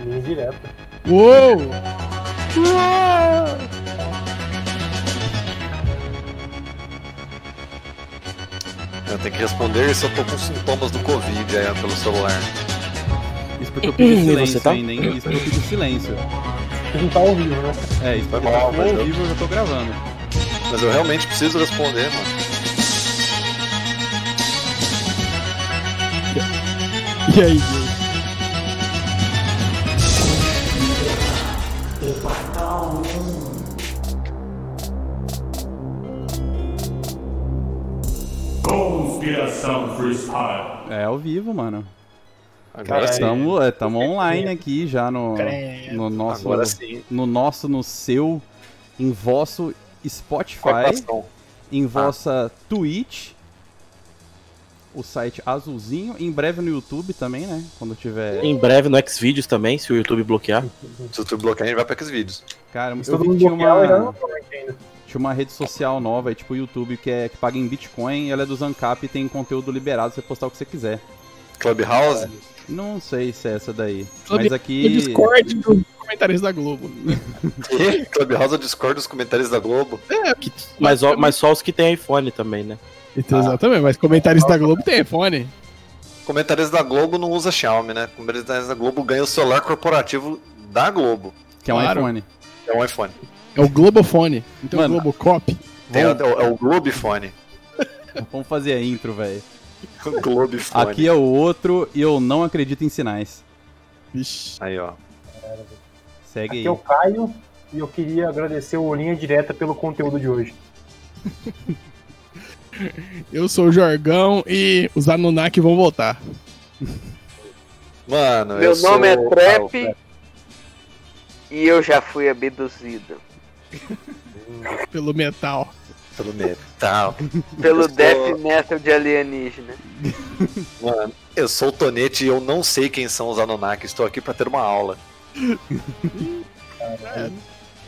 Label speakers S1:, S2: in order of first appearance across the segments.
S1: Linha direta.
S2: Uou! Uou!
S3: Eu tenho que responder se eu tô com sintomas do Covid aí, ó, pelo celular.
S4: Isso porque eu pedi
S5: E você
S4: silêncio
S5: tá?
S4: ainda, hein? Isso porque eu pedi silêncio.
S1: A gente tá ao vivo, né?
S4: É, isso porque
S3: Foi
S4: tá
S3: mal,
S4: ao
S3: mas eu-
S4: vivo eu já tô gravando.
S3: Mas eu realmente preciso responder, mano.
S2: E aí, Deus?
S6: Conspiração Freestyle.
S4: É ao vivo, mano.
S3: Agora
S1: Caralho.
S3: sim.
S4: Estamos é, tamo online aqui já no,
S2: Credo.
S4: no nosso.
S3: Agora sim.
S4: No nosso, no seu, em vosso
S7: é
S3: é
S4: Spotify,
S3: Cotação.
S4: em vossa Twitch, o site azulzinho, em breve no YouTube também, né? Quando tiver.
S5: Em breve no Xvideos também, se o YouTube bloquear.
S3: Se tu bloquear, a gente vai pra aqueles vídeos.
S4: Cara, eu
S1: Todo
S4: vi que
S1: mundo
S4: tinha
S1: bloqueado, eu já não
S4: uma,
S1: tô mais ainda.
S4: tinha uma rede social nova, é tipo o YouTube, que, é, que paga em Bitcoin, e ela é do Zancap e tem conteúdo liberado, você postar o que você quiser.
S3: Clubhouse?
S4: Não sei se é essa daí.
S2: Clube-
S4: Mas
S2: O
S4: aqui.
S2: Discord do comentários da Globo.
S7: É.
S3: Quê? Clubhouse eu discordo dos comentários da Globo.
S2: É, Que-
S5: Mas, ó- mas só os que tem iPhone também, né?
S2: Então, Exatamente, mas comentários da Globo tem iPhone.
S3: Comentários da Globo não usa Xiaomi, né? Comentários da Globo ganha o celular corporativo da Globo.
S4: Que é um
S2: Claro.
S4: iPhone.
S3: É um iPhone.
S2: É o Globofone. Então
S4: Mano.
S2: o Globocop.
S3: Tem a- é o- é o Globifone.
S4: Vamos fazer a intro, velho.
S3: O Globifone.
S4: Aqui é o outro e eu não acredito em sinais.
S2: Vixe.
S3: Aí, ó.
S4: Segue
S1: Aqui
S4: aí.
S1: é o Caio e eu queria agradecer o Linha Direta pelo conteúdo de hoje.
S2: Eu sou o Jorgão e os Anunnaki vão voltar.
S3: Mano,
S7: Meu
S3: eu sou-
S7: nome é Trap
S3: Ah,
S7: e eu já fui abduzido
S2: Pelo metal.
S3: o- pelo metal.
S7: pelo
S3: Eu sou-
S7: Death Metal de alienígena.
S3: Mano, eu sou o Tonete e eu não sei quem são os Anunnaki. Estou aqui pra ter uma aula.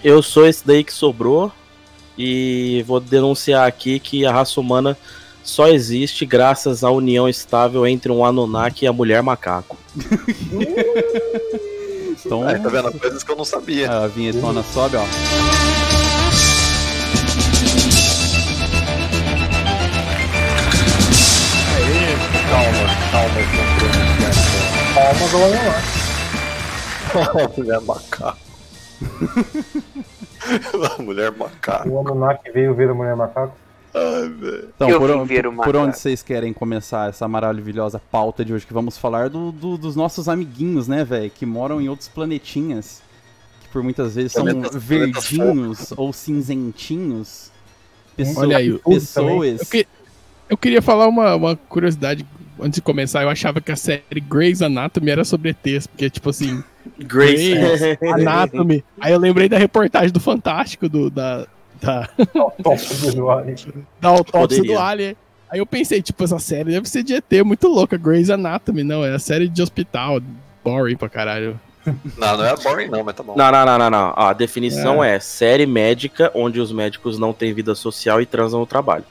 S5: Eu sou esse daí que sobrou e vou denunciar aqui que a raça humana só existe graças à união estável entre um Anunnaki e a mulher macaco.
S4: Então,
S3: Aí, tá vendo? Coisas que eu não sabia.
S4: a
S1: Uhum.
S4: vinhetona sobe, ó.
S3: Calma, calma. eu
S1: Calma, vou lá.
S3: tô aprendendo. Mulher macaco. Mulher macaco.
S1: O Anunnaki veio ver a Mulher Macaco.
S3: Ai, velho.
S4: Então,
S7: Eu
S4: por,
S7: vim
S4: on-
S7: ver o
S4: por onde
S7: macaco.
S4: vocês querem começar essa maravilhosa pauta de hoje que vamos falar do- do- dos nossos amiguinhos, né, velho? Que moram em outros planetinhas. Que por muitas vezes são
S3: Planetas- planetas
S4: verdinhos ou cinzentinhos. Pessoa-
S2: Olha aí, o-
S4: pessoas.
S2: Eu, que- eu queria falar uma, uma curiosidade antes de começar. Eu achava que a série Grey's Anatomy era sobre ETs, porque, tipo assim,
S5: Grace.
S2: Anatomy. Aí eu lembrei da reportagem do Fantástico, do, da, da,
S1: Top do ar.
S2: da autópsia
S5: Poderia.
S2: do Alien. Aí eu pensei, tipo, essa série deve ser de ET, muito louca. Grey's Anatomy, não, é a série de hospital. Boring pra caralho.
S3: Não, não é boring não, mas tá bom.
S5: Não, não, não, não, não. A definição é. série médica onde os médicos não têm vida social e transam o trabalho.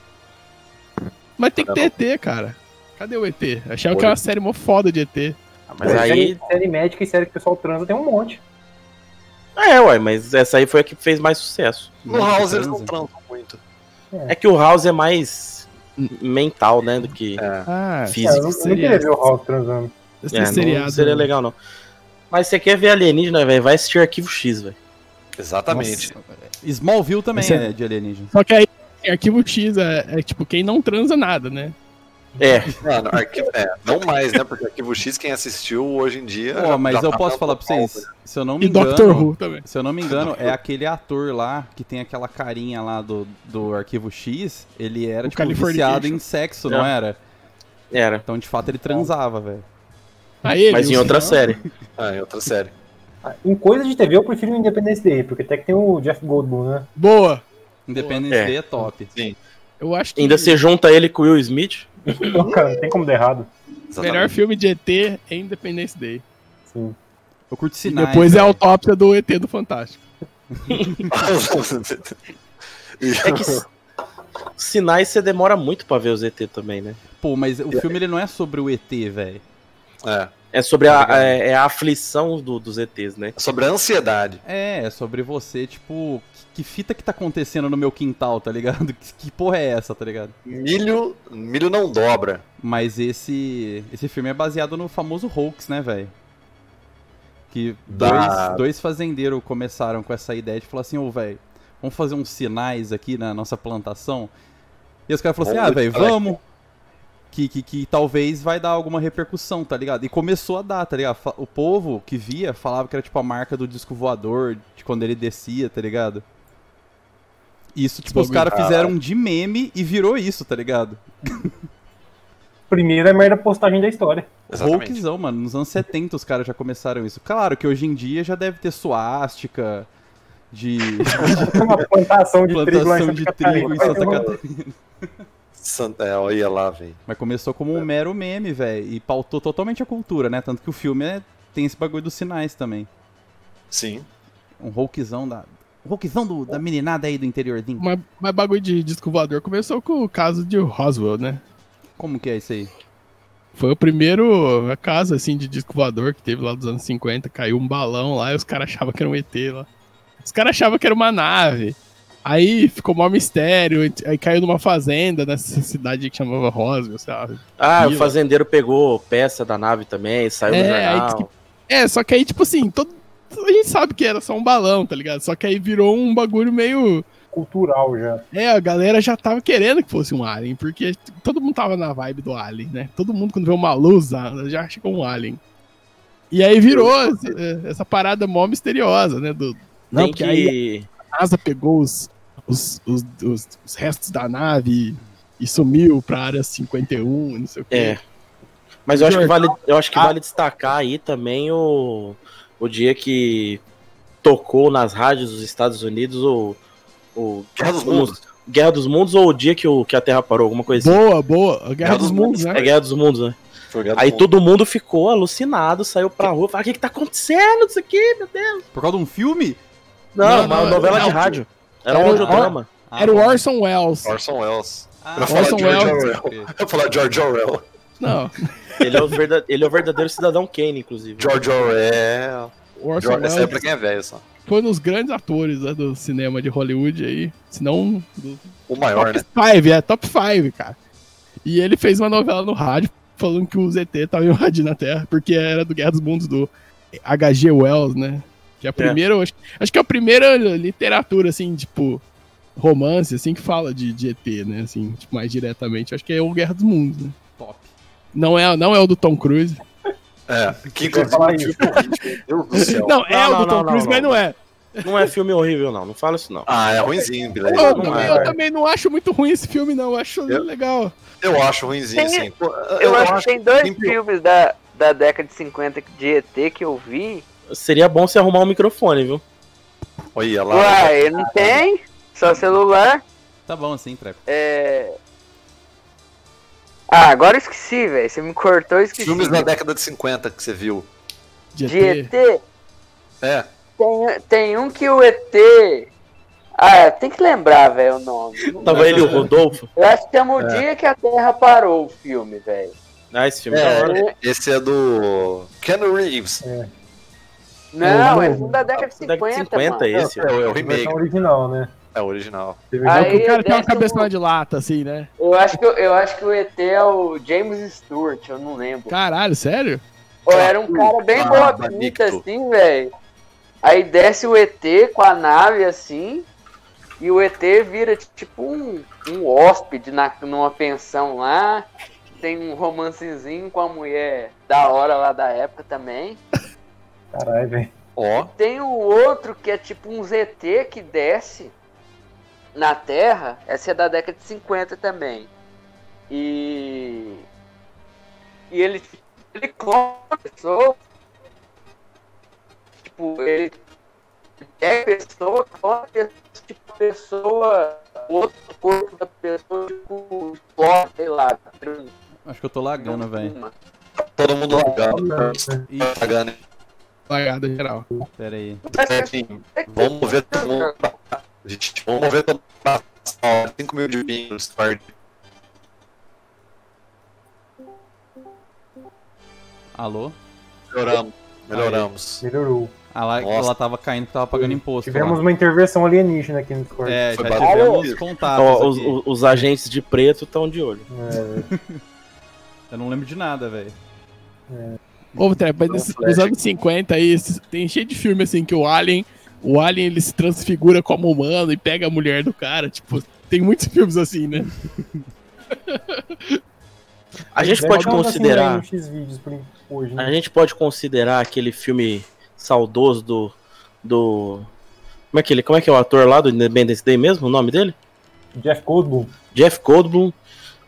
S2: Mas tem que
S3: Não.
S2: ter ET, cara. Cadê o ET? Achava que era uma série mó foda de ET.
S5: Ah, Mas
S1: Pô,
S5: aí.
S1: série, série médica e série que o pessoal transa tem um monte.
S5: É, ué, mas essa aí foi a que fez mais sucesso.
S4: né,
S3: No
S4: é
S3: House eles não transam muito.
S5: É que o House é mais mental, né, do que
S3: É.
S2: Ah,
S1: Cara, eu
S5: físico.
S1: não, eu não
S2: seria
S1: queria ver o House transando.
S2: esse
S5: É, não
S2: seriado. né?
S5: seria legal, não. Mas você quer ver alienígena, velho? Vai assistir Arquivo X, velho.
S3: Exatamente.
S4: Smallville também
S2: Esse
S4: é de alienígena.
S2: Só que aí, arquivo X é, é tipo quem não transa nada, né?
S5: É,
S3: Mano, arquivo... é, não mais, né? Porque Arquivo X, quem assistiu hoje em dia...
S4: Pô, mas
S3: já
S4: eu
S3: tá
S4: posso
S3: dando
S4: falar pra vocês,
S3: pau,
S4: se eu não me
S2: E
S4: engano,
S2: Doctor Who também.
S4: se eu não me engano, é aquele ator lá que tem aquela carinha lá do, do arquivo X, ele era
S2: O
S4: tipo
S2: Californication.
S4: viciado em sexo, não
S5: É.
S4: era?
S5: era.
S4: Então, de fato, ele transava, velho.
S2: Aí,
S5: Mas em
S2: Wilson,
S5: outra série.
S3: Ah, em outra série.
S1: Ah, Em coisa de TV eu prefiro o Independence Day, porque até que tem o Jeff Goldblum, né?
S2: Boa!
S4: Independence
S5: É.
S4: Day é top.
S2: Eu acho que
S5: Ainda você junta ele com o Will Smith.
S1: Então, cara, não tem como dar errado.
S2: o melhor
S3: Exatamente.
S2: filme de ET é Independence Day.
S1: Sim.
S4: Eu curto
S2: E
S4: sinais.
S2: depois é a
S4: velho.
S2: autópsia do ET do Fantástico.
S5: É que s- sinais você demora muito pra ver os ET também, né?
S4: Pô, mas o filme ele não é sobre o ET, velho.
S3: É.
S5: É sobre a, é, é a aflição do- dos ETs, né?
S3: Sobre a ansiedade.
S4: É, é sobre você, tipo, que, que fita que tá acontecendo no meu quintal, tá ligado? Que, que porra é essa, tá ligado?
S3: Milho, milho não dobra.
S4: Mas esse esse filme é baseado no famoso hoax, né, velho? Que dois,
S3: Da-
S4: dois fazendeiros começaram com essa ideia de falar assim, ô, velho, vamos fazer uns sinais aqui na nossa plantação. E os caras falaram assim,
S3: Vamos
S4: ah, velho,
S3: falar.
S4: vamos. Que, que, que talvez vai dar alguma repercussão, tá ligado? E começou a dar, tá ligado? Fa- O povo que via falava que era tipo a marca do disco voador, de quando ele descia, tá ligado? Isso, tipo, os
S2: bagulho.
S4: caras fizeram de meme e virou isso, tá ligado?
S1: Primeira é merda postagem da história.
S3: Exatamente.
S4: Hulkzão, mano. Nos anos 70 os caras já começaram isso. Claro que hoje em dia já deve ter suástica de
S1: É Uma plantação de trigo lá em
S4: plantação
S1: Santa
S4: de
S1: Catarina. É
S4: trigo em Santa Catarina.
S3: Santa, é, olha lá, velho.
S4: Mas começou como um mero meme, velho. E pautou totalmente a cultura, né? Tanto que o filme é- tem esse bagulho dos sinais também.
S3: Sim.
S4: Um Hulkzão da. Hulkzão do- da meninada aí do interiorzinho.
S2: Mas, mas bagulho de disco voador começou com o caso de Roswell, né?
S4: Como que é isso aí?
S2: Foi o primeiro caso, assim, de disco voador que teve lá dos anos 50. Caiu um balão lá e os caras achavam que era um ET lá. Os caras achavam que era uma nave. Aí ficou maior mistério. Aí caiu numa fazenda nessa cidade que chamava Roswell, sabe?
S5: Ah,
S2: Mila.
S5: o fazendeiro pegou peça da nave também, saiu no
S2: É, aí
S5: jornal.
S2: diz É, só que aí, tipo assim, todo... a gente sabe que era só um balão, tá ligado? Só que aí virou um bagulho meio.
S1: Cultural já.
S2: É, a galera já tava querendo que fosse um alien, porque todo mundo tava na vibe do alien, né? Todo mundo, quando vê uma luz, ah, já acha que é um alien. E aí virou essa, essa parada mó misteriosa, né? Do... Não,
S5: Tem
S2: porque
S5: que...
S2: aí a NASA pegou os, os, os, os- os restos da nave e sumiu pra área 51, e um, não sei o quê.
S5: É. Mas eu acho que
S2: Jornal.
S5: vale, eu acho que
S2: Ah.
S5: vale destacar aí também o, o dia que tocou nas rádios dos Estados Unidos o, o
S3: Guerra dos
S5: o-
S3: Mundos.
S5: Guerra dos Mundos ou o dia que, o, que a Terra parou, alguma coisa assim.
S2: Boa, boa. A Guerra
S3: Guerra dos
S2: dos Mundos, né?
S5: É Guerra dos Mundos, né?
S3: Foi Guerra dos
S5: Aí
S3: Mundos.
S5: todo mundo ficou alucinado, saiu pra rua, falou, o que que tá acontecendo isso aqui, meu Deus?
S4: Por causa de um filme?
S2: Não,
S5: Não, uma
S2: não,
S5: novela
S2: não.
S5: de rádio. Era um
S2: Era-
S5: audiodrama.
S4: Ah,
S2: Era o
S4: bom.
S2: Orson Welles.
S3: Orson Welles.
S4: Ah,
S3: Pra falar
S2: Orson
S3: de George
S2: Welles.
S3: Orwell. Pra falar George Orwell.
S2: Não,
S5: Ele é, o verda- ele é o verdadeiro cidadão Kane, inclusive.
S3: George Orwell.
S2: o Orson
S3: George, essa é
S2: Welles.
S3: pra quem é velho, só.
S2: foi um dos grandes atores né, do cinema de Hollywood aí, se não do
S3: O maior, né?
S2: top 5, é top 5, cara. E ele fez uma novela no rádio falando que o ZT tava invadindo a Terra, porque era do Guerra dos Mundos do HG Wells, né? Que é a primeira, acho, acho que é a primeira literatura assim, tipo romance assim que fala de, de ET, né, assim, tipo, mais diretamente. Acho que é o Guerra dos Mundos, né?
S4: Top.
S2: Não é, não é o do Tom Cruise.
S3: É. Que
S1: Eu ia falar
S3: inclusive tipo, meu Deus do céu.
S2: Não, é
S5: Não,
S2: o do
S5: não,
S2: Tom
S5: não,
S2: Cruise,
S5: não,
S2: mas não,
S5: não.
S2: é.
S5: Não é filme horrível, não. Não fala isso, não.
S3: Ah, é ruimzinho, beleza.
S2: Não,
S3: Não
S1: é,
S2: eu
S1: velho.
S2: também não acho muito ruim esse filme, não. Eu acho
S3: Eu-
S2: legal.
S3: Eu acho assim. ruimzinho,
S7: Tem-
S3: sim. Pô,
S7: Eu, acho que tem dois
S3: tem pior.
S7: filmes da, da década de 50 de ET que eu vi.
S5: Seria bom se arrumar um microfone, viu?
S3: Olha lá.
S7: Uai, não tem? Só celular.
S4: Tá bom assim, Treco.
S7: É. Ah, agora eu esqueci, velho. Você me cortou, eu esqueci.
S3: Filmes da década de 50 que você viu.
S2: De
S7: De ET,
S2: ET.
S3: É.
S7: tem, tem um que o ET. Ah, tem que lembrar, velho, o nome. Não-
S5: Tava ele e o Rodolfo.
S7: Eu acho que chama o
S3: É.
S7: dia que a Terra parou o filme, velho.
S5: Ah, esse filme é da hora.
S3: É, esse é do Ken Reeves.
S7: Não,
S1: Não,
S7: é
S1: não.
S7: filme da década de 50,
S5: Década de
S7: 50
S5: 50
S7: mano.
S5: esse.
S3: É, o é o
S1: A versão
S3: remake.
S1: original, né?
S3: É o original.
S1: Teve
S2: É o
S1: já
S2: que o
S7: Aí,
S2: cara tem uma
S7: desce um-
S2: cabeçona de lata, assim, né?
S7: Eu acho, que, eu acho que o ET é o James Stewart, eu não lembro.
S2: Caralho, sério?
S7: Pô, era um cara bem
S3: Ah,
S7: boa
S3: Benedicto.
S7: pinta, assim, velho. Aí desce o ET com a nave, assim, e o ET vira tipo um, um hóspede na, numa pensão lá. Tem um romancezinho com a mulher da hora lá da época também.
S1: Caralho, velho.
S3: Ó,
S7: Tem o outro que é tipo um ZT que desce na Terra. Essa é da década de 50 também. E. E ele, ele clona a pessoa. Tipo, ele é pessoa, clona a pessoa, tipo, a pessoa, outro corpo da pessoa, tipo, explode, sei lá.
S4: Acho que eu tô lagando, velho.
S3: todo mundo lagando.
S4: Ih,
S3: Lagando.
S2: Lagada geral.
S4: pera aí.
S3: É, enfim, Vamos mover todo mundo. pra- Gente, vamos mover todo mundo. pra- ó, 5 mil de ping no Discord.
S4: Alô?
S3: Melhoramos. Melhoramos.
S1: Melhorou.
S4: Ah, lá,
S3: Nossa.
S4: ela tava caindo porque tava pagando imposto.
S1: Tivemos
S4: lá.
S1: uma intervenção alienígena aqui no Discord.
S4: É,
S3: Foi
S4: já
S3: barato.
S4: tivemos contatos.
S5: Ó, os,
S4: tá, aqui.
S5: os- os agentes de preto estão de olho.
S1: É,
S4: Eu não lembro de nada, velho.
S2: Ô, Trap, mas nesse- nos anos 50 aí, esses- tem cheio de filme assim que o Alien, o Alien ele se transfigura como humano e pega a mulher do cara. Tipo, tem muitos filmes assim, né?
S5: A gente
S1: Deve
S5: pode
S1: dar um
S5: considerar.
S1: assim, né, em X-Vídeos por hoje, né?
S5: A gente pode considerar aquele filme saudoso do. do. Como é que ele. Como é que é o ator lá do Independence Day mesmo? O nome dele?
S1: Jeff Goldblum.
S5: Jeff Goldblum,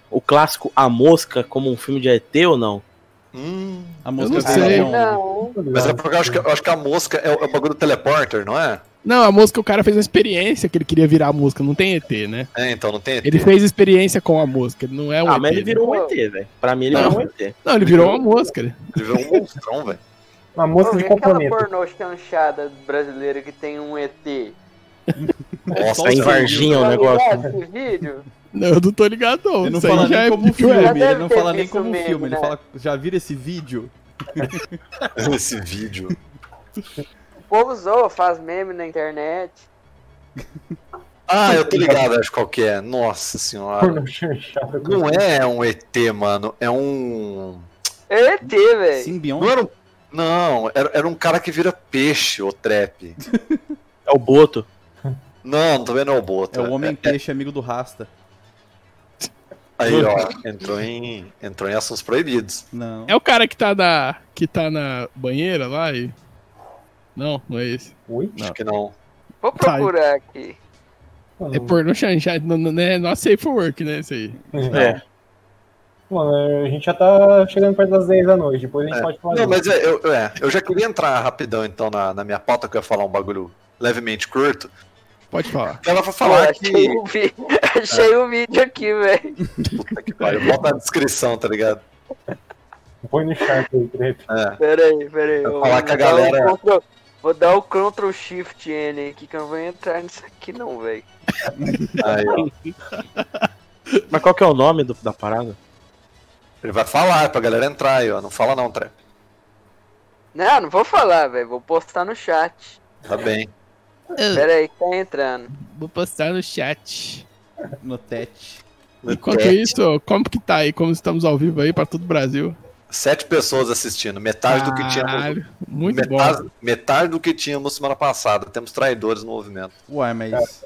S5: o clássico A Mosca como um filme de ET ou não?
S3: Hum.
S4: A música é
S2: não sei.
S4: veio de onde?
S7: Não.
S3: Mas é porque eu acho que, eu acho que a mosca é o, é o bagulho do teleporter, não é?
S2: Não, a música o cara fez uma experiência que ele queria virar a música, não tem ET, né?
S3: É, então não tem.
S2: Ele fez experiência com a música, ele não é um
S5: ah,
S2: ET.
S5: mas ele
S2: né?
S5: virou um ET, velho. Pra mim ele
S2: Não.
S5: virou um ET.
S2: Não, ele virou uma mosca. né?
S3: Ele virou um monstrão, velho.
S1: Uma
S7: Pô,
S1: moça
S7: e
S1: de
S7: aquela
S1: componente.
S7: pornô chanchada brasileira que tem um ET?
S3: Nossa,
S4: Só
S5: Tá em
S3: um
S4: os
S5: Varginha o
S7: Tá
S5: negócio.
S7: ligado
S3: né?
S7: esse vídeo?
S2: Não, eu não tô ligado, não.
S4: Ele não
S2: Isso aí
S4: fala
S2: já
S4: nem
S2: é
S4: como
S2: filme.
S4: filme,
S7: Já
S4: ele
S7: deve
S4: não
S7: ter
S4: fala nem
S7: visto
S4: como
S7: mesmo,
S4: filme, ele
S7: né?
S4: fala, já vira esse vídeo?
S3: esse vídeo.
S7: O povo zoa, faz meme na internet.
S3: Ah, eu tô ligado, acho qual que é. Nossa senhora.
S1: Porno chanchada.
S3: Não é um ET, mano. É um.
S7: É ET, velho.
S3: Não
S4: Simbionte?
S3: era um. Não, era, era um cara que vira peixe, o trap.
S5: É o Boto.
S3: Não, também não é o Boto.
S4: É o Homem-Peixe, amigo do Rasta.
S3: Aí, ó, entrou em, entrou em assuntos proibidos.
S4: Não.
S2: É o cara que tá na, que tá na banheira lá e. Não, não é esse.
S1: Oi?
S3: Acho que não.
S7: Vou procurar aqui.
S2: É porno chanchado, não, não, não é not safe for work, né? Isso aí.
S5: É.
S1: Mano, a gente já tá chegando perto das 10 da noite. Depois a gente
S3: É.
S1: pode falar.
S3: Não,
S1: disso.
S3: mas é, eu, é, eu já queria entrar rapidão, então, na, na minha pauta, que eu ia falar um bagulho levemente curto.
S2: Pode falar.
S3: Ela vai
S7: Pô, é
S3: falar que. É.
S7: achei, o vi- achei o vídeo aqui, velho.
S3: Puta que pariu, bota na descrição, tá ligado?
S1: Põe no chat aí, Trep.
S3: É.
S7: Pera aí, pera aí.
S3: Vai
S7: eu
S3: falar
S7: vou
S3: que a
S7: dar o
S3: galera-
S7: Ctrl- Vou dar o Ctrl Shift N aqui, que eu não vou entrar nisso aqui não, velho.
S3: Aí, ó.
S5: Mas qual que é o nome do- da parada?
S3: Ele vai falar é pra galera entrar aí, ó. Não fala não, Trap.
S7: Não, não vou falar, velho. Vou postar no chat.
S3: Tá bem.
S7: Pera aí, que tá entrando.
S2: Vou postar no chat.
S4: No Tete.
S3: É,
S2: Enquanto isso, como que tá aí? Como estamos ao vivo aí pra todo o Brasil?
S3: Sete pessoas assistindo, metade do que tínhamos.
S2: Caralho, Muito
S3: metade,
S2: bom.
S3: metade do que tínhamos semana passada. Temos traidores no movimento.
S4: Uai, mas...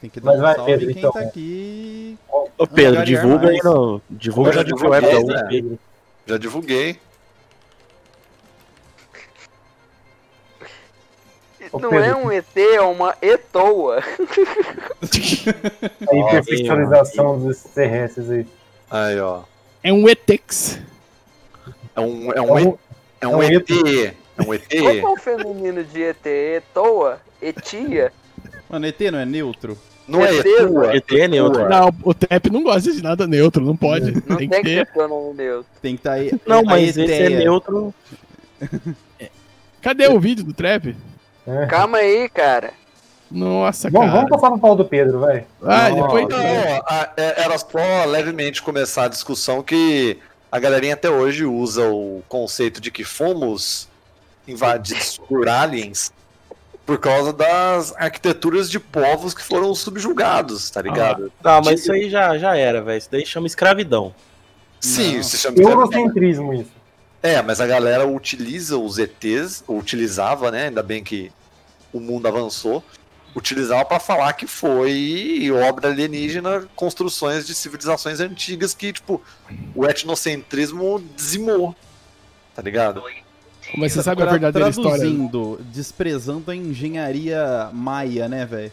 S4: Tem que dar
S1: Mas
S4: um
S1: vai,
S4: salve em
S1: Pedro,
S4: quem
S1: então.
S4: tá aqui.
S5: Ô Pedro,
S4: Angariar
S5: divulga aí
S4: mais.
S5: no. Divulga
S3: Eu já
S5: no né? Deep Web
S3: divulguei,
S5: da UFP.
S3: Já divulguei.
S1: Ô,
S7: Não
S1: Pedro.
S7: é um ET, é uma etoa.
S1: A hiperficialização dos terrestres aí.
S3: Aí, ó.
S2: É um ETEX.
S3: É um, é
S1: É
S3: um,
S1: um-
S3: E- é um ET. É um ET.
S7: Qual que é o feminino de ET? Etoa? Etia?
S4: Mano, ET não é neutro?
S3: Não é
S7: Certeza.
S3: ET.
S5: ET é neutro.
S2: Não, o Trap não gosta de nada neutro, não pode.
S7: Não
S2: tem
S7: tem,
S2: que ter.
S7: que ter o nome neutro.
S4: Tem que tá aí.
S5: Não,
S4: a
S5: mas esse é
S4: ETEA.
S5: neutro.
S2: Cadê o vídeo do Trap?
S1: É.
S7: Calma aí, cara.
S2: Nossa,
S1: Bom,
S2: cara.
S1: vamos passar no pau do Pedro, vai.
S2: Ah,
S1: Não,
S2: depois.
S3: Não, a- é- era só levemente começar a discussão que a galerinha até hoje usa o conceito de que fomos invadidos por aliens por causa das arquiteturas de povos que foram subjugados, tá ligado?
S5: Tá, mas isso aí já, já era, velho. Isso daí chama escravidão.
S3: Sim,
S4: Não.
S3: se chama
S1: Eurocentrismo isso.
S3: É, mas a galera utiliza os ETs, ou utilizava, né? Ainda bem que o mundo avançou, utilizava pra falar que foi obra alienígena, construções de civilizações antigas que, tipo, o etnocentrismo dizimou. Tá ligado?
S2: Mas você sabe a
S4: Tra-
S2: verdadeira história. né?
S4: Traduzindo, desprezando a engenharia maia, né, velho?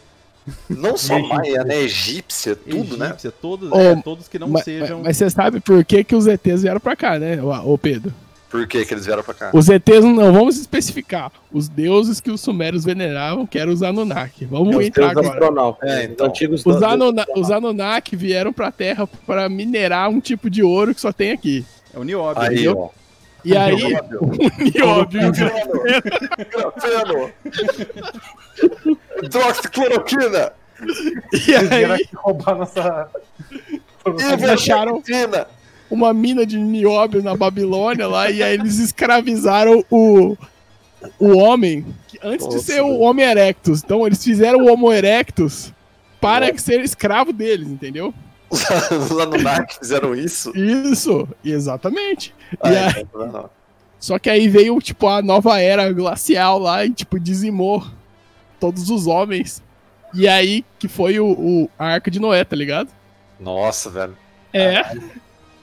S3: Não só
S1: E egípcia.
S3: maia, né? Egípcia, tudo, né?
S4: Egípcia, Todos,
S2: Ô,
S4: é, todos que não
S2: Mas,
S4: sejam...
S2: mas você sabe por que, que os ETs vieram pra cá, né, ô ô Pedro?
S3: Por que, que eles vieram pra cá?
S2: Os ETs não, não, vamos especificar. Os deuses que os sumérios veneravam, que eram os Anunnaki. Vamos
S5: Os
S2: entrar
S5: deuses
S2: agora.
S5: astronautas.
S3: É, então.
S5: Os antigos
S2: Os,
S5: do-
S2: Anuna os Anunnaki vieram pra Terra pra minerar um tipo de ouro que só tem aqui.
S4: É o Nióbio.
S3: Aí, ó.
S2: E aí,
S3: Óbvio.
S2: óbvio,
S3: Grafeno! Hidroxicloroquina!
S2: e
S1: Eles vieram
S2: aí
S1: aqui roubar nossa.
S2: eles acharam,
S3: Ivermectina!
S2: uma mina de nióbio na Babilônia lá, e aí eles escravizaram o, o homem, que antes de
S5: Nossa,
S2: ser o
S5: velho.
S2: Homem Erectus. Então eles fizeram o Homo Erectus para ser escravo deles, entendeu?
S3: Os Anunnaki fizeram isso?
S2: Isso, exatamente.
S3: Ah,
S2: E aí-
S3: então, não.
S2: Só que aí veio, tipo, a nova era glacial lá e, tipo, dizimou todos os homens. E aí, que foi o, o a Arca de Noé, tá ligado?
S3: Nossa, velho.
S2: É.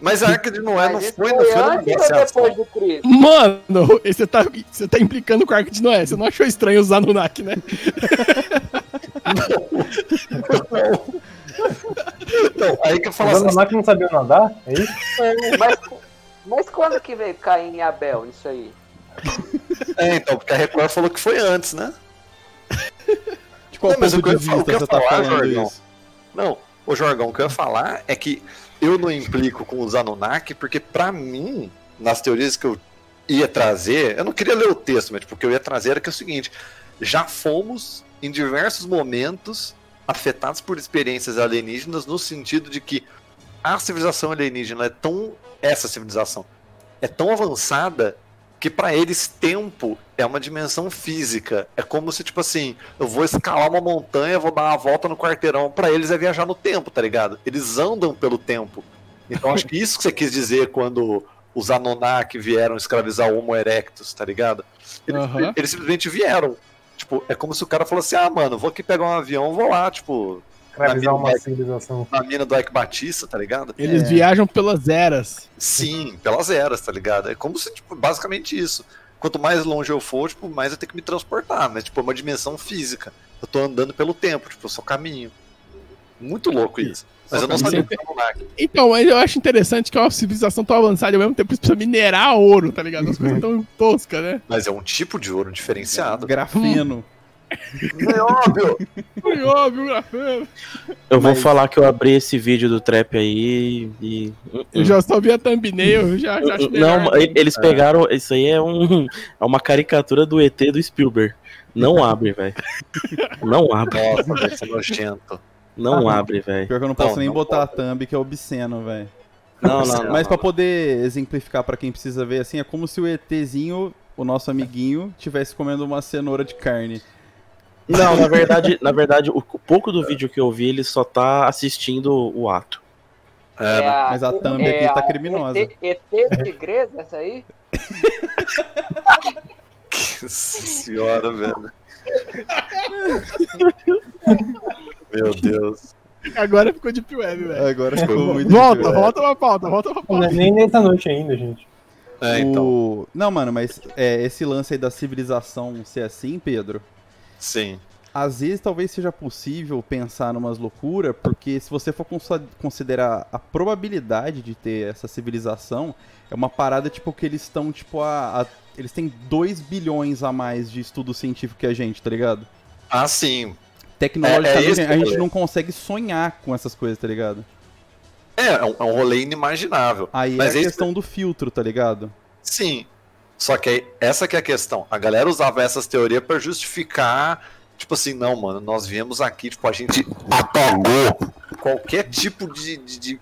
S3: Mas a Arca de Noé não
S7: Mas isso
S3: foi no filme
S7: antes ou depois do Cristo?
S2: Mano, você tá, você tá implicando com a Arca de Noé. Você não achou estranho usar no NAC, né?
S3: né? Então, aí que eu falo
S1: Os
S3: assim,
S1: Anunnaki não sabiam nadar? É isso?
S7: Mas, mas quando que veio Caim e Abel, isso aí?
S3: é, então, porque a Record falou que foi antes, né?
S4: De qual
S3: Não, mas
S4: ponto
S3: eu
S4: um de
S3: quero- eu
S4: vista
S3: quero
S4: você tá
S3: falar,
S4: falando
S3: Jorgão.
S4: isso?
S3: Não, o Jorgão, o que eu ia falar é que eu não implico com os Anunnaki, porque pra mim, nas teorias que eu ia trazer, eu não queria ler o texto, mas porque eu ia trazer era que é o seguinte: já fomos em diversos momentos afetados por experiências alienígenas no sentido de que a civilização alienígena é tão essa civilização é tão avançada que pra eles tempo é uma dimensão física. É como se tipo assim, eu vou escalar uma montanha, vou dar uma volta no quarteirão. Pra eles é viajar no tempo, tá ligado? Eles andam pelo tempo. Então acho que isso que você quis dizer quando os Anunnaki vieram escravizar o Homo erectus, tá ligado? Eles,
S2: Aham.
S3: eles simplesmente vieram. Tipo, é como se o cara falasse: "Ah, mano, vou aqui pegar um avião, vou lá, tipo,
S1: Escravizar
S3: Na
S1: uma
S3: vida-
S1: civilização.
S3: na mina do Ike Batista, tá ligado?"
S2: Eles viajam pelas eras.
S3: Sim, pelas eras, tá ligado? É como se, tipo, basicamente isso. Quanto mais longe eu for, tipo, mais eu tenho que me transportar, mas, tipo, é uma dimensão física. Eu tô andando pelo tempo, tipo, eu só caminho. Muito louco isso. Mas eu não
S2: caminho.
S3: sabia que era um Monark.
S2: Então, mas eu acho interessante que é uma civilização tão avançada e ao mesmo tempo precisa minerar ouro, tá ligado? As coisas tão toscas, né?
S3: Mas é um tipo de ouro diferenciado.
S4: Grafeno.
S3: É óbvio!
S2: Foi óbvio, grafeno.
S5: Eu vou falar que eu abri esse vídeo do trap aí e.
S2: Eu já só vi a thumbnail, eu já, já acho melhor. é-
S5: Não, eles pegaram. Isso aí é, um, é uma caricatura do ET do Spielberg. Não abre, velho. Não abre.
S3: Nossa, deve ser nojento.
S5: Não abre, velho.
S4: Pior que eu não posso
S3: Não,
S4: nem
S3: não
S4: botar a thumb, que é obsceno, velho.
S5: Não, não, não.
S4: Mas pra poder exemplificar pra quem precisa ver, assim, é como se o ETzinho, o nosso amiguinho, tivesse comendo uma cenoura de carne.
S5: Não, na verdade, na verdade, o o pouco do vídeo que eu vi, ele só tá assistindo o ato.
S3: É,
S7: a- é
S4: Mas a thumb aqui tá
S7: a-
S4: criminosa.
S7: ET, ET Tigresa, essa aí?
S3: nossa senhora, velho. Meu Deus.
S2: Agora ficou Deep Web, velho.
S4: Agora ficou muito
S2: Volta,
S4: difícil.
S2: volta pra pauta, volta pra
S1: Não é
S2: pauta.
S1: nem nessa noite ainda, gente.
S3: É, então,
S4: O- Não, mano, mas é, esse lance aí da civilização ser assim, Pedro,
S3: sim.
S4: às vezes talvez seja possível pensar numas loucuras, porque se você for consa- considerar a probabilidade de ter essa civilização, é uma parada tipo que eles estão, tipo, a. a- Eles têm 2 bilhões a mais de estudo científico que a gente, tá ligado?
S3: Ah, sim. É, é
S4: Tecnologicamente,
S3: isso que
S4: a
S3: eu
S4: gente
S3: falei.
S4: não consegue sonhar com essas coisas, tá ligado?
S3: É, é um, é um rolê inimaginável.
S4: Aí
S3: Mas
S4: é a
S3: esse-
S4: questão do filtro, tá ligado?
S3: Sim. Só que aí, essa que é a questão. A galera usava essas teorias pra justificar, tipo assim, não, mano, nós viemos aqui, tipo, a gente apagou qualquer tipo de, de- de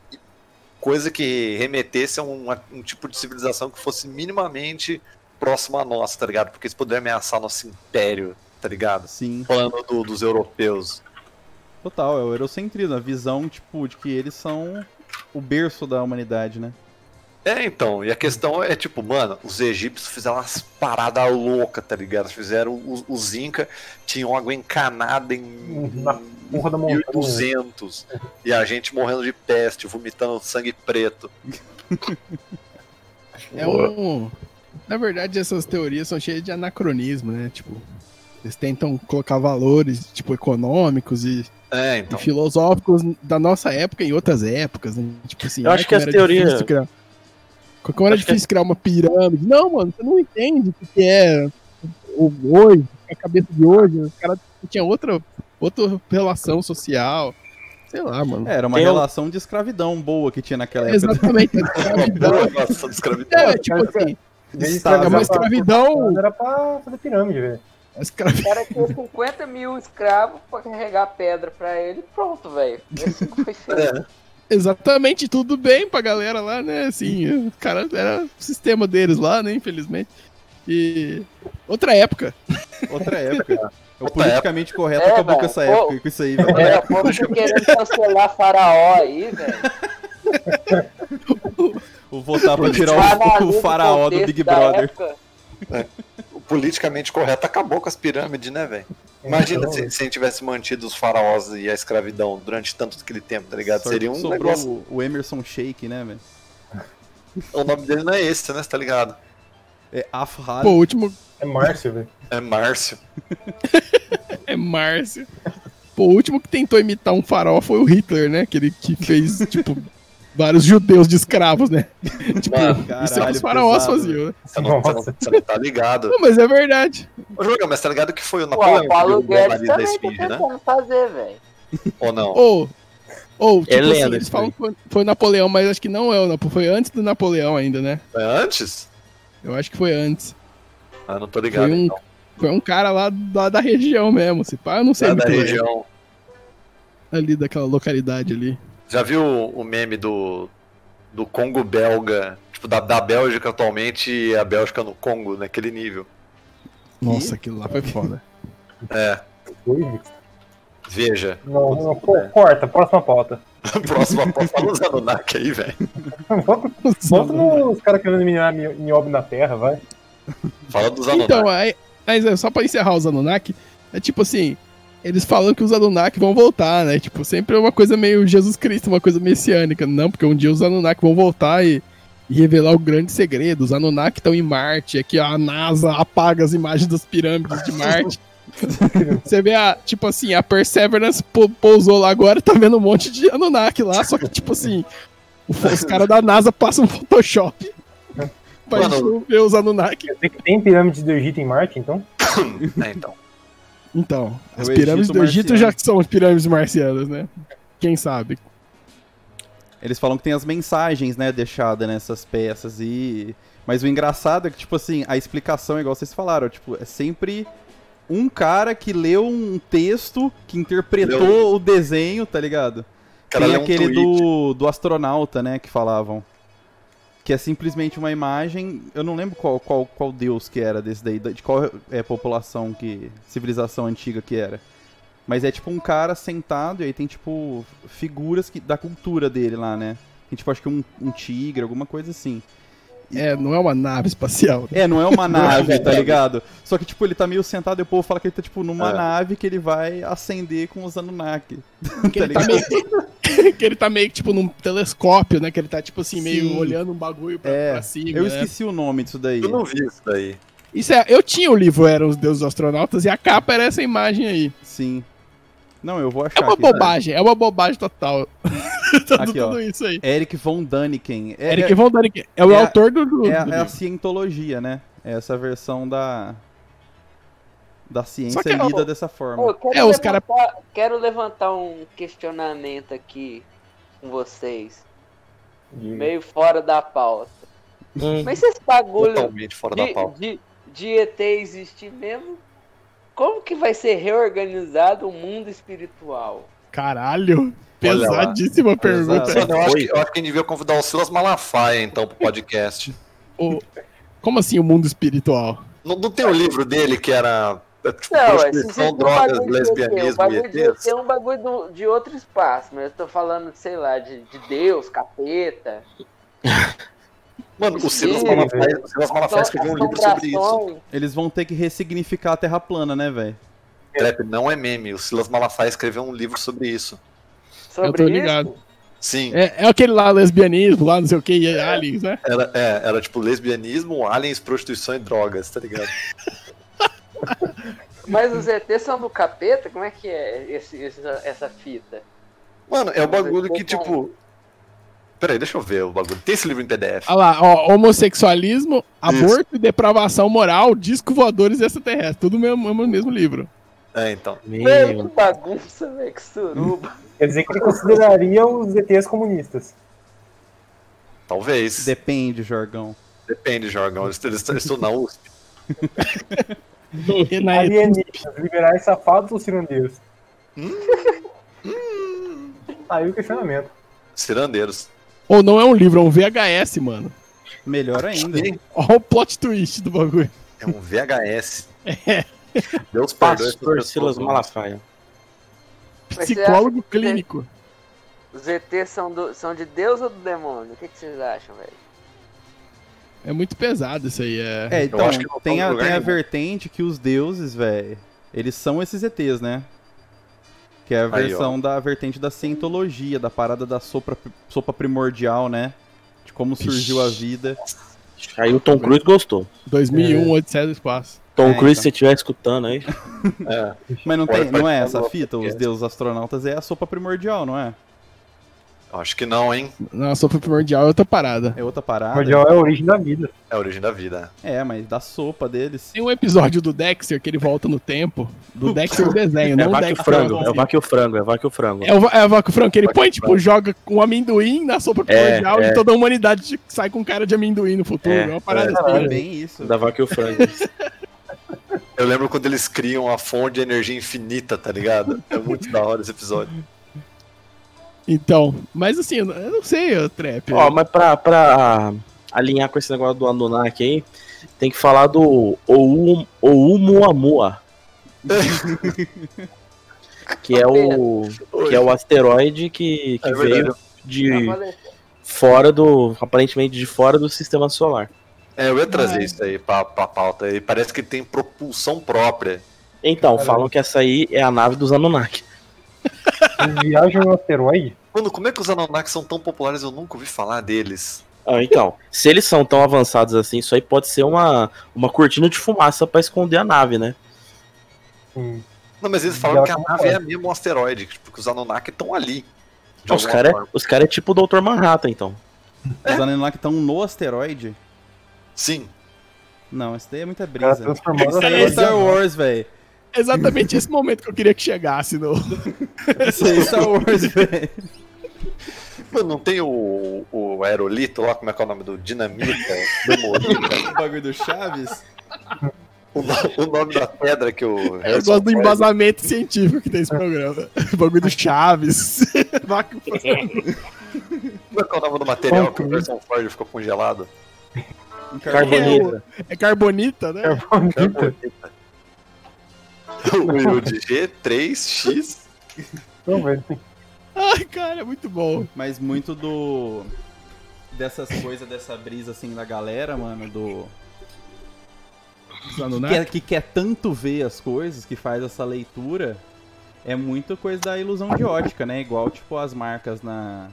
S3: coisa que remetesse a um, a um tipo de civilização que fosse minimamente próximo a nossa, tá ligado? Porque isso poderia ameaçar nosso império, tá ligado?
S4: Sim.
S3: Falando do- dos europeus.
S4: Total, é o eurocentrismo, a visão, tipo, de que eles são o berço da humanidade, né?
S3: É, então, e a questão é tipo, mano, os egípcios fizeram umas paradas loucas, tá ligado? Fizeram os, os Inca, tinham água encanada em
S1: Na Porra da montanha.
S3: 1200 e a gente morrendo de peste, vomitando sangue preto.
S2: É um... Na verdade, essas teorias são cheias de anacronismo, né? Tipo, eles tentam colocar valores, tipo, econômicos e,
S3: É,
S2: e
S3: então.
S2: filosóficos da nossa época em outras épocas, né? Tipo assim,
S5: Eu
S2: ai,
S5: acho que
S2: como
S5: as
S2: era
S5: teorias-
S2: difícil criar- Como era
S5: Acho que
S2: difícil criar uma pirâmide. Não, mano, você não entende o que é o hoje, a cabeça de hoje. né? Os caras tinham outra, outra relação social. Sei lá, mano.
S4: É, era uma
S5: Tem um-
S4: relação de escravidão boa que tinha naquela
S5: É,
S4: época.
S2: Exatamente. a escravidão.
S3: Nossa, escravidão.
S2: É, tipo assim,
S1: Em vez de
S4: Estável.
S1: escravizar pra-
S2: é uma escravidão. é
S1: Era pra fazer pirâmide, velho.
S5: é,
S2: a escravi-
S7: O cara tinha
S3: É.
S7: 50 mil escravos pra carregar pedra pra ele. Pronto, velho. Esse foi feito.
S2: Exatamente, tudo bem pra galera lá, né? Assim, o cara era o sistema deles lá, né? Infelizmente. E. Outra época.
S4: Outra época. É O politicamente correto acabou com
S7: velho.
S4: essa
S7: Pô.
S4: época e com isso aí, velho.
S7: É, o povo tá querendo cancelar faraó aí, velho.
S4: Vou votar pra tirar
S7: Vai na
S4: o,
S7: luz
S4: o faraó do
S7: contexto
S4: Big
S7: da
S4: Brother.
S7: época.
S3: O politicamente correto acabou com as pirâmides, né, velho? Imagina
S1: Então,
S3: se, se a gente tivesse mantido os faraós e a escravidão durante tanto aquele tempo, tá ligado?
S4: Só
S3: Seria um
S4: sobrou
S3: negócio.
S4: o- o Emerson Shake, né, velho?
S3: O nome dele não é esse, né? Você tá ligado?
S4: É Afrad.
S2: Pô, o último
S1: É Márcio, velho.
S3: É Márcio.
S2: é Márcio. Pô, o último que tentou imitar um farol foi o Hitler, né? Aquele que fez, tipo, vários judeus de escravos, né? tipo,
S3: Mano,
S2: isso é o
S4: caralho,
S2: que os faraós
S4: pesado,
S2: faziam, né?
S3: Você não, você não-
S1: Nossa.
S3: você não tá ligado.
S2: Não, mas é verdade.
S3: Ô, Júlio, mas tá ligado que foi o
S7: Pô,
S3: Napoleão
S7: o
S3: que
S7: Paulo
S3: viu o
S7: Guedes
S3: nariz da
S7: também tá
S3: esfinge, né?
S7: tentando fazer, velho.
S3: Ou não?
S2: Ou. Ou, tipo
S5: É lenda
S2: assim, eles
S5: isso
S2: falam que foi- foi o Napoleão, mas acho que não é o Napoleão. Foi antes do Napoleão ainda, né?
S3: Foi antes?
S2: Eu acho que foi antes.
S3: Ah, não tô ligado,
S2: Foi um-
S3: então.
S2: Foi um cara lá, lá da região mesmo. Se pá, eu não sei
S3: Lá
S2: muito
S3: da
S2: bem.
S3: região.
S2: Ali daquela localidade ali.
S3: Já viu o meme do, do Congo belga? Tipo, da, da Bélgica atualmente e a Bélgica no Congo, naquele nível.
S2: Nossa, aquilo lá foi foda.
S3: É,
S1: Ui, Vic.
S3: veja.
S1: Não, não, pô, corta, próxima pauta.
S3: Próxima pauta, fala os Anunnaki aí, velho.
S1: Volta volta nos caras querendo minerar mi- nióbio na Terra, vai.
S3: Fala dos Anunnaki.
S2: Então, aí, mas é só pra encerrar os Anunnaki, é tipo assim, eles falam que os Anunnaki vão voltar, né? Tipo, sempre é uma coisa meio Jesus Cristo, uma coisa messiânica. Não, porque um dia os Anunnaki vão voltar e, e revelar o grande segredo. Os Anunnaki estão em Marte, é que a NASA apaga as imagens das pirâmides de Marte. Você vê a, tipo assim, a Perseverance pou- pousou lá agora, tá vendo um monte de Anunnaki lá, só que tipo assim, os caras da NASA passam Photoshop pra
S3: Mano,
S2: gente ver os Anunnaki.
S1: Quer dizer que tem pirâmide do Egito em Marte, então?
S3: É, então.
S2: Então, as
S4: o
S2: pirâmides
S4: Egito
S2: do Egito
S4: marciano.
S2: já são as pirâmides marcianas, né? Quem sabe?
S4: Eles falam que tem as mensagens, né, deixadas nessas peças e... Mas o engraçado é que, tipo assim, a explicação, igual vocês falaram, tipo, é sempre um cara que leu um texto, que interpretou o desenho, tá ligado?
S3: Cara,
S4: tem
S3: lê um
S4: aquele
S3: tweet.
S4: do, do astronauta, né, que falavam. Que é simplesmente uma imagem, eu não lembro qual, qual, qual deus que era desse daí, de qual é população que, civilização antiga que era. Mas é tipo um cara sentado e aí tem tipo figuras que, da cultura dele lá, né? Tem tipo acho que um, um tigre, alguma coisa assim.
S2: É, não é uma nave espacial. né?
S4: É, não é uma nave, tá ligado? Só que tipo ele tá meio sentado e o povo fala que ele tá tipo numa
S3: É.
S4: nave que ele vai acender com os Anunnaki.
S2: Que ele, tá meio, que ele tá meio que tipo num telescópio, né? Que ele tá tipo assim,
S4: Sim.
S2: meio olhando um bagulho pra,
S4: É,
S2: pra cima.
S4: Eu
S2: né?
S4: esqueci o nome disso daí.
S3: Eu não vi isso daí.
S2: Isso é, eu tinha o livro Eram os Deuses Astronautas e a capa era essa imagem aí.
S4: Sim. Não, eu vou achar.
S2: É uma
S4: aqui, tá?
S2: bobagem, é uma bobagem total. tudo,
S4: Aqui, ó.
S2: tudo isso aí.
S4: Eric von Daniken. É,
S2: Eric Von Däniken é o
S4: é a-
S2: autor do, do,
S4: é, é a-
S2: do
S4: é a
S2: livro.
S4: cientologia, né? É essa versão da. Da ciência
S2: Só que é
S4: lida
S7: uma-
S4: dessa forma.
S7: Pô, quero,
S2: É, os
S7: levantar, quero levantar um questionamento aqui com vocês. Meio fora da pauta.
S5: Hum.
S7: Mas esse bagulho
S3: Totalmente fora da pauta.
S7: de, de, de ET existir mesmo, como que vai ser reorganizado o mundo espiritual?
S2: Caralho,
S3: Olha lá.
S2: pesadíssima pergunta.
S4: Pesado.
S3: Mano, eu, acho que, eu acho que a gente devia convidar o Silas Malafaia, então, pro podcast.
S2: O- como assim o mundo espiritual?
S3: não, não tem o livro dele que era é, tipo,
S7: Não, é
S3: prostituição, drogas,
S7: o
S3: lesbianismo e
S7: bagulho de ET
S3: ETs?
S7: é um bagulho do- de outro espaço, mas eu tô falando, sei lá, de, de Deus, capeta,
S3: Mano, o Silas
S7: Sim,
S3: Malafaia, o Silas Malafaia escreveu um livro sobre isso.
S7: assombrações.
S4: Eles vão ter que ressignificar a Terra plana, né, velho?
S3: Trap não é meme. O Silas Malafaia escreveu um livro sobre isso.
S7: Sobre
S2: Eu tô ligado.
S7: Isso?
S3: Sim,
S2: É, é aquele lá, lesbianismo, lá, não sei o que, e aliens, né?
S3: era, é, era tipo lesbianismo, aliens, prostituição e drogas, tá ligado?
S7: Mas os ETs são do capeta? Como é que é esse, esse- essa fita?
S3: Mano, é o
S7: Mas
S3: bagulho
S7: eu
S3: que,
S7: tô com-
S3: tipo. Peraí, deixa eu ver o bagulho. Tem esse livro em PDF.
S2: Olha lá, ó, homossexualismo, aborto
S3: Isso.
S2: e depravação moral, disco voadores e extraterrestres. Tudo no mesmo, no mesmo livro.
S3: É, então.
S7: Velho,
S5: Meu,
S7: que bagunça, velho, que suruba.
S1: Quer dizer que ele consideraria os ETs comunistas.
S3: Talvez.
S4: Depende, Jorgão.
S3: Depende, Jorgão. Eles eles- eles estão na USP.
S2: E na-
S1: Alienígenas, liberais safados ou cirandeiros? Aí Hum. o questionamento.
S3: Cirandeiros.
S2: Ou não é um livro, é um VHS, mano.
S4: Melhor ainda.
S2: Olha o plot twist do bagulho.
S3: É um VHS.
S2: É.
S3: Deus perdoe essas
S5: Pastor
S3: pessoas.
S5: Silas Malafaia.
S7: Mas você
S2: Psicólogo
S7: acha que-
S2: clínico.
S7: Os ETs são, do- são de Deus ou do demônio? O que, que vocês acham, velho?
S2: É muito pesado isso aí. É...
S4: É, então,
S3: acho que não
S4: tem,
S3: tá
S4: a,
S3: no lugar
S4: tem a
S3: nenhum.
S4: vertente que os deuses, velho, eles são esses ETs, né? Que é a
S3: Aí,
S4: versão da vertente da cientologia, da parada da sopa, sopa primordial, né? De como surgiu a vida.
S5: Aí o Tom Cruise gostou.
S2: 2001,
S5: É.
S2: Odisseia do Espaço.
S5: Tom
S4: É,
S5: Cruise,
S4: então.
S5: se estiver escutando aí.
S4: Mas não,
S3: Bora
S4: tem, não é
S3: participar
S4: essa a
S3: do
S4: fita? Os
S3: podcast.
S4: deuses astronautas é a sopa primordial, não é?
S3: Acho que não, hein?
S2: Não, só foi primordial, é outra parada.
S4: É outra parada.
S1: Cordial é a origem da vida.
S3: É a origem da vida.
S4: É, mas da sopa deles.
S2: Tem um episódio do Dexter que ele volta no tempo. Do Dexter o desenho,
S5: É
S2: não o
S5: vaca e
S2: Dexter. assim,
S5: o frango,
S2: o
S5: é vaca e o frango, é vaca e o frango.
S2: É o, va- é o Vaco Franco, ele
S3: Vaca
S2: põe,
S3: e
S2: tipo,
S3: frango.
S2: joga um amendoim na sopa primordial e toda a humanidade tipo, sai com cara de amendoim no futuro. É,
S5: É,
S2: uma parada
S4: É
S2: assim.
S4: bem isso.
S5: Da vaca e o frango.
S3: Eu lembro quando eles criam a fonte de energia infinita, tá ligado? É muito da hora esse episódio.
S2: Então, mas assim, eu eu não sei, ô, Trap.
S5: Ó, mas pra, pra alinhar com esse negócio do Anunnaki aí, tem que falar do Ou- Oumuamua. que é o que é o asteroide que, que
S3: É verdade.
S5: veio de
S7: Já falei.
S5: fora do aparentemente de fora do sistema solar.
S3: É, eu ia trazer isso aí pra, pra pauta. E parece que tem propulsão própria.
S5: Então,
S1: Caramba.
S5: falam que essa aí é a nave dos Anunnaki.
S1: Eles viajam no asteroide.
S3: Mano, como é que os Anunnaki são tão populares? Eu nunca ouvi falar deles.
S5: Ah, então, se eles são tão avançados assim, isso aí pode ser uma, uma cortina de fumaça pra esconder a nave, né?
S1: Sim.
S3: Não, mas eles falam
S1: Já
S3: que a nave é mesmo um asteroide, que, tipo, que os Anunnaki estão ali. De
S5: Os
S3: alguma
S5: caras
S3: forma.
S5: os cara é tipo o Dr. Manhattan, então.
S4: Os Anunnaki estão no asteroide?
S3: Sim.
S4: Não, isso daí é muita
S1: O cara
S4: brisa.
S1: transformou no
S4: Isso aí é
S1: asteroide.
S4: Star Wars, velho.
S2: é Exatamente esse momento que eu queria que chegasse no.
S4: Isso aí é Star Wars, velho.
S3: Mano, não tem o, o aerolito lá, como é que é o nome do dinamita, demolita.
S4: O bagulho do Chaves?
S3: O, no- o nome da pedra que o
S2: É, Eu
S3: Harrison
S2: gosto do
S3: Ford-
S2: embasamento científico que tem esse programa. O bagulho do Chaves. Vaca e o frango.
S3: Como é que é o nome do material
S1: Tom
S3: que o
S1: Cruise.
S3: Harrison Ford ficou congelado?
S4: um
S5: Carbonita.
S2: É carbonita, né?
S1: Carbonita.
S3: o o de G3X.
S1: Não, velho.
S2: Ai, cara, é muito bom.
S4: Mas muito do. Dessas coisas, dessa brisa assim da galera, mano, do.
S2: Os Anunnaki.
S4: Que, é- que quer tanto ver as coisas, que faz essa leitura, é muito coisa da ilusão de ótica, né? Igual, tipo, as marcas na.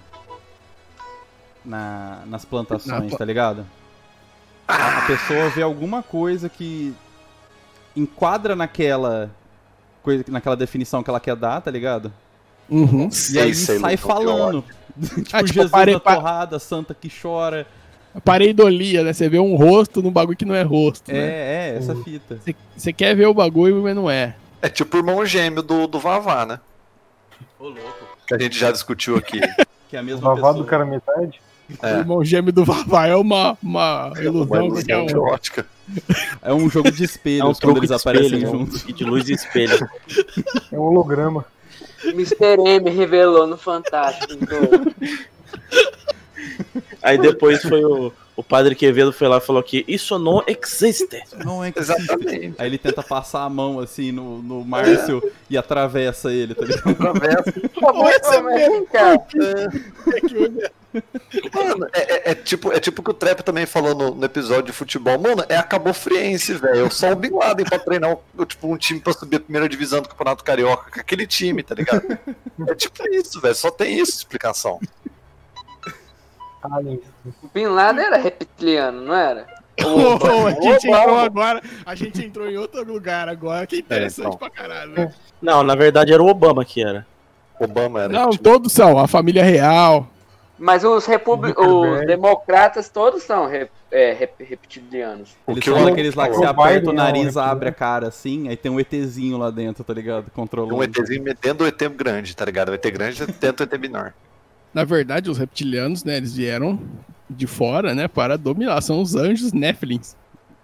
S4: na nas plantações,
S2: Na pla-
S4: tá ligado? A pessoa vê alguma coisa que enquadra naquela. Coisa, naquela definição que ela quer dar, tá ligado?
S2: Uhum.
S4: E aí
S3: Isso aí,
S4: sai
S3: Lucão, que é
S4: falando. tipo,
S2: Ah, tipo,
S4: Jesus
S2: pare-
S4: na
S2: pa-
S4: torrada, santa que chora.
S2: Pareidolia, né? Você vê um rosto num bagulho que não é rosto, né?
S4: É, é, essa fita.
S2: Você- Você quer ver o bagulho, mas não é.
S3: É tipo o irmão gêmeo do, do Vavá, né?
S4: Ô, louco.
S3: Que a gente já discutiu aqui.
S4: Que é a mesma
S1: Vavá do
S4: pessoa.
S1: cara metade.
S3: É.
S2: O irmão gêmeo do Vavá é uma, uma
S3: Uma
S2: ilusão. que é
S3: ilusão de
S2: um...
S3: ótica.
S4: É um jogo de
S5: É
S4: espelhos
S5: um
S4: quando
S5: truque
S4: eles
S5: de
S4: aparecem
S5: espelho, né?
S4: juntos.
S5: E de luz e espelho.
S1: É um holograma.
S7: Mr. M revelou no Fantástico. então.
S5: Aí depois foi o, o padre Quevedo foi lá e falou que isso não existe.
S4: Não é que...
S3: Exatamente.
S4: Aí ele tenta passar a mão assim no, no Márcio e atravessa ele, tá ligado?
S2: Ô, esse é
S7: Mas vem cá,
S3: Mano, é, é- é tipo, é tipo o que o Trap também falou no, no episódio de futebol. Mano, é a Cabo Friense, velho. Só o Bin Laden pra treinar o- tipo, um time pra subir a primeira divisão do Campeonato Carioca com aquele time, tá ligado? É tipo isso, velho. Só tem isso de explicação.
S1: Aliens.
S7: O Bin Laden era reptiliano, não era?
S2: Ô, a gente entrou agora. A gente entrou em outro lugar agora. Que interessante
S3: É, então.
S2: pra caralho, né?
S5: Não, na verdade era o Obama que era.
S3: Obama era.
S2: Não,
S3: tipo,
S2: todos são. A família real.
S7: Mas os, republi- os democratas todos são rep- é, rep- reptilianos.
S4: Eles
S3: que eu
S4: são
S3: não-
S4: daqueles lá que
S1: o
S4: você
S1: Biden
S4: aperta
S1: é
S4: o
S1: um
S4: nariz,
S1: reptiliano.
S4: abre a
S3: né?
S4: cara assim, aí tem um ETzinho lá dentro, tá ligado?
S3: um
S4: Controlando.
S3: ETzinho metendo o ET grande, tá ligado? O ET grande tenta o ET menor.
S2: Na verdade, os reptilianos, né? Eles vieram de fora, né? Para dominar. São os anjos Nephilims,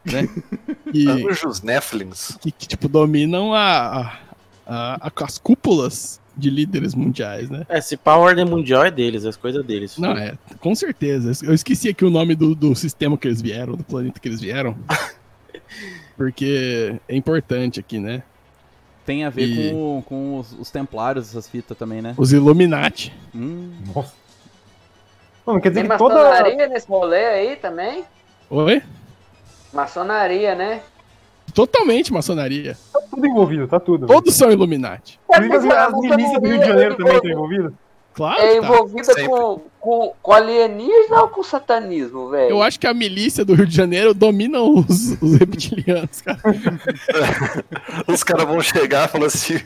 S2: né? E
S3: Ah. Anjos Neflins.
S2: que, que, tipo, dominam a, a- a- as cúpulas de líderes mundiais, né?
S5: É, se pá, a ordem mundial é deles, as coisas deles.
S2: Não, é, com certeza. Eu esqueci aqui o nome do, do sistema que eles vieram, do planeta que eles vieram. Porque é importante aqui, né?
S4: Tem a ver
S2: E-
S4: com, com os, os templários, essas fitas também, né?
S2: Os Illuminati.
S4: Hum,
S1: Nossa. Mano, quer dizer
S7: Tem
S1: que toda.
S7: maçonaria nesse rolê aí também?
S2: Oi?
S7: Maçonaria, né?
S2: Totalmente maçonaria.
S1: Tá tudo envolvido, tá tudo.
S2: Todos são Illuminati.
S1: Inclusive, as milícias do Rio de Janeiro também estão envolvidas.
S2: Claro
S7: É
S2: que tá.
S7: envolvida
S3: Sempre.
S7: com, com, com alienígena ou com satanismo, velho?
S2: Eu acho que a milícia do Rio de Janeiro domina os, os reptilianos, cara.
S3: Os caras vão chegar e falar assim: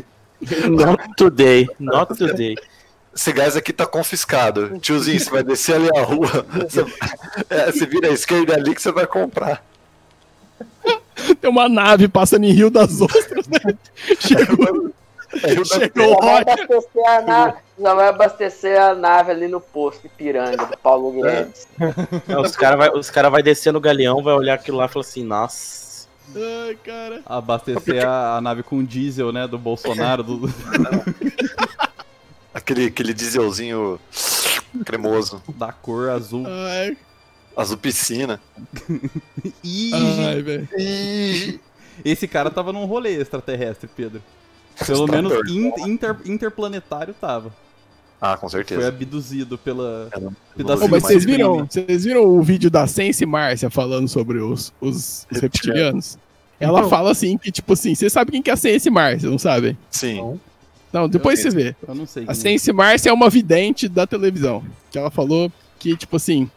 S5: Not today, not today.
S3: esse gás aqui tá confiscado. Tiozinho, você vai descer ali a rua. Você, é, você vira à esquerda ali que você vai comprar.
S2: Tem uma nave passando em Rio das Ostras, né? Chegou,
S3: Aí eu-
S2: chegou o
S7: Já
S2: Roger.
S7: vai, abastecer a nave, já vai abastecer a nave ali no posto de piranga do Paulo
S2: É.
S7: Guedes.
S5: Não, É, os caras vai, os cara vai descer no galeão, vai olhar aquilo lá e falar assim, nossa.
S2: Ai, cara.
S4: abastecer a, a nave com diesel, né? Do Bolsonaro. do-
S3: Aquele, aquele dieselzinho cremoso,
S4: da cor azul.
S2: Ai,
S3: azul piscina.
S4: Ih,
S2: ai velho.
S3: Ih,
S4: Esse cara tava num rolê extraterrestre, Pedro. Pelo
S3: Tá
S4: menos
S3: doido.
S4: in- inter- interplanetário tava.
S3: Ah, com
S4: Foi
S3: certeza.
S4: abduzido pela.
S3: Ela-
S4: pedacinho
S2: Ô, mas
S4: de
S2: vocês
S4: creme.
S2: viram, vocês viram o vídeo da Sense Márcia falando sobre os, os, os reptilianos? Ela fala assim que, tipo assim, vocês sabem quem que é a Sense Márcia, não sabem?
S3: Sim.
S2: Não, depois
S4: Eu
S2: vocês vê.
S4: Eu não sei.
S2: A
S4: quem-
S2: Sense Márcia é uma vidente da televisão. Que ela falou que, tipo assim,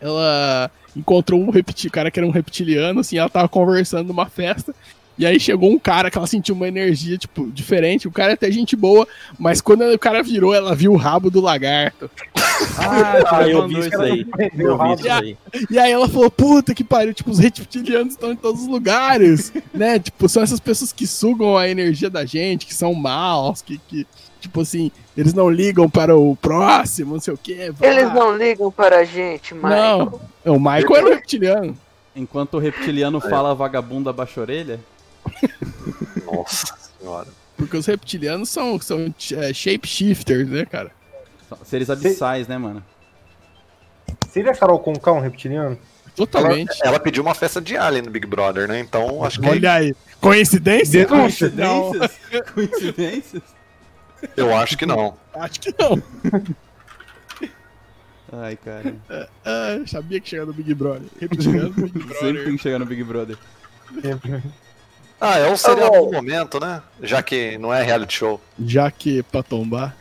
S2: ela encontrou um repti- cara que era um reptiliano, assim, ela tava conversando numa festa. E aí chegou um cara que ela sentiu uma energia, tipo, diferente. O cara é até gente boa, mas quando o cara virou, ela viu o rabo do lagarto.
S4: Ah,
S5: Ah,
S4: você
S5: eu
S4: mandou
S5: vi isso aí.
S1: Prendeu
S5: Eu
S1: o
S5: vi
S1: rabo.
S5: isso aí.
S2: E aí ela falou, puta que pariu, tipo, os reptilianos estão em todos os lugares, né? Tipo, são essas pessoas que sugam a energia da gente, que são maus, que, que tipo assim, eles não ligam para o próximo, não sei o quê. vá.
S7: Eles não ligam para a gente, mas.
S2: Ah. Não, o Michael era um reptiliano.
S4: Enquanto o reptiliano fala vagabundo abaixo a orelha,
S3: Nossa senhora.
S2: Porque os reptilianos são, são é, shapeshifters, né, cara?
S4: são seres abissais, né, mano?
S1: Seria a Carol Conká um reptiliano?
S3: Ela,
S2: Totalmente.
S3: ela pediu uma festa de alien no Big Brother, né? Então acho que
S2: Olha aí. Coincidência?
S1: Denúncia.
S2: Não,
S4: Coincidências? Coincidências?
S3: eu acho que não.
S2: acho que não.
S4: Ai, cara.
S2: Ah, sabia que chegava no Big Brother. Reptiliano, Big
S4: Sempre tem
S2: Brother.
S4: que chegar no Big Brother.
S1: Sempre.
S3: Ah, é um serial
S7: bom.
S3: do momento, né? Já que não é reality show.
S2: Já que pra tombar.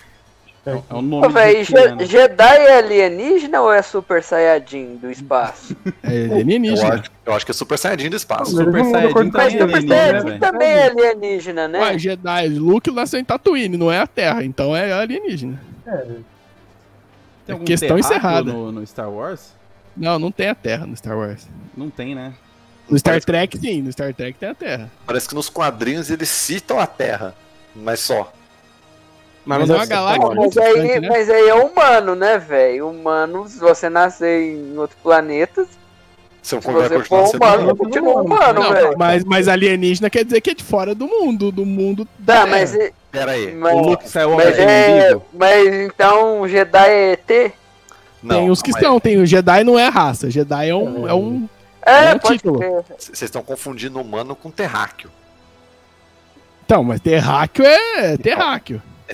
S4: É um nome
S7: Ô, véi, Je-
S4: reptiliano.
S7: Jedi é alienígena ou é Super Saiyajin do espaço?
S2: É
S3: Eu
S2: alienígena.
S3: acho, eu acho que é Super Saiyajin do espaço.
S1: Mas
S4: Super
S1: eles não mudam
S4: Saiyajin
S1: cor
S7: Mas
S4: também é
S1: do
S7: Super
S1: cabelo,
S2: né,
S4: alienígena, velho.
S7: Saiyajin também é alienígena, né?
S2: Ué, Jedi, Luke nasceu em Tatooine, não é a Terra, então é alienígena.
S4: Tem algum
S2: Questão
S4: terráqueo
S2: encerrada.
S4: No, no Star Wars?
S2: Não, não tem a Terra no Star Wars.
S4: Não tem, né?
S2: No Star
S3: Parece-
S2: Trek, sim, no Star Trek tem a Terra.
S3: Parece que nos quadrinhos eles citam a Terra. Mas só.
S5: Mas, assim,
S2: Mas
S5: não
S2: é
S5: deve
S2: uma
S5: ser
S2: galáxia.
S5: tão longe.
S7: Mas
S2: muito distante,
S7: aí,
S2: né?
S7: mas aí é humano, né, velho? Humano, se você nascer em outro planeta, se
S3: Se eu vai
S7: você
S3: continuar
S7: for
S3: sendo
S7: humano,
S3: humano.
S7: continua humano,
S2: Não,
S7: velho.
S2: mas, mas alienígena quer dizer que é de fora do mundo, do mundo.
S7: Tá, mas,
S3: Pera aí.
S7: mas,
S4: O Luke saiu
S7: mas
S4: abaixo do
S7: é,
S4: umbigo?
S7: mas então Jedi é ET?
S3: Não, é.
S2: tem uns que
S3: calma aí.
S2: são, tem o Jedi não é raça, Jedi é um, é um
S7: É,
S2: É um
S7: pode
S2: título.
S7: ser.
S3: C- Vocês estão confundindo humano com terráqueo.
S2: Então, mas terráqueo é terráqueo.
S3: É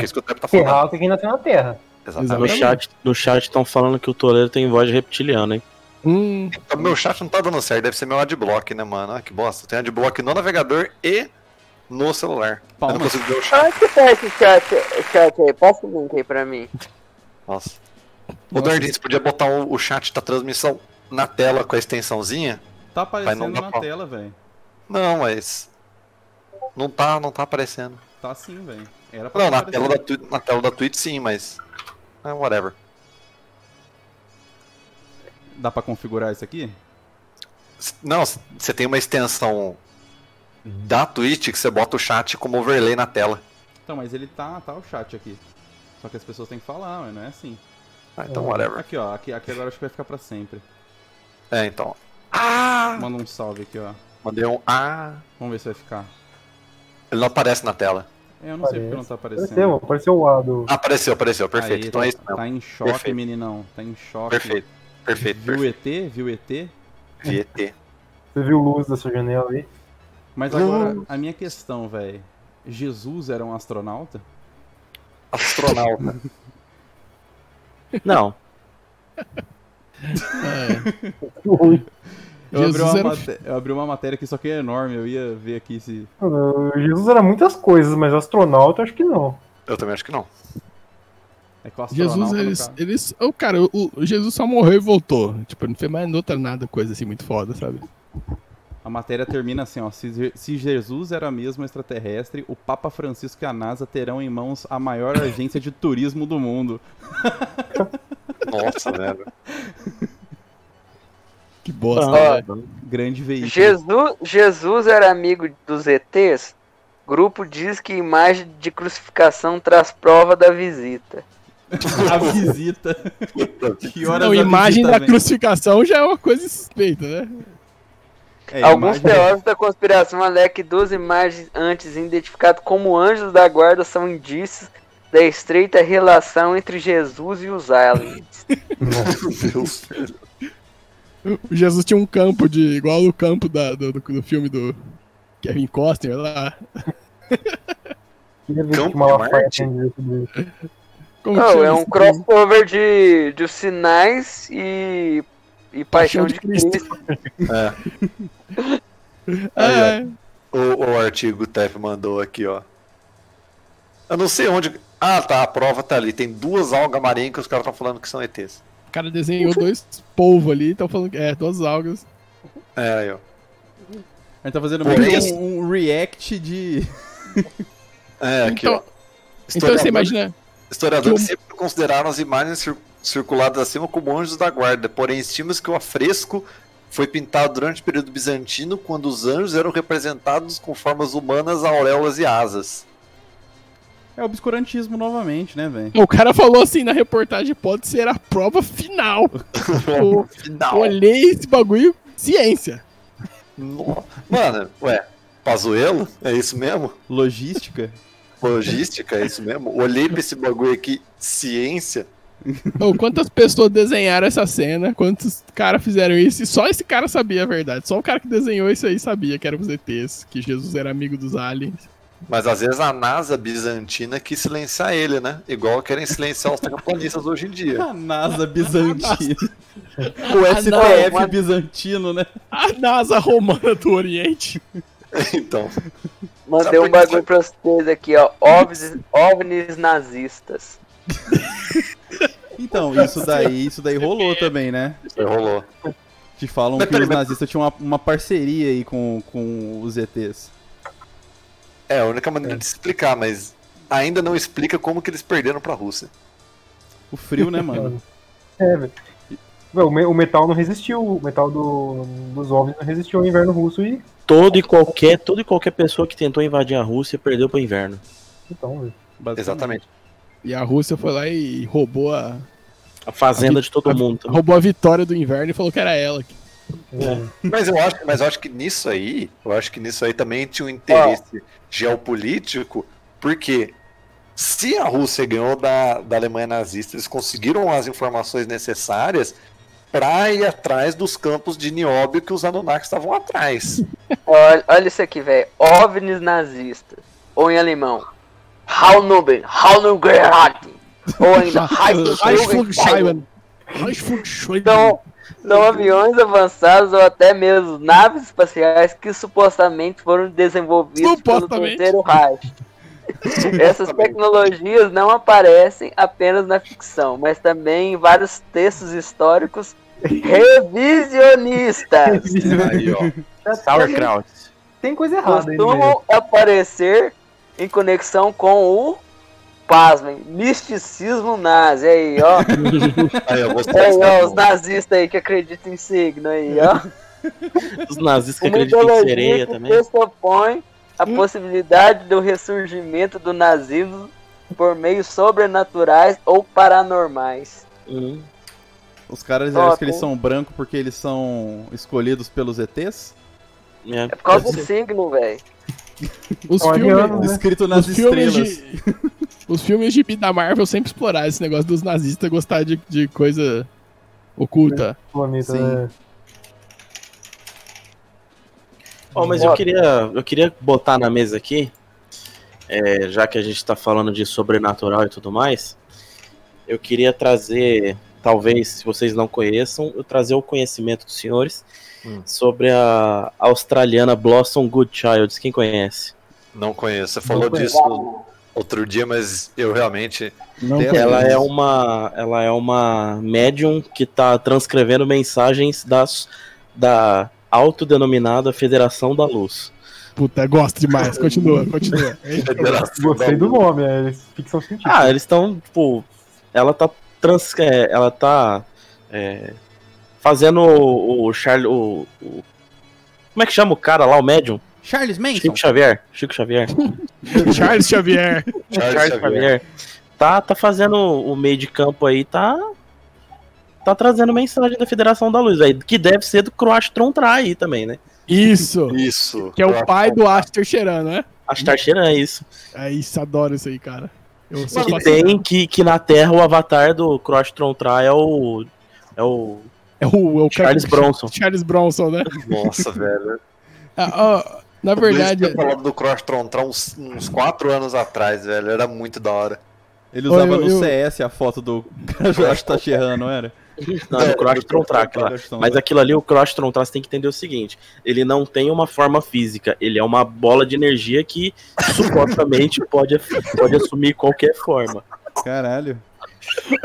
S1: É.
S3: é isso que o Tepo tá falando.
S1: Ferral tem quem nascer na Terra.
S5: No
S3: Exatamente.
S2: Exatamente.
S5: chat no chat estão falando que o Toledo tem voz de reptiliano, hein?
S2: Hum,
S3: Então, Meu chat não tá dando certo, deve ser meu adblock, né, mano? Ah, que bosta. Tem adblock no navegador e no celular. Eu não
S4: Palmas.
S3: consigo ver o chat.
S7: Onde que tá esse chat, chat aí? Passa o link aí pra mim.
S3: Nossa. Ô,
S2: Nossa.
S3: Dordinho, você podia botar o, o chat da transmissão na tela com a extensãozinha?
S4: Tá
S3: Vai,
S4: aparecendo
S3: não dá
S4: na
S3: pau.
S4: tela, velho.
S3: Não, mas. Não tá, não tá aparecendo.
S4: Tá sim, velho. Era pra
S3: Não, na
S4: aparecer.
S3: tela, da, Twi- na tela da Twitch sim, mas. Ah, whatever.
S4: Dá pra configurar isso aqui?
S3: S- Não, s- você tem uma extensão da Twitch que você bota o chat como overlay na tela.
S4: Então, mas ele tá, tá o chat aqui. Só que as pessoas têm que falar, mas não é assim.
S3: Ah, então, whatever.
S4: Aqui, ó. Aqui, aqui agora acho que vai ficar pra sempre.
S3: É, então. Ah!
S4: Manda um salve aqui, ó.
S3: Mandei um. Ah!
S4: Vamos ver se vai ficar.
S3: Ele não aparece na tela.
S4: Eu não sei porque
S1: Parece.
S4: não tá aparecendo.
S1: Apareceu, apareceu o A do.
S3: Apareceu, apareceu, perfeito.
S4: Aí,
S3: então
S4: tá,
S3: é isso mesmo.
S4: tá em choque,
S3: Perfeito.
S4: meninão. Tá em choque.
S3: Perfeito, perfeito,
S4: Viu
S3: perfeito.
S4: ET? Viu ET?
S3: VT.
S1: Você viu luz da sua janela aí?
S4: Mas agora, a minha questão, velho. Jesus era um astronauta?
S3: Astronauta.
S5: Não.
S2: É.
S1: Que ruim.
S4: Eu abri,
S2: Jesus
S4: uma
S2: era- um
S4: maté- eu abri uma matéria aqui, só que é enorme. Eu ia ver aqui se.
S1: Mano, Jesus era muitas coisas, mas astronauta acho que não.
S3: Eu também acho que não.
S4: É que o
S2: Jesus,
S4: astronauta. no
S2: eles.
S4: caso-
S2: eles o cara, o, o Jesus só morreu e voltou. Tipo, não fez mais outra nada, coisa assim muito foda, sabe?
S4: A matéria termina assim, ó. Se, Je- se Jesus era mesmo extraterrestre, o Papa Francisco e a NASA terão em mãos a maior agência de turismo do mundo.
S3: Nossa, velho.
S2: Que bosta,
S7: Ah.
S2: né?
S4: Grande veículo.
S7: Jesus, Jesus era amigo dos ETs? Grupo diz que imagem de crucificação traz prova da visita.
S4: A visita. que horas
S2: Não,
S4: a
S2: imagem
S4: visita
S2: da
S4: vem?
S2: crucificação já é uma coisa suspeita, né?
S4: É,
S7: Alguns
S4: imagem-
S7: teóricos da conspiração alegam que duas imagens antes identificadas como anjos da guarda são indícios da estreita relação entre Jesus e os aliens.
S3: Meu Deus.
S2: O Jesus tinha um campo de. igual o campo da- do, do, do filme do Kevin Costner lá.
S1: Queria ver o
S3: Campo
S1: que Malafaia
S3: Marte?
S1: tem a dizer sobre isso.
S2: Como que
S7: Não,
S2: chama
S7: é um
S2: esse filme?
S7: crossover de, de sinais e, e paixão, de Cristo.
S2: É,
S3: O, o artigo Tef mandou aqui, ó. Eu não sei onde. Ah, tá. A prova tá ali. Tem duas algas marinhas que os caras estão falando que são ETs.
S2: O cara desenhou dois polvos ali, estão falando que é, duas algas.
S3: É, aí, ó.
S4: A gente tá fazendo
S3: Porém,
S2: é
S4: meio que
S3: esse-
S4: um, um react de.
S3: É, aqui, ó.
S2: então, então você
S3: Historiadores-
S2: imagina.
S3: Historiadores
S2: que
S3: sempre consideraram as imagens cir- circuladas acima como anjos da guarda, porém estima que o afresco foi pintado durante o período bizantino, quando os anjos eram representados com formas humanas, auréolas e asas.
S4: É obscurantismo novamente, né, velho?
S2: O cara falou assim na reportagem: pode ser a prova final. Pô,
S3: Final.
S2: olhei esse bagulho, ciência.
S3: No- Mano, ué, Pazuello? É isso mesmo?
S4: Logística.
S3: Logística? É isso mesmo? Olhei pra esse bagulho aqui, ciência?
S2: Ô, quantas pessoas desenharam essa cena? Quantos caras fizeram isso? E só esse cara sabia a verdade. Só o cara que desenhou isso aí sabia que eram os ETs, que Jesus era amigo dos aliens.
S3: Mas às vezes a NASA bizantina quis silenciar ele, né? Igual querem silenciar os terraplanistas hoje em dia.
S4: A NASA bizantina. O
S2: Ah, não,
S4: STF
S7: um
S4: bizantino, né?
S2: A NASA romana do Oriente.
S3: Então,
S7: Mandei um
S3: Sabe por que-
S7: bagulho pra vocês aqui, ó. OVNIs, ovnis nazistas.
S4: Então, isso daí, isso daí rolou também, né?
S3: isso aí rolou.
S4: Te falam
S3: Mas
S4: que
S3: peraí,
S4: os
S3: mas-
S4: nazistas tinham uma, uma parceria aí com, com os ETs.
S3: É, a única maneira de explicar, mas ainda não explica como que eles perderam pra Rússia.
S4: O frio, né, mano?
S1: É, velho. Meu, O me- o metal não resistiu, o metal do, dos ovnis não resistiu ao inverno russo e.
S5: Todo e qualquer, toda e qualquer pessoa que tentou invadir a Rússia perdeu pro inverno.
S1: Então, velho.
S4: Basicamente.
S3: Exatamente.
S2: E a Rússia foi lá e roubou a,
S5: A fazenda
S2: A vi-
S5: de todo mundo. também.
S2: roubou a vitória do inverno e falou que era ela.
S3: Mas eu acho, mas eu acho que nisso aí, eu acho que nisso aí também tinha um interesse geopolítico, porque se a Rússia ganhou da, da Alemanha nazista, eles conseguiram as informações necessárias pra ir atrás dos campos de nióbio que os Anunnaki estavam atrás.
S7: Olha, olha isso aqui, velho. OVNIs nazistas. Ou em alemão. Haunuben, Haunugerad. Ou ainda Heifenflugscheiben.
S2: Reichsflugscheiben. Reichsflugscheiben.
S4: Então,
S7: São, são aviões avançados ou até mesmo naves espaciais que supostamente foram desenvolvidos
S2: Supostamente.
S7: pelo terceiro Reich. Essas tecnologias não aparecem apenas na ficção, mas também em vários textos históricos revisionistas.
S3: Aí, ó.
S5: Sauerkraut.
S1: Tem coisa errada aí, né?
S7: costumam aparecer em conexão com o pasmem, misticismo nazi aí, ó.
S3: Aí, ó, vocês
S7: Aí, ó, os
S3: estavam-
S7: nazistas aí que acreditam em signo aí, ó.
S5: Os nazistas que
S7: Uma
S5: acreditam em
S7: ideologia
S5: sereia
S7: que
S5: também.
S7: pressupõe a
S2: Hum?
S7: possibilidade do ressurgimento do nazismo por meios sobrenaturais ou paranormais.
S5: Hum.
S4: Os caras
S7: Ó,
S4: acham que eles
S7: com-
S4: são brancos porque eles são escolhidos pelos ETs?
S5: É,
S7: É por causa
S5: pode
S7: do
S5: ser.
S7: signo, velho.
S2: Os
S1: Olha,
S2: filmes,
S1: né?
S4: Escrito nas
S2: Uhum. os filmes
S4: estrelas.
S2: de. Os filmes de da Marvel sempre exploraram esse negócio dos nazistas gostar de, de coisa oculta.
S1: planeta,
S4: Sim.
S1: né?
S5: Ó, mas eu queria, eu queria botar na mesa aqui, é, já que a gente está falando de sobrenatural e tudo mais, eu queria trazer, talvez, se vocês não conheçam, eu trazer o conhecimento dos senhores sobre a australiana Blossom Goodchild. Quem conhece?
S3: Não conheço. Você falou
S1: conheço.
S3: disso outro dia, mas eu realmente.
S2: Não
S4: Ela
S2: quero.
S5: Ela é uma, ela é uma médium que está transcrevendo mensagens das, da autodenominada Federação da Luz.
S2: Puta, gosto demais. Continua, continua.
S1: Gostei do nome, é ficção científica.
S5: Ah, eles estão, tipo, ela tá trans, é, ela tá é, fazendo o, o Charles, o, o- como é que chama o cara lá, o médium?
S4: Charles Manson.
S5: Chico Xavier, Chico Xavier,
S2: Charles Xavier.
S3: Charles
S5: Charles
S3: Xavier.
S5: Xavier, tá, tá fazendo o meio de campo aí, tá, tá trazendo mensagem da Federação da Luz, aí, que deve ser do Croatron aí também, né?
S2: Isso.
S3: Isso.
S2: Que é o pai do Aster Cheran, né?
S5: Acho que é isso.
S2: É isso, adoro isso aí, cara. Eu sou
S5: Que
S2: fascinado.
S5: tem que, que na Terra o avatar do Croatron é o é o
S2: É o, é o cara-
S5: Charles Bronson.
S2: Charles Bronson, né?
S3: Nossa, velho.
S2: Ah, ó, na verdade,
S3: Eu falado do Cross Tron Tron uns, uns quatro anos atrás, velho. Era muito da hora.
S4: Ele usava
S2: Olha, eu-
S4: no
S2: eu-
S4: CS a foto do Jorge Tachirran, não era?
S5: Não, é, do Croatron lá.
S4: Croatron,
S5: Mas aquilo ali, o Cross Trontras tem que entender o seguinte: ele não tem uma forma física, ele é uma bola de energia que supostamente pode, pode assumir qualquer forma.
S4: Caralho.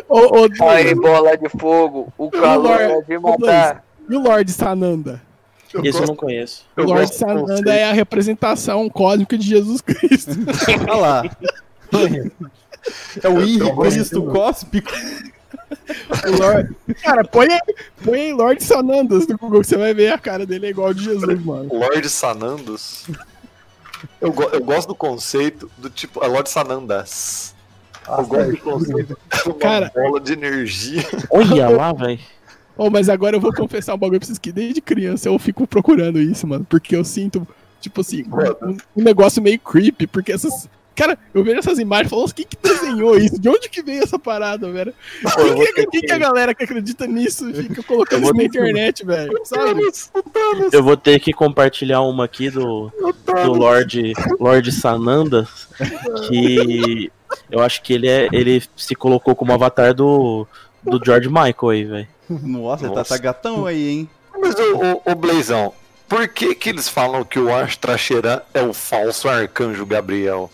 S2: ô, ô,
S7: Aí, bola de fogo, o calor é de matar.
S2: e o Lorde Sananda?
S3: Eu
S5: Esse eu
S3: gosto-
S5: não conheço.
S2: O
S3: eu
S2: Lorde
S3: gosto do
S2: Sananda
S3: é conceito.
S2: é a representação cósmica de Jesus Cristo.
S4: Olha lá. É o Henrique Cristo Cósmico.
S2: O Lorde- Cara, põe aí, põe aí Lorde Sanandas no Google, que você vai ver a cara dele é igual a de Jesus, mano.
S3: Lorde Sanandos. Eu, go- eu gosto do conceito do tipo. É Lorde Sanandas.
S1: Ah,
S3: Eu gosto do conceito. de Uma
S2: Cara.
S3: bola de energia.
S5: Olha lá, velho.
S2: Ô, mas agora eu vou confessar um bagulho pra vocês que desde criança eu fico procurando isso, mano. Porque eu sinto, tipo assim, um, um negócio meio creepy, porque essas. Cara, eu vejo essas imagens e falo, "Nossa, quem que desenhou isso? De onde que veio essa parada, velho? Quem que, quem que a galera que acredita nisso fica colocando isso na internet, velho? Sabe?
S5: Eu vou ter que compartilhar uma aqui do, do Lorde, Lorde Sananda, que eu acho que ele, é, ele se colocou como avatar do, do George Michael aí, velho.
S4: Nossa, ele tá,
S3: Nossa.
S4: tá gatão aí, hein?
S3: Mas o, o, Blazão, por que que eles falam que o Astracheran é o falso arcanjo Gabriel?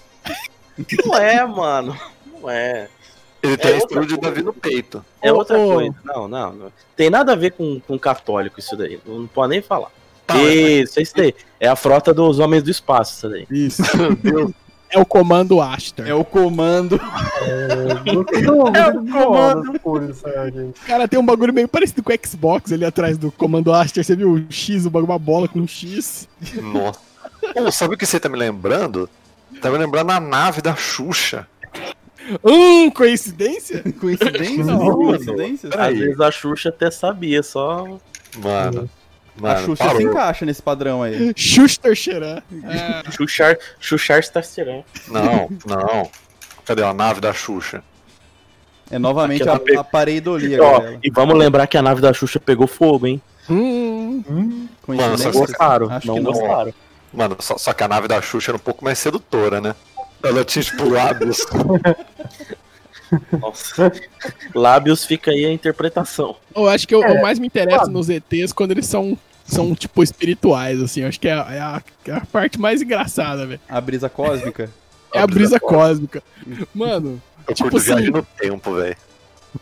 S5: Não é, mano. Não é.
S3: Ele tem a
S5: outra
S3: estrela de Davi no peito.
S5: É
S2: Ô,
S5: outra
S2: ô.
S5: coisa. Não, não, não. Tem nada a ver com, com católico isso daí. Não, não pode nem falar.
S3: Tá,
S5: isso, é isso daí. É a frota dos homens do espaço, isso daí.
S2: Isso. É o comando Aster.
S4: É o comando.
S1: É, gostei do nome,
S2: É
S1: gostei
S2: o
S1: do visual
S2: comando.
S1: das cores, né, sabe?
S2: Cara, tem um bagulho meio parecido com o Xbox ali atrás do comando Aster. Você viu o X, o bagulho, uma bola com um X.
S3: Nossa. Ô, sabe o que você tá me lembrando? Tá me lembrando a nave da Xuxa.
S2: Hum, coincidência?
S4: Coincidência?
S2: Não,
S4: Não,
S2: mano.
S4: coincidência?
S5: Às
S3: Peraí.
S5: vezes a Xuxa até sabia, só.
S3: Mano.
S4: A
S3: mano
S4: Xuxa se encaixa nesse padrão aí.
S2: Schuster Xeran.
S5: É. Xuxar, Xuxar está serão.
S3: Não, não. Cadê a nave da Xuxa?
S4: É novamente
S5: Aquela tá pe-
S4: a, a pareidolia,
S5: Ó,
S4: galera.
S5: e vamos lembrar que a nave da Xuxa pegou fogo, hein?
S2: Hum.
S1: Hum,
S3: Mano,
S5: Não
S3: só
S4: Coincidência?
S5: gostaram.
S4: Acho
S5: Não,
S4: que não.
S5: gostaram.
S3: Mano, só, só que a nave da Xuxa era um pouco mais sedutora, né? Ela tinha, tipo, lábios.
S5: Nossa. Lábios fica aí a interpretação.
S2: Eu acho que eu, eu mais me interesso nos ETs quando eles são, são tipo, espirituais, assim. Eu acho que é, a- é a, é a parte mais engraçada, velho.
S4: A brisa cósmica?
S2: É a brisa cósmica. Mano,
S3: Eu
S2: Tipo
S3: curto
S2: assim.
S3: viagem no tempo, velho.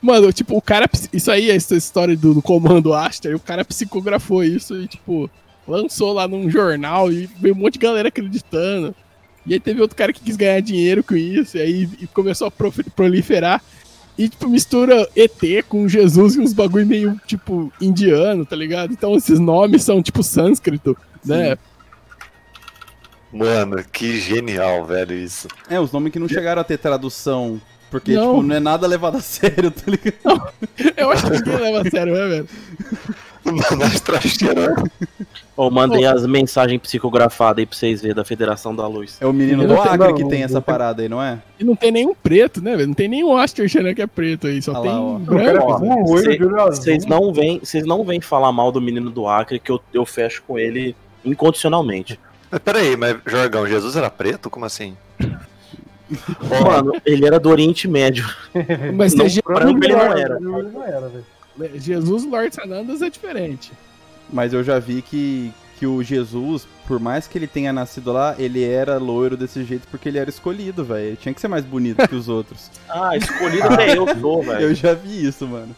S2: mano, tipo, o cara. ps- Isso aí, essa história do, do comando Aster, o cara psicografou isso e, tipo, lançou lá num jornal e veio um monte de galera acreditando. E aí teve outro cara que quis ganhar dinheiro com isso, e aí e começou a profe- proliferar. E, tipo, mistura ET com Jesus e uns bagulho meio, tipo, indiano, tá ligado? Então esses nomes são, tipo, sânscrito, né?
S3: Mano, que genial, velho, isso.
S4: É, os nomes que não chegaram a ter tradução. Porque,
S2: Não.
S4: tipo, não é nada levado a sério, tá ligado?
S2: Eu acho que ninguém leva a sério, né, velho?
S3: Mandar estrangeiro.
S5: Ou mandei as mensagens psicografadas aí pra vocês verem da Federação da Luz.
S4: É o menino
S1: Eu
S4: do
S1: não sei,
S4: Acre
S1: não,
S4: que tem
S1: não
S4: essa
S1: tem-
S4: parada aí, não é?
S2: E não tem nenhum preto, né, velho? Não tem nenhum Oster Xeran que é preto aí, só
S4: Ah lá,
S2: tem
S4: ó.
S1: O cara é
S5: Ó,
S2: branco. né?
S1: um loiro
S5: cê-
S1: de olho azul.
S5: Vocês não vêm, vocês não vêm falar mal do menino do Acre que eu, eu fecho com ele incondicionalmente.
S3: Mas peraí, mas Jorgão, Jesus era preto? Como assim?
S5: Mano, ele era do Oriente Médio.
S2: Mas
S5: Não,
S2: tem Je-
S5: branco ele não era.
S1: Ele não era, velho.
S2: Né, Jesus Lord Sanandas é diferente.
S4: Mas eu já vi que, que o Jesus, por mais que ele tenha nascido lá, ele era loiro desse jeito porque ele era escolhido, velho. Ele tinha que ser mais bonito que os outros.
S5: Ah, escolhido até eu sou, velho.
S4: Eu já vi isso, mano.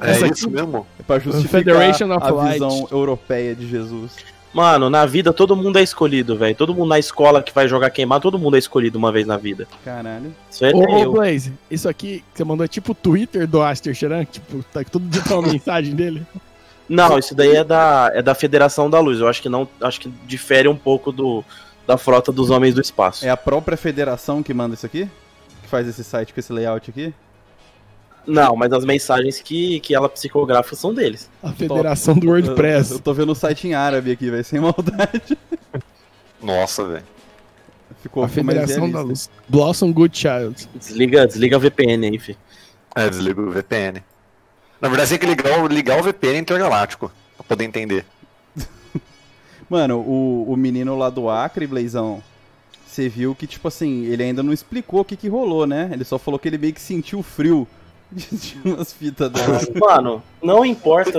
S3: É isso mesmo?
S4: É pra justificar
S2: Federation of
S4: a
S2: Light.
S4: visão europeia de Jesus.
S5: Mano, na vida todo mundo é escolhido, velho. Todo mundo na escola que vai jogar queimar, todo mundo é escolhido uma vez na vida.
S4: Caralho.
S5: Isso aí é
S2: Ô,
S5: até
S2: ô
S5: eu.
S2: Blaze, isso aqui que você mandou é tipo o Twitter do Aster Xeran, tipo, tá que todo dia tá uma mensagem dele.
S5: Não, isso daí é da, é da Federação da Luz. Eu acho que não. Acho que difere um pouco do, da frota dos homens do espaço.
S4: É a própria federação que manda isso aqui? Que faz esse site com esse layout aqui?
S5: Não, mas as mensagens que, que ela psicografa são deles.
S2: A federação do WordPress.
S4: Eu, eu tô vendo o site em árabe aqui, velho, sem maldade.
S3: Nossa, velho.
S4: Ficou
S2: a
S4: ficou mais
S2: Federação da
S4: realista.
S2: Luz. Blossom Good Child.
S5: Desliga, desliga a VPN aí, fi.
S3: É, desliga o VPN. Na verdade, tem que ligar, o- ligar o VPN intergaláctico. Pra poder entender.
S4: Mano, o, o menino lá do Acre, Blazão, você viu que, tipo assim, ele ainda não explicou o que que rolou, né? Ele só falou que ele meio que sentiu frio de de umas fitas dela.
S5: Mano, não importa,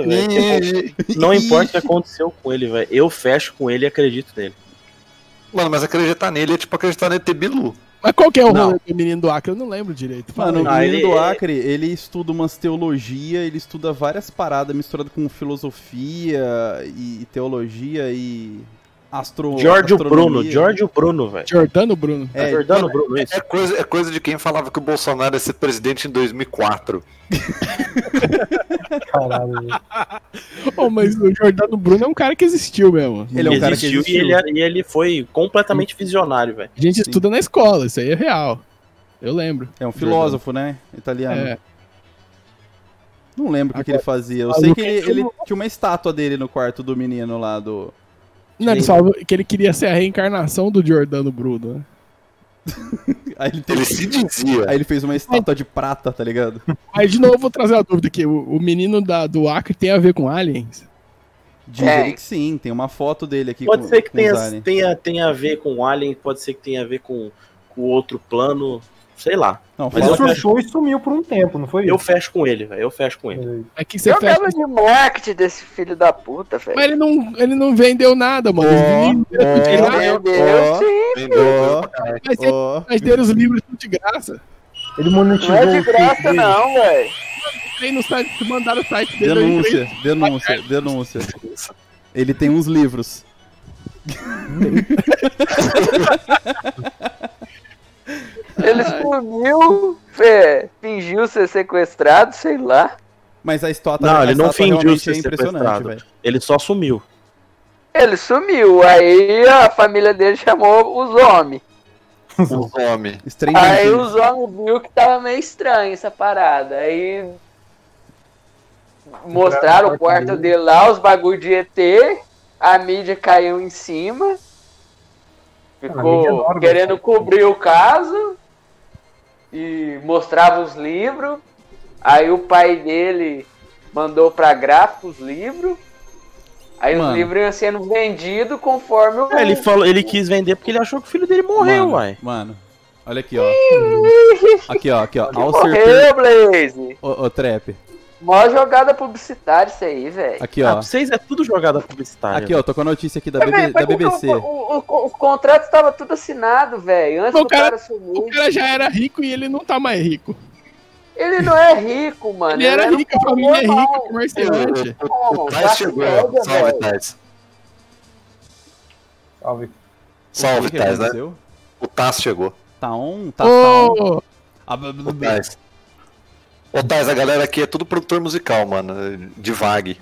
S5: velho.
S4: É.
S5: Não importa o que aconteceu com ele, velho. Eu fecho com ele e acredito nele.
S3: Mano, mas acreditar nele é tipo acreditar nele ter Bilu.
S2: Mas qual que é o
S5: Não.
S2: rolê do menino do Acre? Eu não lembro direito. Fala
S4: Mano,
S2: aí.
S4: o
S5: Não,
S4: menino
S5: ele-
S4: do Acre, ele estuda umas teologia, ele estuda várias paradas misturadas com filosofia e, e teologia e astro...
S5: Jorge
S4: astronomia.
S5: Bruno, Jorge Bruno, velho.
S2: Jordano Bruno.
S4: É,
S5: Jordano Bruno, isso.
S3: É coisa, é coisa de quem falava que o Bolsonaro ia ser presidente em 2004.
S1: Caralho, velho.
S2: Ô, mas o Jordano Bruno é um cara que existiu mesmo.
S4: Ele é um cara que
S5: existiu,
S4: existiu.
S5: E, ele, era- e ele foi completamente visionário, velho.
S2: A gente
S4: Sim.
S2: estuda na escola, isso aí é real. Eu lembro.
S4: É um filósofo, né? Italiano.
S2: É.
S4: Não lembro o que, que ele fazia. Eu
S2: Agora-
S4: sei que ele, ele tinha uma estátua dele no quarto do menino lá do.
S2: Não, ele falou que ele queria ser a reencarnação do Jordano Bruno. né?
S4: Aí ele, teve-
S3: Ele se dizia.
S4: aí ele fez uma estátua de prata, tá ligado?
S2: Mas, de novo, eu vou trazer a dúvida aqui. O, o menino da, do Acre tem a ver com aliens?
S4: Dizem
S7: É.
S4: que sim, tem uma foto dele aqui.
S5: Pode
S4: com-
S5: ser que
S4: com os
S5: tenha,
S4: aliens.
S5: tenha, tenha a ver com Alien, pode ser que tenha a ver com com outro plano, sei lá.
S4: Não,
S5: Mas
S1: Ele
S5: eu
S4: fala, que-
S5: fecho-
S1: surgiu e sumiu por um tempo, não foi?
S5: Eu fecho com ele, velho. Eu fecho com ele.
S2: É que você
S7: Eu
S2: fecha...
S7: lembro de marketing desse filho da puta, velho.
S2: Mas ele não, ele não vendeu nada, mano.
S4: Ó,
S2: Os livros-
S4: ó.
S2: ele é não-
S7: Meu
S4: eu-
S7: Deus,
S4: ó.
S7: sim.
S3: Entendeu?
S2: mas ele-
S4: Ó,
S2: mas dele os livros são de graça.
S1: Ele
S7: Não
S2: um
S1: monetizou
S7: é de
S1: o texto
S7: graça,
S1: dele.
S7: não, velho.
S2: Entrei no site, mandaram o site dele. eu
S4: denúncia,
S2: entrei-
S4: denúncia, denúncia. Ele tem uns livros.
S7: Ele sumiu, é, fingiu ser sequestrado, sei lá.
S4: Mas a estátua,
S5: Não,
S4: a
S5: ele não
S4: estátua
S5: fingiu
S4: realmente
S5: ser
S4: é impressionante,
S5: sequestrado.
S4: velho.
S5: Ele só sumiu.
S7: Ele sumiu, aí a família dele chamou os homens.
S3: Os homens.
S4: Stranger
S7: Aí
S4: Things.
S7: os homens viu que tava meio estranho essa parada. Aí mostraram o quarto dele lá, os bagulho de ET, a mídia caiu em cima.
S1: Ah, a mídia
S7: Ficou
S1: adora,
S7: querendo
S1: velho.
S7: cobrir o caso e mostrava os livros. Aí o pai dele mandou pra gráfico os livros. Aí
S4: Mano.
S7: os livros iam sendo vendidos conforme o.
S5: É, ele falou, ele quis vender porque ele achou que o filho dele morreu,
S4: mano,
S5: uai.
S4: Mano, olha aqui, ó. Aqui, ó, aqui, ó. Ao ser
S7: Morreu, Blaze!
S4: Ô, ô, Trap,
S7: Mó jogada publicitária isso aí, velho.
S4: aqui,
S5: Ah,
S4: ó.
S5: pra vocês é tudo jogada publicitária.
S4: Aqui, ó, tô com a notícia aqui da, BB
S7: Mas,
S4: da
S7: mas porque
S4: BBC.
S7: O, o- o- o contrato estava tudo assinado, velho. Antes
S2: O
S7: do
S2: cara-
S7: cara,
S2: O
S7: sumir.
S2: cara já era rico e ele não tá mais rico.
S7: Ele não é rico, mano. um
S2: Ele era rico, a família é rica,
S7: normal.
S2: comerciante.
S7: Não,
S3: Tais chegou. Salve, Tais.
S1: Salve.
S4: O
S3: Salve,
S4: que que
S3: Tais, né?
S4: aconteceu?
S3: O Tais chegou.
S4: Tá on, tá, tá on.
S2: Ô,
S4: Ah, b- b-
S3: O
S4: b-
S3: Tais. Ô, Tais, a galera aqui é tudo produtor musical, mano. De vague.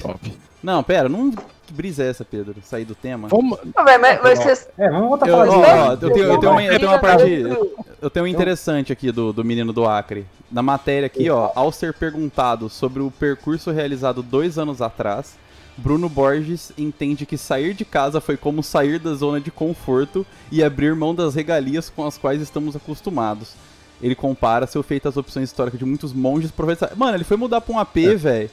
S2: top.
S4: Não, pera, não Que brisa é essa, Pedro? Sair do tema?
S2: Vamos,
S7: Não, velho, mas, mas vocês.
S1: É, vamos voltar
S4: Eu,
S1: pra
S4: ó,
S1: falar
S4: ó,
S1: disso.
S4: eu tenho- eu tenho uma- eu tenho uma
S7: Não,
S4: parte-
S7: não,
S4: Eu tenho um interessante aqui do, do menino do Acre. Na matéria aqui, ó, ao ser perguntado sobre o percurso realizado dois anos atrás, Bruno Borges entende que sair de casa foi como sair da zona de conforto e abrir mão das regalias com as quais estamos acostumados. Ele compara seu feito às opções históricas de muitos monges professores. Mano, ele foi mudar pra um AP, velho.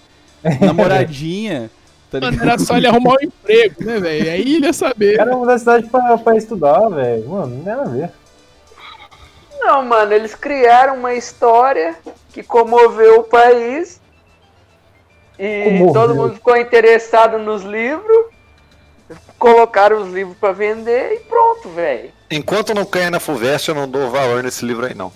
S4: Namoradinha. Tá
S2: Mano,
S4: ligado?
S2: era só ele arrumar um emprego, né, velho? Aí ele ia saber.
S1: O cara mudou a cidade pra, pra estudar, velho. Mano, não tem nada a ver.
S7: Não, mano, eles criaram uma história que comoveu o país. E
S1: Comoveu.
S7: todo mundo ficou interessado nos livros. Colocaram os livros pra vender e pronto, velho.
S3: Enquanto não cair na FUVEST, eu não dou valor nesse livro aí, não.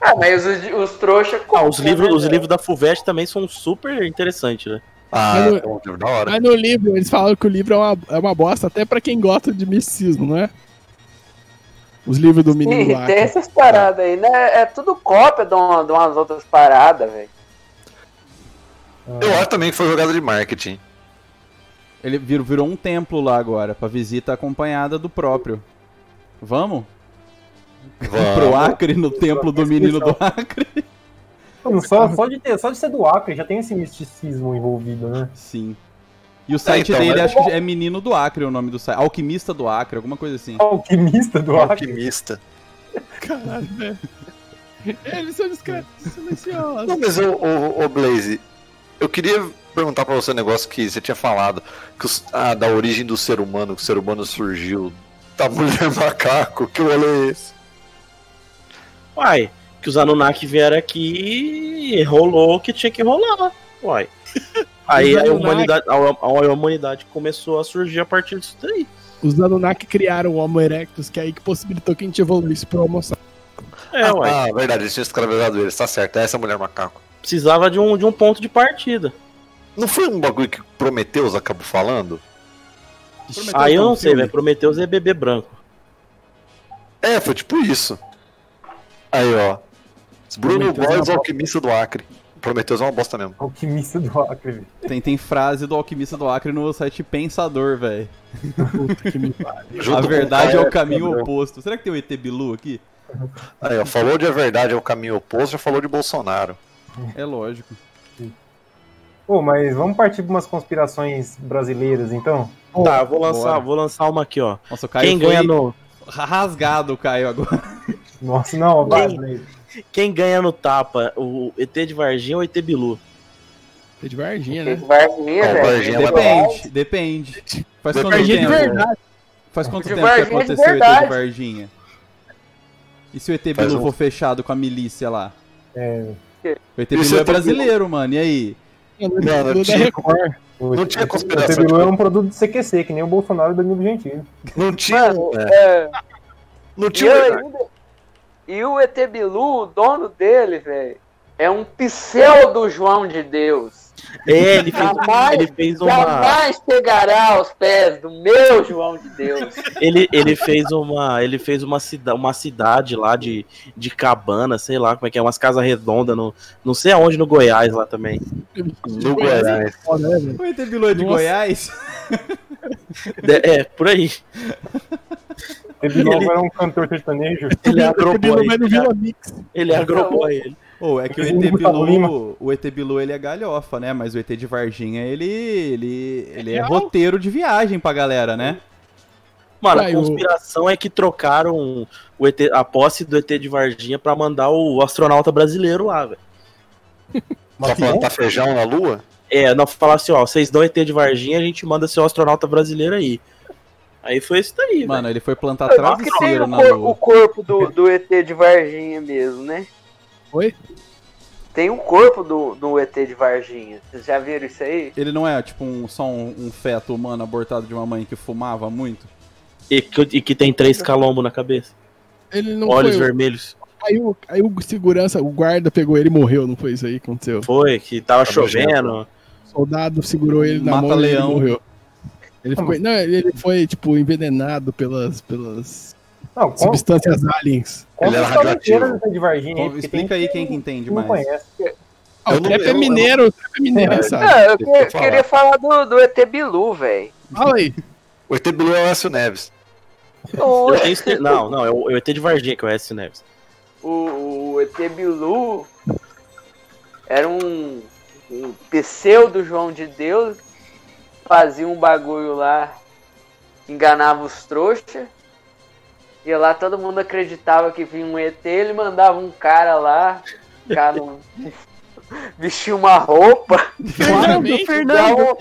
S7: Ah, mas os, os né, trouxas.
S5: Ah, os livros, os livros da FUVEST também são super interessantes, né?
S3: Ah,
S2: Mas eu-
S3: é um livro da hora.
S2: Mas no livro, eles falaram que o livro é uma, é uma bosta, até pra quem gosta de misticismo, não é? Os livros do menino
S7: Ih,
S2: lá. é
S7: tem essas paradas aí, né? É tudo cópia de, uma- de umas outras paradas, velho.
S3: Eu acho também que foi jogada de marketing.
S4: Ele virou, virou um templo lá agora, pra visita acompanhada do próprio. Vamos? Pro
S3: Vamos.
S4: Acre, no templo do menino do Acre?
S1: Mano, só, só, de ter, só de ser do Acre já tem esse misticismo envolvido, né?
S4: Sim. E o site
S3: então,
S4: dele,
S3: mas-
S4: acho que é Menino do Acre o nome do site. Alquimista do Acre, alguma coisa assim.
S1: Alquimista do Acre.
S3: Alquimista.
S2: Caralho, velho. Eles são os caras silenciosos.
S3: Não, mas o, o, Blaze, eu queria perguntar pra você um negócio que você tinha falado, que os- ah, da origem do ser humano, que o ser humano surgiu da mulher macaco, que rolê é esse?
S5: Uai, que os Anunnaki vieram aqui e rolou o que tinha que rolar. Uai. Aí
S2: Os
S5: a
S2: Anunnaki-
S5: humanidade, a, a humanidade começou a surgir a partir disso daí.
S2: Os Anunnaki criaram o Homo Erectus, que é aí que possibilitou que a gente evoluísse pro Homo sapiens.
S5: É, uai.
S3: ah, verdade, eles tinham escravizado eles, tá certo, é essa mulher macaco.
S5: Precisava de um, de um ponto de partida.
S3: Não foi um bagulho que Prometeus acabou falando?
S4: Prometeu
S5: Aí eu
S4: um
S5: não sei,
S4: filme.
S5: velho. Prometeus é bebê branco.
S3: É, foi tipo isso. Aí, ó. Bruno
S1: Prometeus é
S3: Borges,
S1: uma
S3: alquimista do Acre. Prometeus é uma bosta mesmo.
S1: Alquimista do Acre, velho.
S4: Tem, tem frase do Alquimista do Acre no site Pensador, velho.
S2: Puta que me pariu.
S3: Junto
S4: A
S3: com
S4: verdade é o
S3: Caio
S4: caminho
S3: Gabriel.
S4: oposto. Será que tem o ET Bilu aqui?
S3: Aí, ó, falou de a verdade é o caminho oposto, já falou de Bolsonaro.
S4: É lógico.
S1: Pô, mas vamos partir pra umas conspirações brasileiras, então?
S5: Tá, eu vou lançar,
S4: bora.
S5: vou lançar uma aqui, ó.
S4: Nossa, o Caio
S5: Quem
S4: foi
S5: ganha no
S4: rasgado, o Caio, agora.
S1: Nossa, não, vai, Blaze.
S5: Quem ganha no tapa, o ET de Varginha ou ET Bilu?
S2: É de Varginha,
S7: Tem
S2: né?
S7: Varginha,
S3: É,
S7: velho.
S3: Varginha é
S4: Depende, depende. Faz
S3: Depende
S4: quanto
S3: de né?
S4: tempo?
S2: é verdade. né?
S4: Faz quanto
S7: De
S4: tempo que
S7: Varginha de
S4: aconteceu o ET de
S7: verdade.
S4: Varginha? E se o ET
S3: Faz
S4: Bilu
S3: um-
S4: for fechado com a milícia lá?
S1: É,
S4: O ET
S3: E se
S4: Bilu
S3: o
S4: é
S3: ET Bilu-
S4: brasileiro, mano, e aí?
S3: Mano,
S2: Tudo é
S3: tinha-
S2: Record.
S1: o
S3: Não tinha
S1: O
S3: conspiração.
S1: Tebilu é um produto do CQC, que nem o Bolsonaro e o Danilo Gentili.
S3: Não tinha.
S7: Mano,
S3: é,
S7: é,
S3: não
S7: e,
S3: tinha.
S7: eu
S3: verdade.
S7: ainda- e o ET Bilu, o dono dele, velho, é um pseudo João de Deus.
S5: É, ele fez,
S7: Jamais,
S5: ele fez uma.
S7: Jamais chegará aos pés do meu João de Deus.
S5: Ele, ele fez uma. Ele fez uma, cida, uma cidade lá de, de cabana, sei lá como é que é, umas casas redondas, no, não sei aonde, no Goiás lá também.
S3: No Goiás.
S2: Foda, né, velho?
S4: O ET Bilu é de
S2: Nossa.
S4: Goiás?
S5: De- é, por aí.
S1: O Tebilu
S5: Ele-
S1: agora é um cantor sertanejo.
S5: Ele
S2: O Bilu
S5: agroboy.
S2: vai no Vila Mix.
S5: Ele agroboy. Ele.
S4: Ou é que o ET
S1: Ele tá
S4: Bilu, o ET Bilu ele é galhofa, né? Mas o ET de Varginha, ele ele ele é
S2: real.
S4: roteiro de viagem pra galera, né?
S5: Mano,
S2: Vai,
S5: a
S2: o-
S5: conspiração é que trocaram o ET, a posse do ET de Varginha pra mandar o astronauta brasileiro lá, velho.
S3: Pra plantar feijão na lua?
S5: É, não falar assim, ó, vocês dão ET de Varginha, a gente manda seu astronauta brasileiro aí. Aí foi isso daí, mano.
S4: Mano, ele foi plantar
S7: Eu acho que tem
S4: travesseiro
S7: o,
S4: na
S7: cor- o
S4: lua.
S7: corpo do, do ET de Varginha mesmo, né?
S2: Oi?
S7: Tem um corpo do, do ET de Varginha. Vocês já viram isso aí?
S4: Ele não é tipo um, só um, um feto humano abortado de uma mãe que fumava muito?
S5: E que, e que tem três calombos na cabeça.
S2: Ele não
S5: Olhos
S2: foi.
S5: vermelhos.
S2: Aí o, aí o segurança, o guarda pegou ele e morreu, não foi isso aí que aconteceu?
S5: Foi, que tava
S3: Tá
S5: chovendo.
S2: O soldado segurou ele na
S4: Mata
S2: mão
S4: leão.
S2: e ele morreu. Ele ficou, não, ele ele foi, tipo, envenenado pelas, pelas
S1: Não, conta,
S2: substâncias aliens.
S1: conta
S3: Ele
S1: a
S3: era
S1: história
S3: radioativo.
S1: inteira do ET de Varginha. aí,
S4: Então,
S1: porque
S4: explica
S1: é tem
S4: aí quem que entende
S1: não
S4: mais.
S1: conhece.
S2: Ah, o
S3: Eu não-
S2: trap
S3: eu-
S2: é
S3: eu não-
S2: mineiro, o trap é mineiro, sabe?
S7: Ah, eu que-
S3: Tá, Deixa eu falar.
S7: queria falar do, do ET Bilu, velho.
S2: Fala aí.
S3: O ET Bilu é o Écio Neves.
S7: O,
S5: Eu tenho cer- Não, não, eu, eu ET de Varginha, que é o S. Neves.
S7: o, o ET Bilu era um, um pseudo João de Deus, fazia um bagulho lá, que enganava os trouxas. E lá todo mundo acreditava que vinha um ET, ele mandava um cara lá, o cara não- vestia uma roupa,
S2: Claramente.
S7: Ligavam,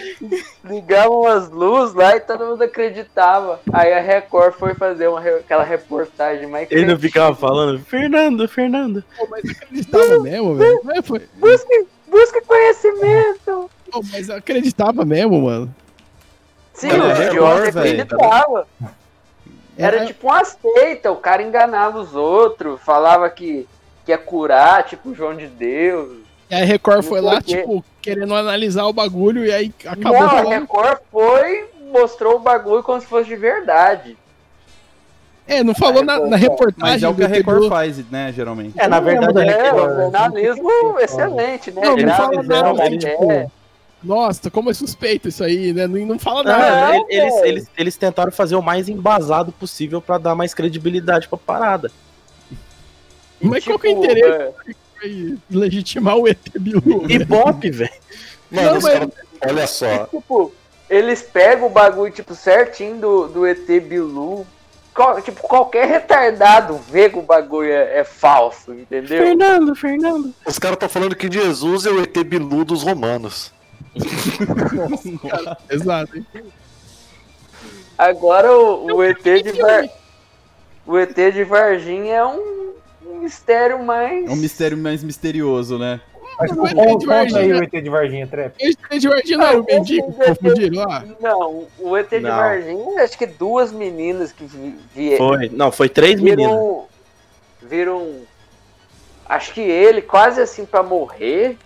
S7: ligavam as luzes lá e todo mundo acreditava. Aí a Record foi fazer uma, re- aquela reportagem mais
S5: Ele não
S7: cretina.
S5: ficava falando, Fernando, Fernando.
S2: Pô, mas acreditava mesmo, velho. Mas foi-
S7: Busque, busque conhecimento!
S2: pô, mas acreditava mesmo, mano.
S7: Sim,
S4: Era
S7: o
S4: Record,
S7: idiota
S4: velho.
S7: acreditava. Era
S2: Era-
S7: tipo uma seita, o cara enganava os outros, falava que, que ia curar, tipo João de Deus.
S2: E aí a Record
S7: Não
S2: foi lá,
S7: sei o quê.
S2: tipo, querendo analisar o bagulho e aí acabou
S7: não, é a
S2: falando.
S7: Record foi, mostrou o bagulho como se fosse de verdade.
S2: É, não falou na, na reportagem.
S4: Mas é o que a
S2: Ah, do
S4: Record
S2: Tebu.
S4: faz, né, geralmente.
S5: É, na verdade,
S1: lembro,
S5: a
S7: É,
S5: Record-
S7: um jornalismo excelente, né?
S2: Não, não
S7: Graças
S2: fala
S7: a
S2: nada,
S7: Deus,
S2: velho,
S7: é.
S2: tipo, nossa, como é suspeito isso aí, né? Não, não fala nada.
S5: Ah,
S7: Não,
S5: eles,
S7: velho.
S5: eles, eles tentaram fazer o mais embasado possível pra dar mais credibilidade pra parada.
S2: Mas qual que é o
S7: Tipo,
S2: interesse
S7: é,
S2: de legitimar o ET Bilu?
S5: E Bop, velho.
S2: Não,
S3: Mano, os
S2: mas-
S3: caras- Olha só.
S7: tipo, eles pegam o bagulho, tipo, certinho do, do ET Bilu. Qual- tipo, qualquer retardado vê que o bagulho é, é falso, entendeu?
S5: Fernando, Fernando.
S3: Os caras estão falando que Jesus é o ET Bilu dos romanos.
S2: Exato. hein?
S7: Agora o, o ET de
S2: que
S7: Var... O ET de Varginha é um, um mistério mais.
S4: É um mistério mais misterioso, né?
S1: Mas
S2: Não,
S1: não,
S2: o ET de Varginha.
S1: aí o ET de Varginha, Trap.
S2: Ah, Eu estou tá de ordinário, o mendigo, confundiram lá.
S7: Não, o ET de
S5: Não.
S7: Varginha, acho que duas meninas que vi- vi-
S5: Foi. Não, foi três meninas.
S7: viram. Viram. Acho que ele, quase assim, pra morrer.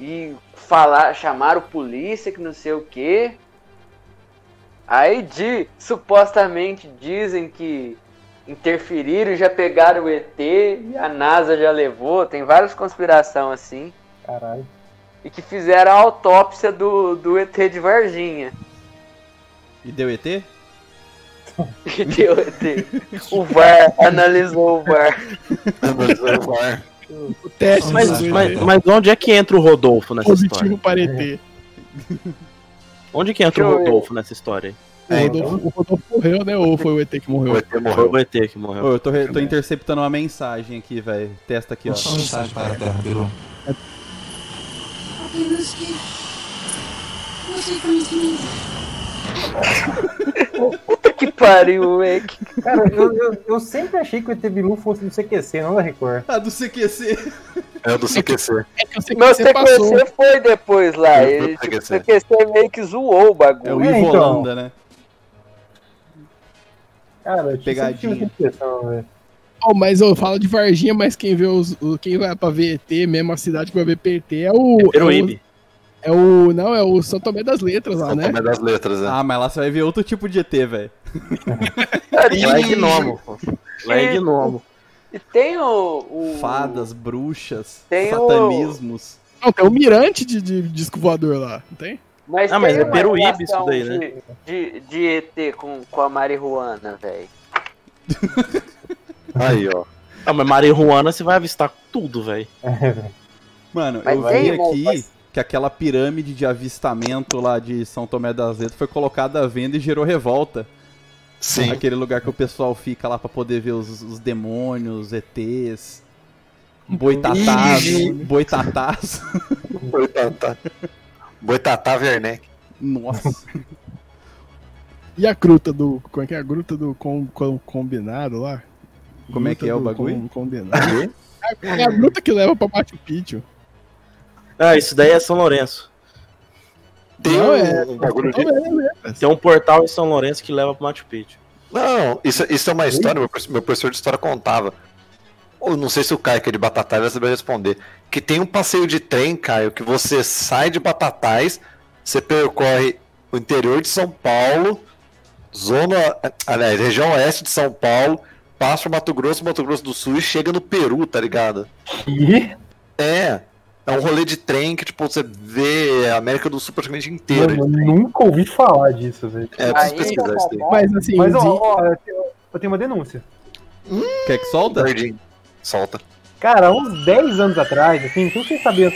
S7: E falar, chamaram polícia, que não sei o quê. Aí de, supostamente dizem que interferiram e já pegaram o ET e a NASA já levou. Tem várias conspirações assim.
S1: Caralho.
S7: E que fizeram a autópsia do, do ET de Varginha.
S4: E deu ET?
S7: E deu ET. O VAR analisou o VAR.
S2: O teste
S5: Mas,
S2: do ET.
S5: mas, mas onde é que entra o Rodolfo nessa história?
S2: positivo para ET.
S5: Onde que entra o
S7: Deixa eu ver.
S5: Rodolfo nessa história?
S2: O É, Rodolfo, o Rodolfo morreu, né? Ou foi o ET que
S3: O
S2: morreu?
S3: ET
S5: Foi
S3: morreu.
S5: o ET que
S3: Tá
S5: morreu.
S4: Ô, eu tô, re- tô interceptando uma mensagem aqui, velho. Testa aqui, ó.
S8: Só mensagem para a Terra, Bilu.
S9: apenas que você conhece
S7: Puta que pariu, moleque.
S1: Cara, eu, eu, eu sempre achei que o ET Bilu fosse um do CQC, não da Record.
S4: Ah, do CQC.
S3: É o do CQC.
S2: É que eu sei que
S7: Mas o
S2: você passou.
S7: TQC foi depois lá.
S3: Eu
S7: Ele,
S3: vou
S7: tipo, o
S3: TQC.
S7: TQC meio que zoou o
S4: É
S7: bagulho.
S4: o
S1: É,
S4: Ivo
S1: então.
S4: Holanda, né?
S1: Cara, eu sempre um
S4: Pegadinha.
S1: tive essa impressão, velho.
S2: Oh, mas eu falo de Varginha, mas quem vê os, o- quem vai pra ver ET, mesmo a cidade que vai ver PT, é o.
S5: Peruíbe.
S2: É o, é o- não, é o São Tomé das Letras lá,
S3: O
S2: né?
S3: nome das letras, né?
S4: Ah, mas lá você vai ver outro tipo de ET, velho.
S5: Lá é gnomo. pô. Lá é gnomo.
S7: E tem o. o-
S4: Fadas, bruxas,
S7: Tem o-
S4: satanismos.
S2: Não, tem o mirante de, de disco voador lá, não tem?
S7: Mas
S5: Ah, mas
S7: tem
S5: é
S7: uma
S5: Peruíbe isso
S7: relação
S5: daí, né?
S7: de- De, de ET com, com a marihuana, velho.
S3: Aí, ó.
S5: Ah, mas marihuana você vai avistar tudo, velho.
S1: É,
S4: Mano,
S7: Mas
S4: eu
S7: tem,
S4: vi
S7: irmão,
S4: aqui
S7: mas-
S4: que aquela pirâmide de avistamento lá de São Tomé das Letras foi colocada à venda e gerou revolta.
S3: Sim.
S4: Aquele lugar que o pessoal fica lá pra poder ver os, os demônios, ETs,
S1: Hum.
S4: boitatás,
S3: Ih.
S4: boitatás.
S3: Boitatá. Boitatá Werneck.
S4: Nossa.
S2: E a gruta do. Como é que é? A gruta do com, com- combinado lá?
S4: Como é que é o
S2: do
S4: bagulho?
S2: com- combinado. É a gruta que leva pra Machu Picchu.
S5: Ah, isso daí é São Lourenço.
S3: Tem
S2: Não,
S3: um,
S2: é-
S3: um bagulho de...
S2: Tomé,
S5: Tem um portal em São Lourenço que leva pro Machu Picchu.
S3: Não, isso, isso é uma história, meu, profe- meu professor de história contava. Ou não sei se o Caio, que é de Batatais, vai saber responder. Que tem um passeio de trem, Caio, que você sai de Batatais, você percorre o interior de São Paulo, zona. Aliás, região oeste de São Paulo, passa por Mato Grosso, Mato Grosso do Sul e chega no Peru, tá ligado?
S1: Ih,
S3: É. É um rolê de trem que, tipo, você vê a América do Sul praticamente inteira.
S1: Mano, eu nunca ouvi falar disso, velho.
S3: É, eu preciso
S7: tá
S3: pesquisar isso daí.
S2: Mas assim,
S1: Mas,
S2: o
S1: ó,
S2: Zinho-
S1: ó, eu tenho- eu tenho uma denúncia.
S4: Quer que solta?
S3: Tardinho. Solta.
S1: Cara, uns 10 anos atrás, assim, não sei se sabia.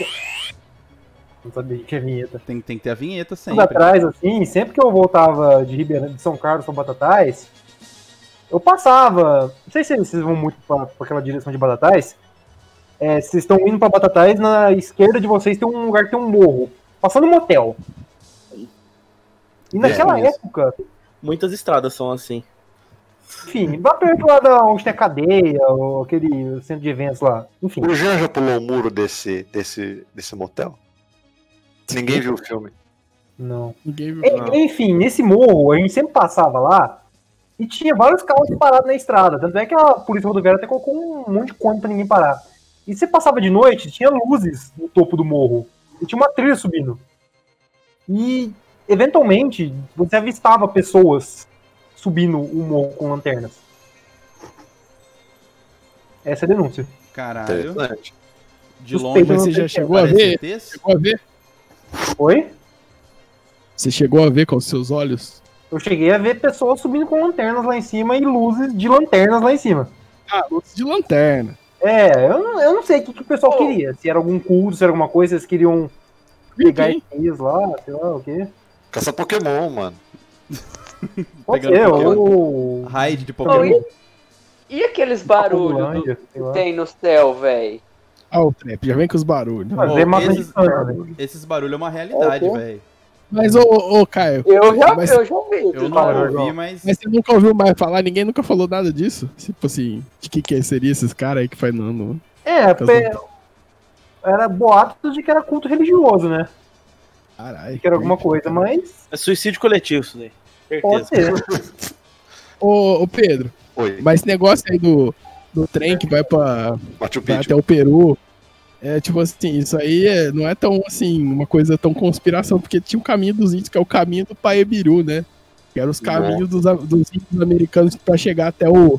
S1: Não sabia que é vinheta.
S4: Tem, tem que ter a vinheta
S1: anos
S4: sempre.
S1: atrás, assim, sempre que eu voltava de Ribeirão, de São Carlos, São Batatais, eu passava. Não sei se vocês vão muito pra, pra aquela direção de Batatais. É, vocês estão indo pra Batatais, na esquerda de vocês tem um lugar que tem um morro. Passando um motel. E naquela
S5: conheço.
S1: época,
S5: Muitas estradas são assim.
S1: enfim, lá perto lá da, onde tem a cadeia, ou aquele centro de eventos lá. Enfim.
S3: O Jean já pulou o muro desse, desse, desse motel? Ninguém viu o filme.
S1: Não.
S2: ninguém viu.
S1: En- É, Enfim, nesse morro, a gente sempre passava lá e tinha vários carros parados na estrada. Tanto é que a polícia rodoviária até colocou um monte de conta pra ninguém parar. E você passava de noite, tinha luzes no topo do morro. E tinha uma trilha subindo. E, eventualmente, você avistava pessoas subindo o morro com lanternas. Essa é a denúncia.
S4: Caralho.
S3: Interessante.
S4: De longe.
S1: Suspeito,
S2: Mas
S1: não
S2: você
S1: tem
S2: já
S1: como.
S2: chegou a
S4: Parece
S2: ver?
S4: ETs?
S2: Chegou a ver?
S1: Oi?
S2: Você chegou a ver com os seus olhos?
S1: Eu cheguei a ver pessoas subindo com lanternas lá em cima e luzes de lanternas lá em cima.
S2: Ah, luz de lanterna.
S1: É, eu não, eu não sei o que, que o pessoal queria. Se era algum curso, se era alguma coisa, eles queriam pegar
S2: Ninguém.
S1: ETs lá, sei lá o quê.
S3: Caça Pokémon, mano.
S1: Pode
S4: Pegando
S1: ser,
S4: Pokémon.
S1: ou...
S4: Raid de
S7: Não,
S4: Pokémon.
S7: e, e aqueles barulhos do-
S1: Papulândia, sei lá.
S7: que tem no céu, velho?
S2: Ah, o trap, já vem com os barulhos.
S1: Fazer
S4: Pô,
S1: mata de
S4: esses-
S1: né? sana, velho.
S4: Esses barulhos é uma realidade,
S7: É, pô.
S4: velho.
S2: Mas, ô, ô, ô, Caio,
S7: Eu já,
S2: Mas-
S7: eu já vi.
S4: Eu
S1: Fala,
S4: não ouvi,
S1: Jorgão.
S4: mas.
S2: mas você nunca ouviu mais falar, ninguém nunca falou nada disso? Tipo assim, de que que seria esses caras aí que faz não, não.
S1: É, pe- era boato de que era culto religioso, né?
S2: Caralho.
S1: Que era alguma coisa, mas
S5: É suicídio coletivo isso daí.
S1: pode
S5: Certeza.
S1: ser.
S2: Ô, ô, Pedro,
S3: Oi,
S2: mas esse negócio aí do, do trem que vai pra,
S3: Machu
S2: vai um
S3: Picchu.
S2: até o Peru, é tipo assim, isso aí é- não é tão, assim, uma coisa tão conspiração, porque tinha o caminho dos índios, que é o caminho do Paebiru, né? Que eram os caminhos dos, a- dos índios americanos pra chegar até o...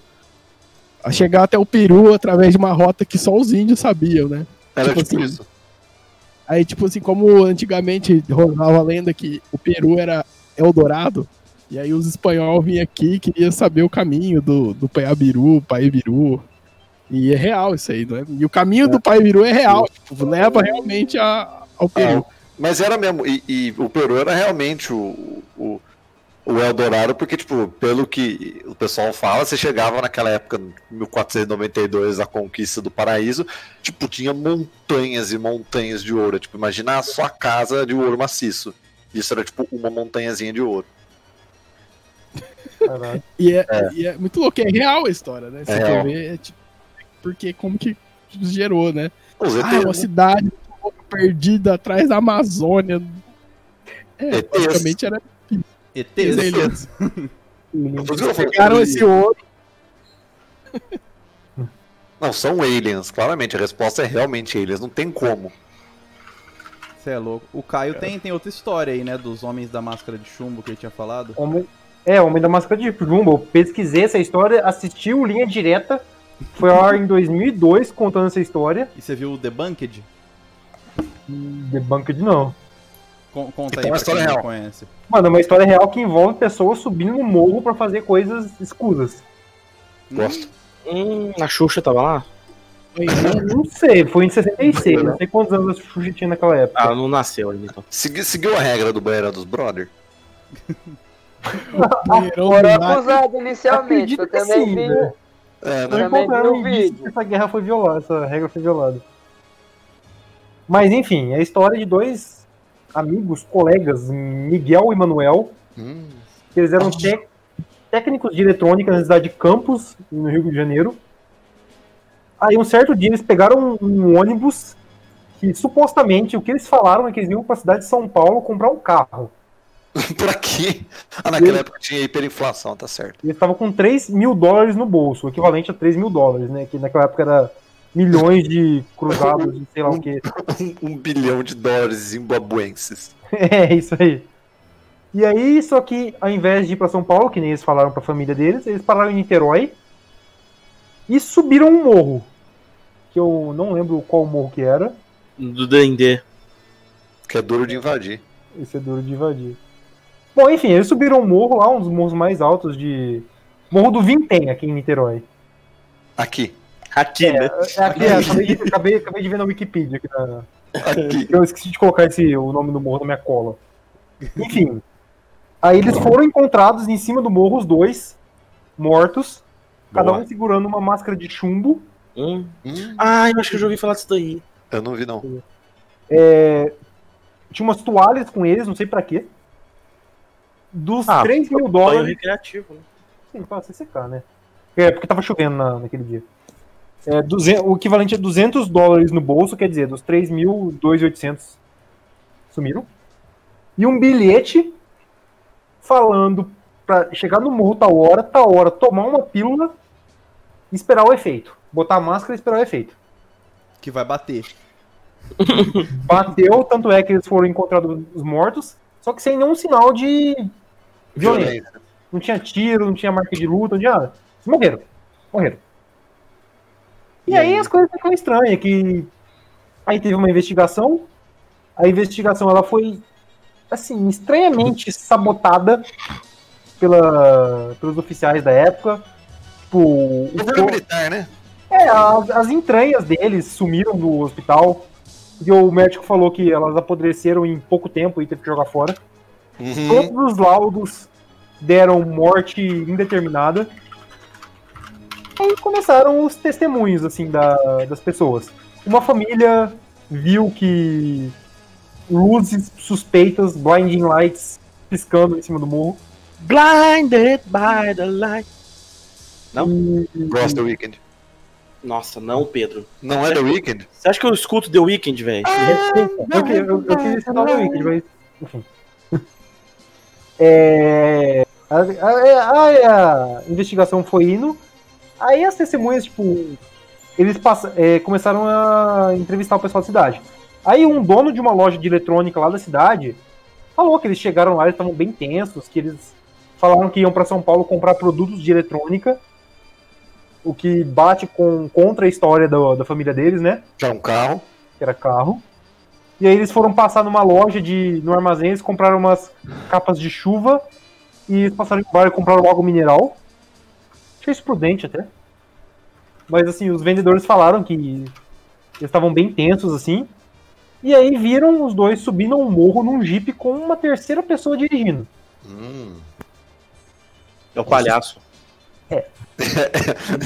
S2: A chegar até o Peru através de uma rota que só os índios sabiam, né?
S3: Era
S2: tipo
S3: tipo
S2: assim,
S3: isso.
S2: Aí, tipo assim, como antigamente rolava a lenda que o Peru era Eldorado, e aí os espanhol vinham aqui e queriam saber o caminho do, do Paiabiru, Paibiru. E é real isso aí, não é? É. E o caminho do Paibiru é real, tipo, leva realmente a, ao Peru.
S3: Mas era mesmo. E, e o Peru era realmente o, o, o Eldorado, porque, tipo, pelo que o pessoal fala, você chegava naquela época, 1492, a conquista do paraíso, tipo, tinha montanhas e montanhas de ouro. Tipo, imagina a sua casa de ouro maciço. Isso era, tipo, uma montanhazinha de ouro.
S1: Caralho.
S2: E, é, e é muito louco, é real a história, né? Se
S3: É
S2: for
S3: real.
S2: ver, é tipo, porque como que gerou, né?
S3: Os ETs,
S2: Ah, é uma cidade perdida atrás da Amazônia. É,
S3: ETs.
S2: basicamente era
S4: ETs.
S1: é
S2: aliens.
S3: Inclusive, eu falei-
S2: Pegaram esse ouro
S3: Não, são aliens, claramente. A resposta é realmente aliens, não tem como.
S4: Você é louco. O Caio tem, tem outra história aí, né? Dos homens da máscara de chumbo que ele tinha falado.
S1: Homem- É, Homem da Máscara de Plumbo. Eu pesquisei essa história, assisti o Linha Direta. Foi ao ar em 2002 contando essa história.
S4: E você viu o Debunked?
S1: The Bunked não.
S4: Con- conta
S3: Então,
S4: aí
S3: uma
S4: pra quem
S3: história
S4: não
S3: real.
S4: conhece.
S1: Mano, é uma história real que envolve pessoas subindo no morro pra fazer coisas escuras.
S3: Gosto.
S5: Hum, a Xuxa tava lá?
S1: Eu não sei, foi em 66, não sei quantos anos a Xuxa tinha naquela época.
S5: Ah, não nasceu ainda então.
S3: Segui- seguiu a regra do banheiro dos brother?
S2: Banheirão
S7: Foram
S1: um
S2: do nada.
S7: acusados inicialmente.
S1: Acredito
S7: Eu
S1: que
S7: também
S1: sim,
S7: vi.
S1: né?
S3: É,
S1: Não
S3: né?
S7: Também
S1: encontraram
S7: vi o
S1: indício
S7: vídeo.
S1: que essa guerra foi violada, essa regra foi violada. Mas enfim, é a história de dois amigos, colegas, Miguel e Manuel,
S3: Hum,
S1: que eles eram tec- técnicos de eletrônica na cidade de Campos, no Rio de Janeiro. Aí um certo dia eles pegaram um, um ônibus que supostamente o que eles falaram é que eles iam pra cidade de São Paulo comprar um carro.
S3: por aqui. Ah, naquela época tinha hiperinflação, tá certo.
S1: Ele estava com 3 mil dólares no bolso, o equivalente a 3 mil dólares, né? Que naquela época era milhões de cruzados, de sei lá o quê.
S3: Um, um bilhão de dólares zimbabuenses.
S1: É, isso aí. E aí, só que ao invés de ir para São Paulo, que nem eles falaram para a família deles, eles pararam em Niterói e subiram um morro. Que eu não lembro qual morro que era.
S5: do D&D.
S3: Que é duro de invadir.
S1: Esse é duro de invadir. Bom, enfim, eles subiram um morro lá, um dos morros mais altos de. Morro do Vintém, aqui em Niterói.
S3: Aqui.
S5: Aqui, né?
S1: É, aqui, é, acabei, de, acabei- acabei de ver na Wikipedia. que na-
S3: Aqui.
S1: Eu esqueci de colocar esse, o nome do morro na minha cola. Enfim. Aí eles foram encontrados em cima do morro, os dois, mortos, cada
S5: Boa.
S1: um segurando uma máscara de chumbo.
S5: Hum.
S3: Hum,
S5: Ah, eu acho que eu já ouvi falar disso daí.
S3: eu não vi, não.
S1: Tinha umas toalhas com eles, não sei pra quê. Dos
S5: Ah,
S1: 3 mil
S5: Banho
S1: dólares.
S5: recreativo, né?
S1: Sim, pra você secar, né? É, porque tava chovendo na, naquele dia. É, 200 o equivalente a 200 dólares no bolso, quer dizer, dos 3 mil, 2,800 sumiram. E um bilhete falando pra chegar no morro tal hora, tal hora, tomar uma pílula e esperar o efeito. Botar a máscara e esperar o efeito.
S4: Que vai bater.
S1: Bateu, tanto é que eles foram encontrados os mortos, só que sem nenhum sinal de violência. Não tinha tiro, não tinha marca de luta, não tinha nada. Eles Morreram. Morreram. E, aí, as coisas ficam estranhas, que aí teve uma investigação, a investigação ela foi, assim, estranhamente sabotada pela, pelos oficiais da época. Tipo, o
S3: Governo militar, né?
S1: é, as, as entranhas deles sumiram do hospital, e o médico falou que elas apodreceram em pouco tempo e teve que jogar fora.
S3: Uhum.
S1: Todos os laudos deram morte indeterminada. Aí começaram os testemunhos, assim, da, das pessoas. Uma família viu que luzes suspeitas, blinding lights, piscando em cima do morro.
S5: Blinded by the light.
S3: Gosto do Uhum. Weekend.
S5: Nossa, não, Pedro.
S3: Não é The Weekend?
S5: Você acha que eu escuto The Weeknd, velho?
S1: Eu, que- eu, eu queria citar o Wicked, mas. Enfim. É, a, a- a- a investigação foi indo. Aí as testemunhas, tipo. Eles passa- é, começaram a entrevistar o pessoal da cidade. Aí um dono de uma loja de eletrônica lá da cidade falou que eles chegaram lá, eles estavam bem tensos, que eles falaram que iam para São Paulo comprar produtos de eletrônica, o que bate com contra a história da- da família deles, né?
S3: Que é um carro.
S1: que era carro. E aí eles foram passar numa loja de. no armazém, eles compraram umas capas de chuva e eles passaram em bar e compraram algo mineral. Achei isso prudente até. Mas assim, os vendedores falaram que eles estavam bem tensos, assim. E aí viram os dois subindo um morro num jeep com uma terceira pessoa dirigindo.
S3: Hum.
S5: É o palhaço.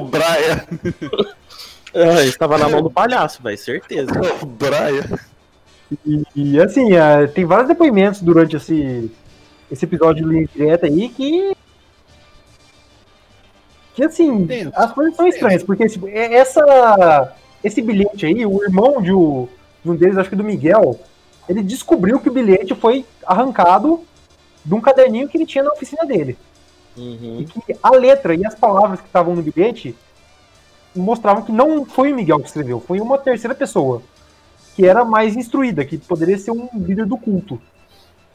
S3: o Brian.
S5: Ah, estava na mão do palhaço, velho, certeza.
S3: O Brian.
S1: E, e, assim, ah, tem vários depoimentos durante esse, esse episódio de linha direta aí que. Que assim,
S2: Tenso.
S1: as coisas são estranhas, porque esse, é- essa, esse bilhete aí, o irmão de, o- de um deles, acho que do Miguel, ele descobriu que o bilhete foi arrancado de um caderninho que ele tinha na oficina dele. E
S5: Uhum.
S1: que a letra e as palavras que estavam no bilhete mostravam que não foi o Miguel que escreveu, foi uma terceira pessoa que era mais instruída, que poderia ser um líder do culto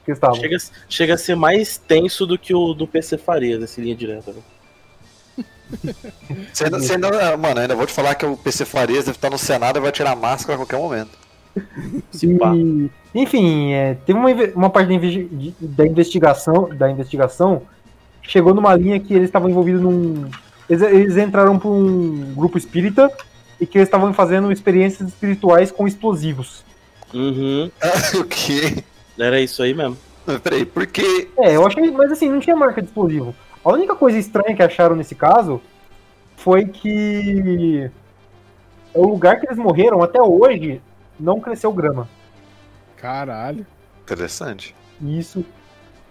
S1: que eles estavam.
S5: Chega, chega a ser mais tenso do que o do PC Farias, esse linha direta. Né?
S3: Você ainda, você ainda- mano, ainda vou te falar que o PC Farias deve estar no Senado e vai tirar a máscara a qualquer momento.
S5: Se pá.
S1: E, enfim, é, teve uma, inve- uma parte da, inve- de- da investigação da investigação chegou numa linha que eles estavam envolvidos num. Eles, eles entraram para um grupo espírita e que eles estavam fazendo experiências espirituais com explosivos.
S5: Uhum.
S3: o quê?
S5: Era isso aí mesmo.
S3: Mas Peraí, por quê?
S1: É, eu achei, mas assim, não tinha marca de explosivo. A única coisa estranha que acharam nesse caso foi que o lugar que eles morreram até hoje não cresceu grama.
S2: Caralho.
S3: Interessante.
S1: Isso.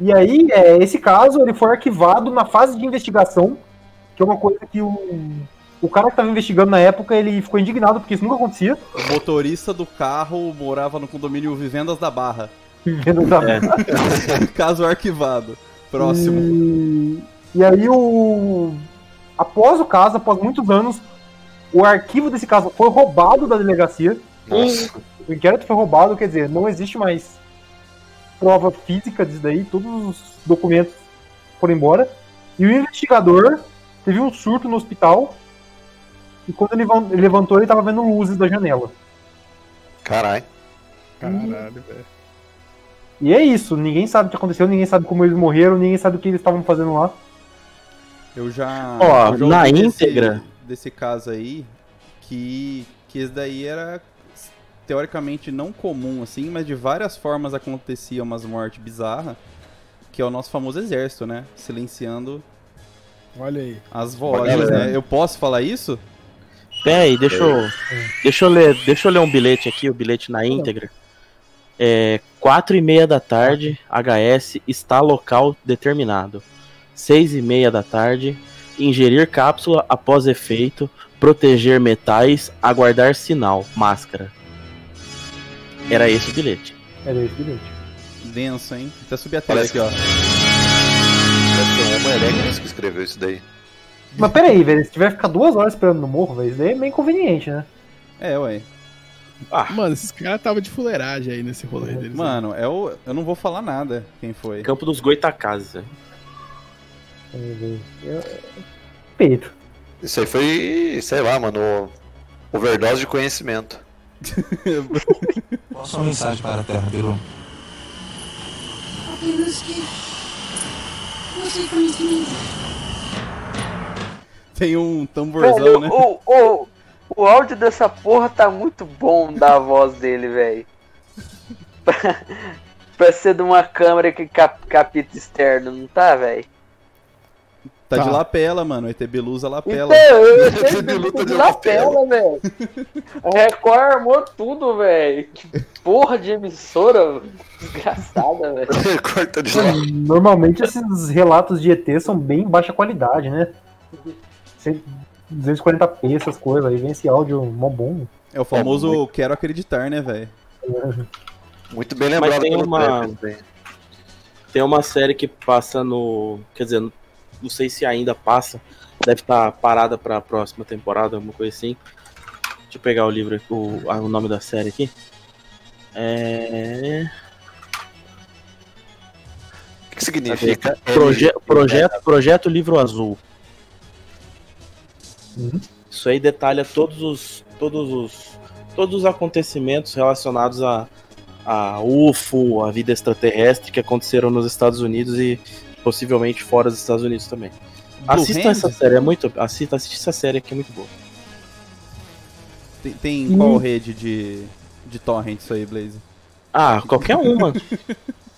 S1: E aí, é, esse caso ele foi arquivado na fase de investigação, que é uma coisa que o, o cara que estava investigando na época ele ficou indignado porque isso nunca acontecia.
S4: O motorista do carro morava no condomínio Vivendas da Barra.
S1: Vivendo da-
S4: Caso arquivado. Próximo.
S1: E, e aí o. Após o caso, após muitos anos, o arquivo desse caso foi roubado da delegacia.
S3: Nossa.
S1: O inquérito foi roubado, quer dizer, não existe mais prova física disso daí, todos os documentos foram embora. E o investigador teve um surto no hospital. E quando ele van- ele levantou, ele estava vendo luzes da janela.
S3: Caralho.
S2: Caralho, velho.
S1: E é isso, ninguém sabe o que aconteceu, ninguém sabe como eles morreram, ninguém sabe o que eles estavam fazendo lá.
S4: Eu já.
S5: Ó,
S4: eu já
S5: na
S4: ouvi
S5: íntegra.
S4: Desse, desse caso aí, que, que esse daí era teoricamente não comum, assim, mas de várias formas acontecia umas mortes bizarras, que é o nosso famoso exército, né? Silenciando
S2: Olha aí.
S4: as vozes, né? Eu posso falar isso?
S5: Peraí, deixa eu, deixa, eu ler, deixa eu ler um bilhete aqui, o bilhete na íntegra. É, 4 e meia da tarde, HS está local determinado. 6 e meia da tarde, ingerir cápsula após efeito, proteger metais, aguardar sinal, máscara. Era esse o bilhete.
S1: Era esse bilhete.
S4: Denso, hein? Até subir a tela
S3: Parece
S4: aqui, ó.
S3: Parece que é uma Electros que escreveu isso daí.
S1: Mas peraí, velho, se tiver que ficar duas horas esperando no morro, velho, isso daí é meio inconveniente, né?
S4: É, ué.
S2: Mano, esses caras estavam de fuleiragem aí nesse rolê deles. né?
S4: Mano, é o... eu não vou falar nada quem foi.
S5: Campo dos Goitacazes.
S1: Peito.
S3: Isso aí foi, sei lá, mano, overdose de conhecimento.
S8: Qual a sua mensagem para a Terra, Bilu?
S9: Apenas que você conhecimento.
S4: Tem um tamborzão,
S7: Velho,
S4: né?
S7: o, o, o áudio dessa porra tá muito bom da voz dele, velho. Pra, pra ser de uma câmera que cap, capita externo, não tá, velho?
S4: Tá de
S2: Tá.
S4: lapela, mano. ET Bilu usa lapela.
S7: Então, eu sei
S3: Ele luta de
S7: de lapela, velho. A Record armou tudo, velho. Que porra de emissora desgraçada, velho.
S3: Corta de lá.
S1: Normalmente esses relatos de ET são bem baixa qualidade, né? Cem- 240p, essas coisas, aí vem esse áudio mó bom.
S4: É o famoso quero acreditar, né, velho?
S3: Muito bem lembrado
S5: tem
S3: pelo
S5: uma-
S3: Trevor, bem.
S5: Tem uma série que passa no. Quer dizer, não sei se ainda passa. Deve estar parada pra próxima temporada, alguma coisa assim. Deixa eu pegar o livro, aqui, o, ah, o nome da série aqui. É.
S3: O que que significa?
S5: É, Proje-
S3: LG?
S5: projeto, projeto Livro Azul.
S1: Uhum.
S5: Isso aí detalha todos os, todos os, todos os acontecimentos relacionados a, a UFO, a vida extraterrestre que aconteceram nos Estados Unidos e possivelmente fora dos Estados Unidos também. assista
S4: Hand?
S5: essa série, é muito. Assista, assiste essa série que é muito boa.
S4: Tem, tem
S1: Hum.
S4: qual rede de, de torrent isso aí, Blaze?
S5: Ah, qualquer uma.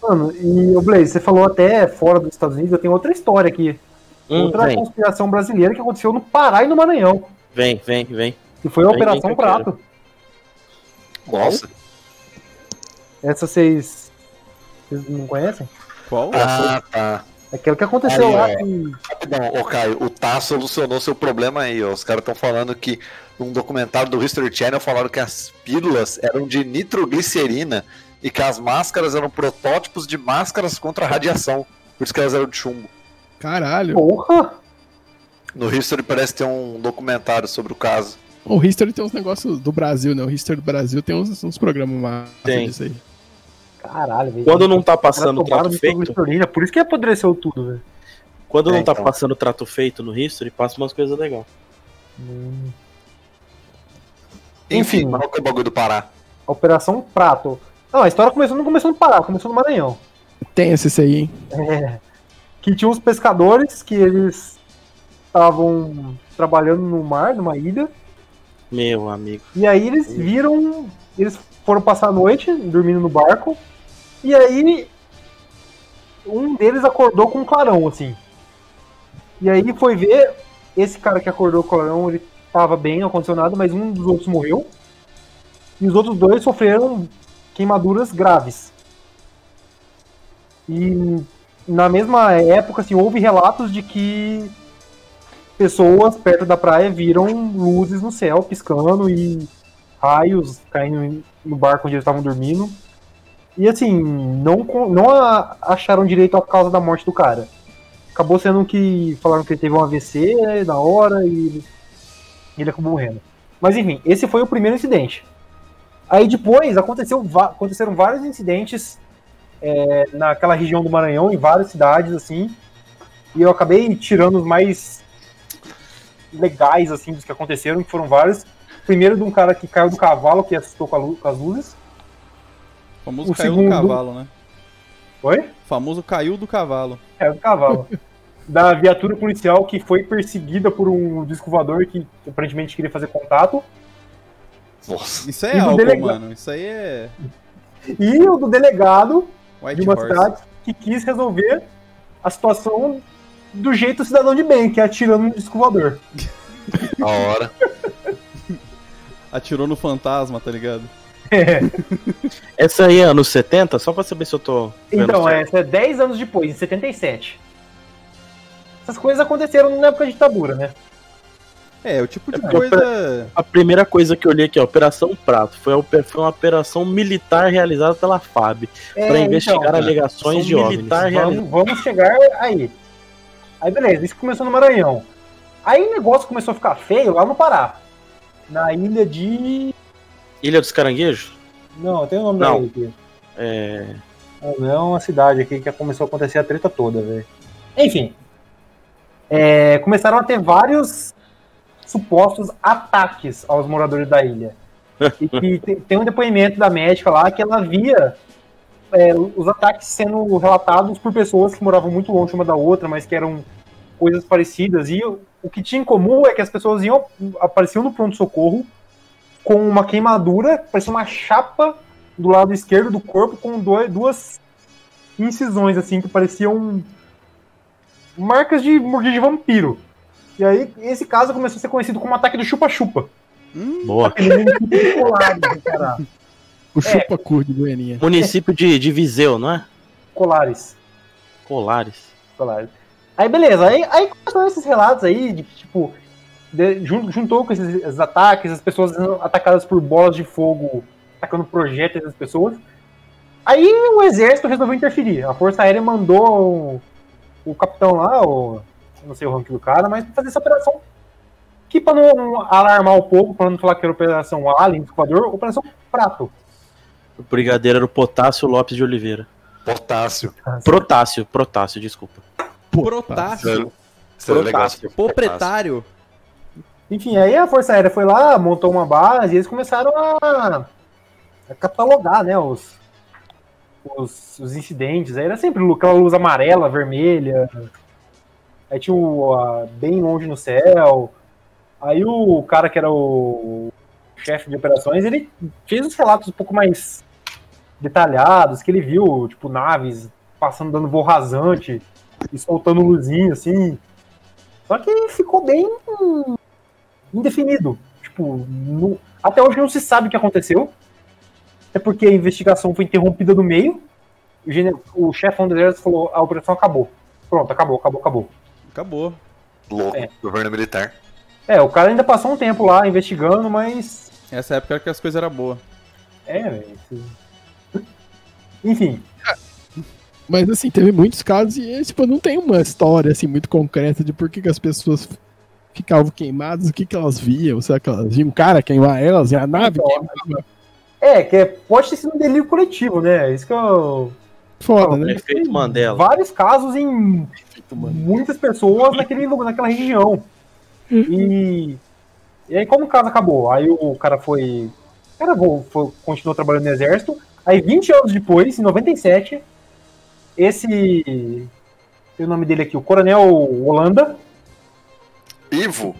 S1: Mano, e o Blaze, você falou até fora dos Estados Unidos, eu tenho outra história aqui.
S5: Hum,
S1: outra
S5: vem,
S1: conspiração brasileira que aconteceu no Pará e no Maranhão.
S5: vem, vem, vem.
S1: Que foi a
S5: Vem, vem, que
S1: Operação
S5: eu quero.
S1: Prato.
S3: Nossa,
S1: Essa vocês. Vocês não conhecem?
S4: Qual?
S3: ah, tá.
S1: Aquilo que aconteceu
S3: Aí,
S1: lá
S3: é.
S1: com
S3: Rapidão, ô Caio, o Tá solucionou seu problema aí, ó. Os caras estão falando que num documentário do History Channel falaram que as pílulas eram de nitroglicerina e que as máscaras eram protótipos de máscaras contra a radiação. Por isso que elas eram de chumbo.
S2: Caralho.
S1: Porra!
S3: No History parece ter um documentário sobre o caso.
S2: O History tem uns negócios do Brasil, né? O History do Brasil tem uns, uns programas massa
S5: Tem.
S2: disso aí.
S1: Caralho, velho.
S5: Quando não tá
S1: Os caras
S5: passando
S1: tomaram
S5: trato feito,
S1: nitroglicerina, Por isso que apodreceu tudo, velho.
S5: quando
S3: É,
S5: não tá
S3: então.
S5: passando trato feito no history, passa umas coisas legais.
S3: Enfim,
S1: Enfim.
S3: mas qual que é o bagulho do Pará?
S1: A Operação Prato. Não, a história começou, não começou no Pará, começou no Maranhão.
S2: Tem esse aí, hein?
S1: Que tinha uns pescadores que eles estavam trabalhando no mar, numa ilha,
S5: Meu amigo.
S1: e aí eles viram. Eles foram passar a noite dormindo no barco, e aí um deles acordou com um clarão, assim. E aí foi ver, esse cara que acordou com o clarão, ele tava bem, não aconteceu nada, mas um dos outros morreu. E os outros dois sofreram queimaduras graves. E na mesma época, assim, houve relatos de que pessoas perto da praia viram luzes no céu piscando e raios caindo no barco onde eles estavam dormindo. E assim, não, con- não a- acharam direito a causa da morte do cara. Acabou sendo que falaram que ele teve um AVC né, na hora e ele- ele acabou morrendo. Mas enfim, esse foi o primeiro incidente. Aí depois aconteceu, va- aconteceram vários incidentes é, naquela região do Maranhão, em várias cidades, assim. E eu acabei tirando os mais legais, assim, dos que aconteceram, que foram vários. Primeiro de um cara que caiu do cavalo, que assustou com, a lu- com as luzes.
S4: O famoso
S1: O
S4: caiu
S1: segundo-
S4: do cavalo, né?
S1: Oi?
S4: O famoso caiu do cavalo.
S1: Caiu do cavalo. da viatura policial que foi perseguida por um disco voador que aparentemente queria fazer contato.
S3: Nossa.
S4: Isso
S1: E
S4: é
S1: do
S4: álcool,
S1: delega-
S4: mano. Isso aí é.
S1: E o do delegado
S4: White
S1: de uma
S4: Horse.
S1: cidade que quis resolver a situação do jeito cidadão de bem, que é atirando no disco voador.
S3: Da hora.
S4: Atirou no fantasma, tá ligado?
S5: Essa aí é anos 70, só pra saber se eu tô. vendo
S1: Então,
S5: certo.
S1: essa é 10 anos depois, em 77. Essas coisas aconteceram na época de ditadura, né?
S4: É, o tipo de
S5: É porque eu
S4: coisa.
S5: A primeira coisa que eu li aqui, ó, Operação Prato, foi, a ope- foi uma operação militar realizada pela FAB
S1: É,
S5: pra investigar
S1: então,
S5: alegações de
S1: ação
S5: OVNIs.
S1: militar reali- vamos, vamos chegar aí. Aí beleza, isso começou no Maranhão. Aí o negócio começou a ficar feio lá no Pará. Na ilha de.
S5: Ilha dos Caranguejos?
S1: Não, tem o nome da
S5: Não.
S1: ilha aqui.
S5: É...
S1: Não, não é uma cidade aqui que começou a acontecer a treta toda, velho. Enfim. É, começaram a ter vários supostos ataques aos moradores da ilha. E que tem, tem um depoimento da médica lá que ela via é, os ataques sendo relatados por pessoas que moravam muito longe uma da outra, mas que eram coisas parecidas. E o, o que tinha em comum é que as pessoas iam apareciam no pronto-socorro com uma queimadura, parecia uma chapa do lado esquerdo do corpo com dois, duas incisões, assim, que pareciam marcas de mordida de vampiro. E aí, esse caso começou a ser conhecido como ataque do chupa-chupa.
S4: Hum,
S5: Boa.
S1: Aquele menino que fica né, colado, do Pará.
S5: É.
S2: O chupa-cu de Goianinha.
S5: Município de, de Viseu, não é?
S1: Colares.
S5: Colares.
S1: Colares. Aí, beleza. Aí, aí começaram esses relatos aí, de que, tipo, de- jun- juntou com esses, esses ataques, as pessoas sendo atacadas por bolas de fogo, atacando projéteis das pessoas. Aí o exército resolveu interferir. A Força Aérea mandou um, o, o capitão lá, o, eu não sei o rank do cara, mas pra fazer essa operação. Que pra não, não alarmar o povo, pra não falar que era Operação Alien, do Equador, Operação Prato.
S5: O brigadeiro era o Potássio Lopes de Oliveira.
S3: Potássio.
S5: Protássio, Protássio, desculpa.
S4: protássio.
S3: Sério. Sério, é- legal. é
S4: Proprietário.
S1: Enfim, aí a Força Aérea foi lá, montou uma base e eles começaram a, a catalogar, né, os, os, os incidentes. Aí era sempre lu- aquela luz amarela, vermelha. Aí tinha o a- bem longe no céu. Aí o cara que era o chefe de operações, ele fez uns relatos um pouco mais detalhados, que ele viu, tipo, naves passando dando voo rasante e soltando luzinha, assim. Só que ficou bem indefinido. Tipo, não- até hoje não se sabe o que aconteceu. Até porque a investigação foi interrompida no meio. O, gene- o chefão do exército falou: a operação acabou. Pronto, acabou, acabou, acabou.
S4: Acabou.
S3: Louco.
S1: É.
S3: Governo militar.
S1: É, o cara ainda passou um tempo lá investigando, mas.
S4: Essa época era que as coisas eram boas.
S1: É, velho. isso- Enfim.
S2: Mas assim, teve muitos casos e tipo, não tem uma história assim muito concreta de por que, que as pessoas ficavam queimadas, o que, que elas viam, será que elas viam um cara queimar elas e a nave
S1: Então,
S2: queimava?
S1: É, que é- pode ter sido um delírio coletivo, né? Isso que eu.
S5: então,
S2: Foda, né?
S5: Efeito Mandela.
S1: Vários casos em muitas pessoas naquele lugar, naquela região. E, e aí, como o caso acabou? Aí o cara foi. O cara vo- foi- continuou trabalhando no exército. Aí, 20 anos depois, em 97, esse. Tem o nome dele aqui, o Coronel Holanda.
S3: Ivo.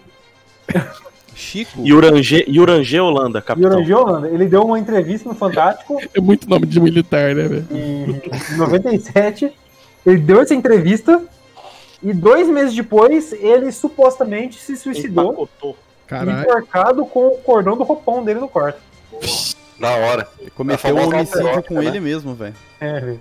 S4: Chico?
S5: Yurange, Yurange Holanda,
S1: E o
S5: capitão.
S1: Coronel Holanda, ele deu uma entrevista no Fantástico
S2: É muito nome de militar, né, velho?
S1: em 97. Ele deu essa entrevista. E dois meses depois, ele supostamente se suicidou.
S5: Empacotou.
S2: Caralho.
S1: enforcado com o cordão do roupão dele no quarto.
S3: Da hora.
S4: Cometeu um
S3: famosa
S4: homicídio
S3: troca,
S4: com
S3: né?
S4: ele mesmo, velho.
S1: É, velho.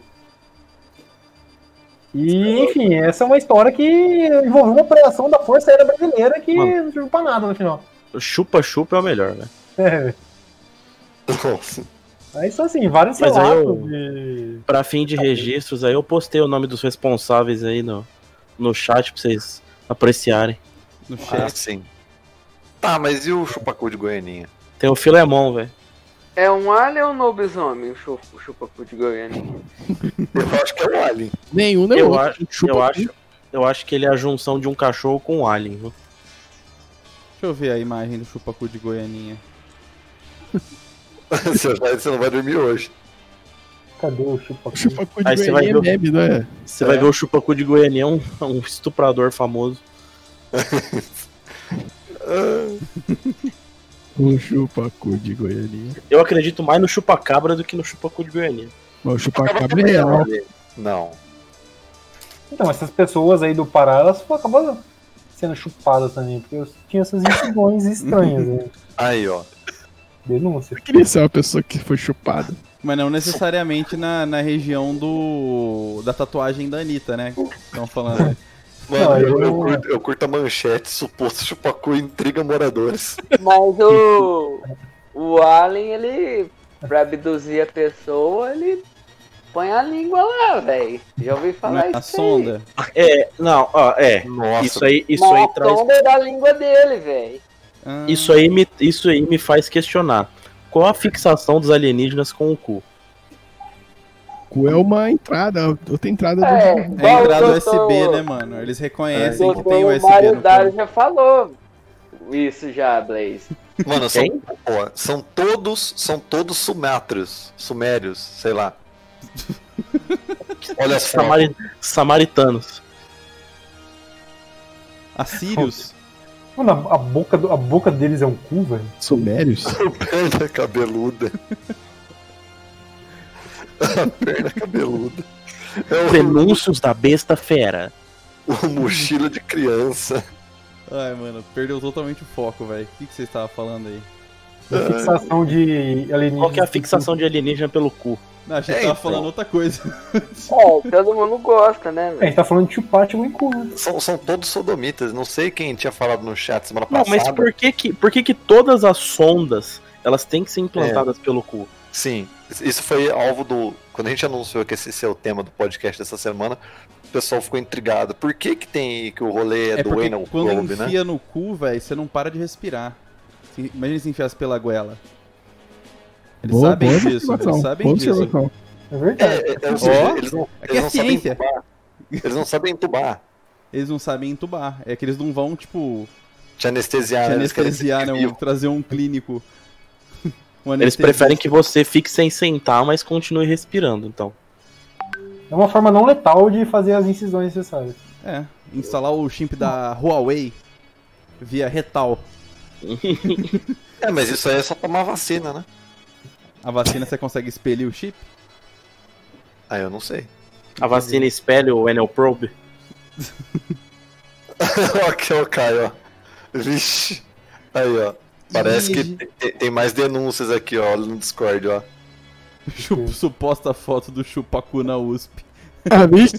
S1: E, enfim, essa é uma história que envolveu uma operação da Força Aérea Brasileira que
S5: Mano.
S1: não serviu pra nada no final.
S5: Chupa-chupa é o melhor, né?
S1: É, velho.
S3: Nossa.
S1: Aí são assim, vários
S5: Mas aí
S1: relatos
S5: eu-
S1: de.
S5: Pra fim de registros, aí eu postei o nome dos responsáveis aí no, no chat pra vocês apreciarem.
S4: No
S3: Ah,
S4: chat.
S3: sim. Tá, mas e o chupacu de Goianinha?
S5: Tem o Filemon, velho.
S7: É um alien ou um lobisomem o chupa- o chupacu de Goiânia?
S3: Eu acho que é o Alien.
S2: Nenhum, nem
S5: Eu
S2: outro.
S5: acho-
S2: Chupa
S5: eu
S2: cu.
S5: acho, eu acho que ele é a junção de um cachorro com um alien, viu?
S4: Deixa eu ver a imagem do chupacu de Goianinha.
S3: você, vai- você não vai dormir hoje.
S1: Cadê o chupa
S2: Chupacu de
S5: Aí você vai
S2: Goiânia
S5: ver
S2: é
S5: o-
S2: meme, não é?
S5: Você vai ver o Chupacu de Goiânia, é um, é um estuprador famoso.
S2: O chupacu de Goiânia.
S5: Eu acredito mais no Chupacabra do que no Chupacu de Goiânia.
S2: Mas o chupacabra é real.
S3: Não.
S1: Então, essas pessoas aí do Pará, elas fo- acabaram sendo chupadas também, porque eu tinha essas intuições estranhas, né?
S3: Aí, ó.
S1: Denúncia.
S2: Queria ser uma pessoa que foi chupada.
S4: Mas não necessariamente na, na região do. da tatuagem da Anitta, né? Estão falando.
S3: Mano,
S1: Não,
S3: eu, eu
S1: Ah, eu-
S3: curto, eu curto a manchete, suposto chupacu intriga moradores.
S7: Mas o. O Alien, ele. Pra abduzir a pessoa, ele põe a língua lá, velho. Já ouvi
S4: Não é
S7: falar
S4: a
S7: isso. aí.
S4: sonda.
S5: É, não, ó, é.
S3: Nossa,
S5: Isso aí, isso
S7: Mas
S5: aí
S7: a
S5: traz.
S7: sonda é da língua dele, velho.
S4: Ah,
S5: Isso aí, me, isso aí me faz questionar. Qual a fixação dos alienígenas com o cu?
S2: Cu é uma entrada, outra entrada do
S7: É,
S2: jogo.
S4: É
S7: igual
S4: entrada
S7: o doutor-
S4: USB, né, mano? Eles reconhecem
S7: o
S4: que tem
S7: doutor
S4: USB
S7: Mário
S4: no
S7: Dário
S4: corpo.
S7: já falou isso já, Blaze.
S3: Mano, são,
S5: Quem?
S3: ó, são todos, são todos sumátrios, sumérios, sei lá. Olha só,
S5: Samari- samaritanos.
S4: Assírios?
S1: Mano, a, a boca, do- a boca deles é um cu, velho.
S2: Sumérios?
S3: perna cabeluda. A perna cabeluda. É
S5: Prenúncios da besta fera.
S3: o, o mochila de criança.
S4: Ai, mano, perdeu totalmente o foco, velho. O que, que vocês estavam falando aí?
S1: A fixação de alienígenas.
S5: Qual que é a fixação de alienígena pelo cu?
S4: Não, achei
S3: É,
S4: que tava
S3: então.
S4: falando outra coisa.
S7: Ó, todo mundo gosta, né,
S1: É, a
S7: velho?
S1: gente tá falando de chupar, tipo, em cu, né?
S3: São, são todos sodomitas. Não sei quem tinha falado no chat semana
S5: Não,
S3: passada.
S5: mas por que que, por que que todas as sondas elas têm que ser implantadas pelo cu?
S3: Sim, isso foi alvo do. Quando a gente anunciou que esse ia ser o tema do podcast dessa semana, o pessoal ficou intrigado. Por que que tem que o rolê é,
S4: É
S3: do
S4: porque
S3: Anal
S4: quando
S3: Probe, né?
S4: enfia no cu, velho, você não para de respirar. Se- Imagina se enfiasse pela goela. Eles
S2: Boa-
S4: sabem
S2: boa
S4: disso, eles
S2: observação,
S4: sabem
S2: boa
S4: disso.
S2: observação.
S1: É verdade.
S3: É, é, é, ou seja,
S4: Ó,
S3: eles não,
S4: Aqui
S3: eles
S4: é
S3: não sabem
S4: ciência.
S3: entubar. Eles não sabem entubar.
S4: Eles não sabem entubar. É que eles não vão, tipo,
S3: Te anestesiar,
S4: te
S3: né? Eles querem
S4: anestesiar,
S3: ser
S4: né? um-
S3: vivo.
S4: trazer um clínico. Um
S5: Eles
S4: anestesista.
S5: preferem que você fique sem sentar, mas continue respirando, então.
S1: É uma forma não letal de fazer as incisões necessárias.
S4: É, instalar o chip da Huawei via retal.
S3: É, mas isso aí é só tomar vacina, né?
S4: A vacina você consegue expelir o chip?
S3: Ah, eu não sei.
S5: A vacina espelha o Enel Probe.
S3: Aqui, ó, Caio, ó. Vixe. Aí, ó. Parece que te- tem, mais denúncias aqui, ó, no Discord, ó.
S4: Chu- Suposta foto do chupacu na USP.
S2: Ah, vixe,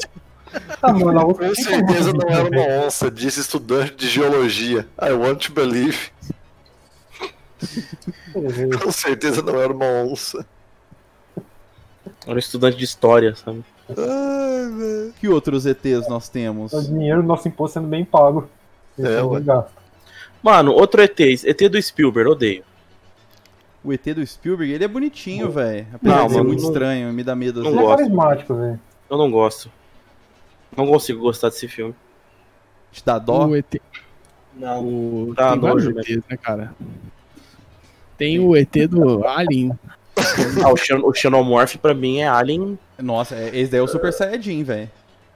S1: Ah, mano, a outra-
S3: Com certeza não era uma onça, disse estudante de geologia. I want to believe. Com certeza não era uma onça.
S5: Era um estudante de história, sabe?
S3: Ai, velho.
S4: Que outros ETs nós temos?
S1: O dinheiro do nosso imposto sendo bem pago. Esse
S3: É,
S1: é o
S3: ué.
S1: gasto.
S5: Mano, outro ET, ET do Spielberg, odeio.
S4: O ET do Spielberg, ele é bonitinho, velho. Apesar
S5: Não,
S4: de ser
S5: mano,
S4: muito
S5: não-
S4: estranho, me dá medo. às
S5: não
S1: Ele
S4: vezes.
S1: é
S5: gosto.
S1: carismático, velho.
S5: Eu não gosto. Não consigo gostar desse filme.
S4: Te dá dó.
S2: o ET.
S5: Não.
S2: O...
S5: Tá
S2: Tem vários
S5: nojo,
S2: ETs, né, cara? Tem o ET do Alien.
S5: Ah, o, Xen o Xenomorph pra mim é Alien.
S4: Nossa, é- esse daí é o Super Saiyajin, velho.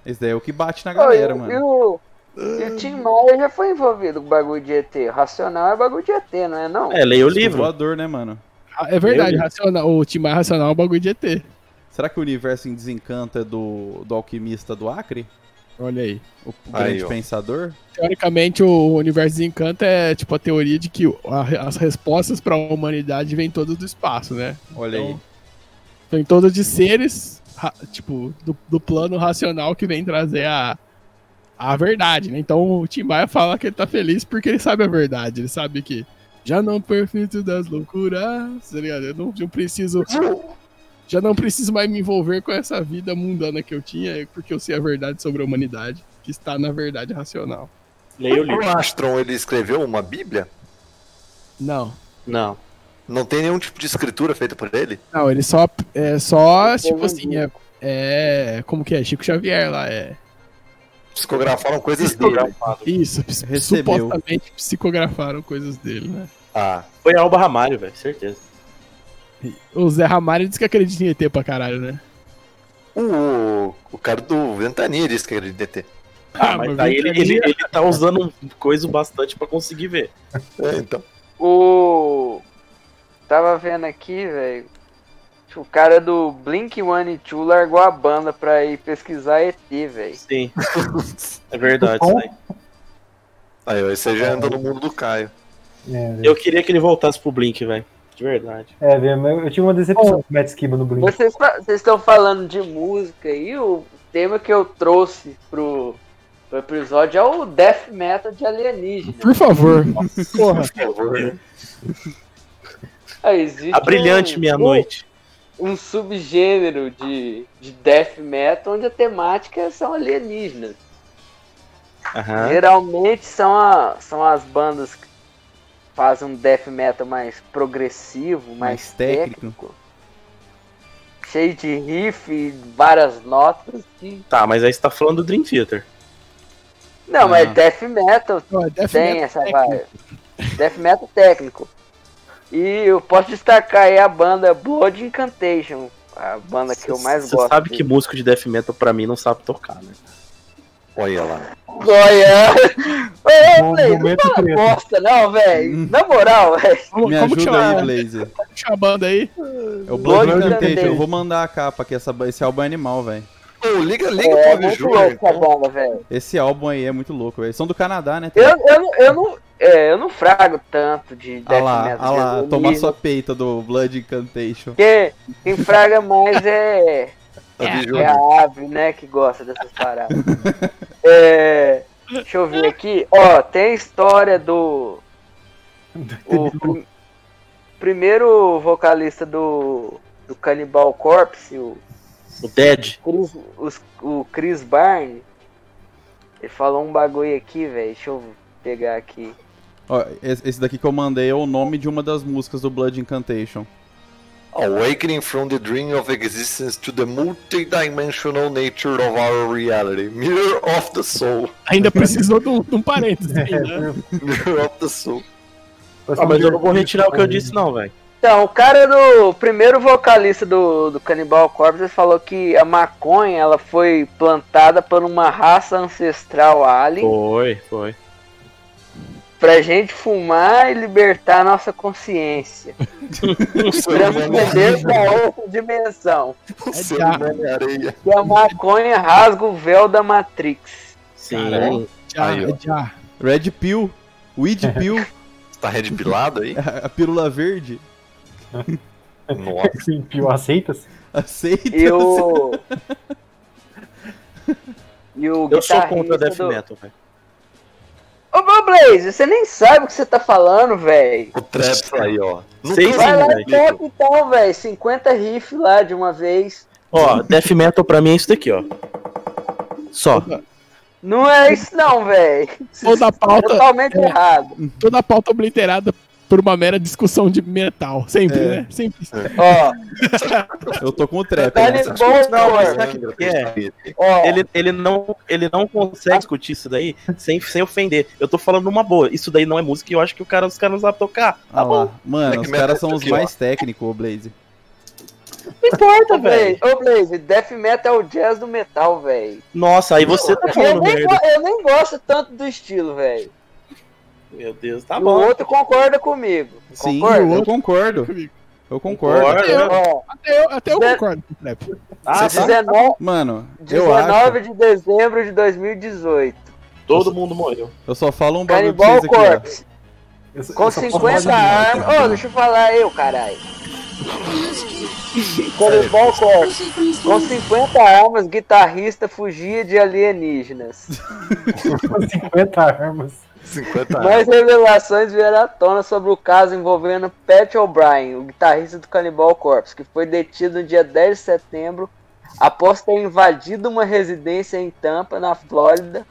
S4: Esse daí é o que bate na galera,
S7: Ó, e o-
S4: mano.
S7: e o, e o Tim Maia já foi envolvido com bagulho de ET. Racional é bagulho de ET, não é não?
S5: É, leia o
S4: Disco
S5: livro.
S4: voador, né, mano?
S2: Ah, É verdade,
S5: Meu
S2: racional, o time mais racional é um bagulho de ET.
S4: Será que o universo em desencanto é do, do alquimista do Acre?
S2: Olha aí.
S4: O
S3: Aí,
S4: grande
S3: ó.
S4: pensador?
S2: Teoricamente, o universo desencanto é tipo a teoria de que a- as respostas para a humanidade vêm todas do espaço, né?
S4: Olha aí.
S5: Então,
S2: Vêm todas de seres, ra- tipo, do, do plano racional que vem trazer a, a verdade, né? Então o Tim Maia fala que ele tá feliz porque ele sabe a verdade, ele sabe que já não perfeito das loucuras, tá ligado? Eu não, eu preciso. Já não preciso mais me envolver com essa vida mundana que eu tinha, porque eu sei a verdade sobre a humanidade, que está na verdade racional.
S5: Leia o livro.
S3: O Astron, ele escreveu uma bíblia?
S2: Não.
S5: Não.
S3: Não tem nenhum tipo de escritura feita por ele?
S2: Não, ele só. É só, tipo
S7: povo
S2: assim, é, é- Como que é? Chico Xavier lá, é.
S3: Psicografaram coisas dele.
S5: Psicografado.
S2: Isso, ps-
S4: Recebeu.
S2: supostamente psicografaram coisas dele, né?
S3: Ah,
S5: Foi Alba Ramalho, velho, certeza.
S2: O Zé Ramalho disse que acredita em ET pra caralho, né?
S3: O, o cara do Ventania disse que era de DT.
S5: Ah, mas daí ele, ele, ele tá usando um coisa bastante pra conseguir ver.
S3: É, então.
S7: O. Tava vendo aqui, velho. O cara do Blink One Two largou a banda pra ir pesquisar ET, velho.
S5: Sim. É verdade isso daí.
S3: Aí, ó, você já anda no mundo do Caio.
S1: É, velho.
S5: Eu queria que ele voltasse pro Blink, velho. De verdade.
S1: É, velho, mas eu tive uma decepção com o Matt Skiba no Blink.
S7: Vocês estão falando de música aí, o tema que eu trouxe pro, pro episódio é o Death Metal de Alienígena.
S2: Por favor. Porra.
S7: Aí existe
S5: A brilhante
S7: um,
S5: meia-noite.
S7: um subgênero de, de Death Metal onde a temática são alienígenas.
S5: Aham.
S7: Geralmente são, a- são as bandas que fazem um death metal mais progressivo, mais,
S4: Mais técnico.
S7: técnico. Cheio de riff, e várias notas. e-
S5: Tá, mas aí você tá falando do Dream Theater.
S7: Não, mas
S4: Ah.
S7: death metal
S2: Ó, Death
S7: tem
S2: Metal
S7: essa
S2: técnico.
S7: vibe. Death metal técnico. E eu posso destacar aí a banda Blood Incantation, a banda É que eu mais
S5: Você
S7: gosto.
S5: sabe que músico de death metal pra mim não sabe tocar, né?
S3: Olha lá.
S7: Goiânia! Ô,
S1: Bom,
S7: Play, não
S1: momento
S7: fala
S1: treta.
S7: bosta não, velho. Na moral, velho.
S2: Como,
S4: Me
S2: como
S4: ajuda
S2: que chama,
S4: aí, Blazer.
S2: como que chama a banda aí?
S4: É o Blood
S7: Blood
S4: Incantation. Eu
S7: Incantation.
S4: vou mandar a capa que essa, esse álbum é animal, velho.
S3: Ô, liga, liga
S7: É
S3: pro Bob
S7: muito
S3: Júnior.
S7: louco essa banda, velho.
S4: Esse álbum aí é muito louco, velho. Eles São do Canadá, né?
S7: Eu, eu, não- eu, não, é, eu não frago tanto de
S4: Ah
S7: Death
S4: lá,
S7: Metal.
S4: ah lá,
S7: mesmo,
S4: tomar sua peita do Blood Incantation.
S7: Porque quem fraga mais é,
S3: Bob
S7: é
S3: Júnior.
S7: a ave, né, que gosta dessas paradas. É, deixa eu ver aqui. Ó, tem a história do... O prim- primeiro vocalista do, do Cannibal Corpse, o
S5: O Dead.
S7: Chris- os- o Chris Barney, ele falou um bagulho aqui, velho. Deixa eu pegar aqui.
S4: Ó, esse esse daqui que eu mandei é o nome de uma das músicas do Blood Incantation.
S3: Awakening from the dream of existence to the multidimensional nature of our reality. Mirror of the soul.
S2: Ainda precisou de um, de um parênteses aí, né?
S3: Mirror of the soul.
S5: Ah, mas eu não vou retirar o que eu disse, não, velho.
S7: Então, o cara do o primeiro vocalista do, do Cannibal Corpse ele falou que a maconha ela foi plantada por uma raça ancestral alien
S5: Foi, foi.
S7: pra gente fumar e libertar a nossa consciência. Transcender pra outra dimensão.
S3: O ser humano é areia.
S7: E a maconha rasga o véu da Matrix.
S5: Sim.
S3: Caralho.
S2: Já,
S3: Aí, ó.
S2: já.
S4: Red Pill, Weed Pill,
S3: Tá red pilado aí?
S4: a pílula verde.
S3: Nossa.
S1: Sim, Pio, aceitas?
S4: Aceita.
S7: E o. E o
S5: Eu sou
S7: guitarrista
S5: contra Death
S7: do-
S5: Metal, velho.
S7: Ô, ô Blaze, você nem sabe o que você tá falando, velho.
S3: O Traps aí, ó. Não
S5: Sei
S3: tem
S5: sim,
S7: Vai lá
S5: velho.
S7: e toca então, velho. 50 riff lá de uma vez.
S5: Ó, Death Metal pra mim é isso daqui, ó. Só.
S7: Não é isso não, velho.
S2: Toda a pauta,
S7: Totalmente errado.
S2: toda a pauta obliterada por uma mera discussão de metal. Sempre,
S4: É.
S2: né? Sempre.
S7: Ó,
S4: Eu tô com o trap.
S7: Tá
S4: né?
S7: ligado? Bom, não,
S5: mas
S7: mano.
S5: sabe
S3: né?
S5: o que que é?
S7: ó.
S5: Ele, ele, não, ele não consegue discutir isso daí sem, sem ofender. Eu tô falando uma boa. Isso daí não é música e eu acho que o cara, os caras não sabem tocar. Tá
S4: Ah
S5: bom.
S4: lá. Mano,
S3: Black
S4: os
S3: Metal tá
S4: caras são os
S3: aqui, ó.
S4: mais técnicos, ô Blaze.
S7: Não importa,
S5: velho.
S7: Ô, Blaze, Death Metal é o jazz do metal, velho.
S5: Nossa, aí você tá
S7: Eu,
S5: falando
S7: nem
S5: merda.
S7: go- eu nem gosto tanto do estilo, velho.
S5: Meu Deus, tá
S7: o
S5: bom.
S7: outro concorda comigo.
S4: Sim,
S7: concorda?
S4: eu concordo. Eu concordo.
S5: Concordo.
S7: Ó,
S2: Até eu, até eu
S7: Zé-
S2: concordo com o trap.
S5: Ah, tá.
S7: 19,
S4: Mano, eu acho.
S7: 19 de dezembro de 2018.
S5: Todo mundo morreu.
S4: Eu só falo um bagulho pra
S7: Canibal
S4: vocês aqui,
S7: Corpse.
S1: Eu sou-
S7: Com
S1: eu sou
S7: 50
S1: formado
S7: armas. Ô, deixa eu falar eu, caralho. Canibal
S9: Eu
S7: Corpse.
S9: sei como isso
S7: Com
S9: começou.
S7: 50 armas, guitarrista fugia de alienígenas.
S1: com 50 armas.
S3: 50 anos.
S7: Mais revelações vieram à tona sobre o caso envolvendo Pat O'Brien, o guitarrista do Cannibal Corpse, que foi detido no dia 10 de setembro após ter invadido uma residência em Tampa, na Flórida,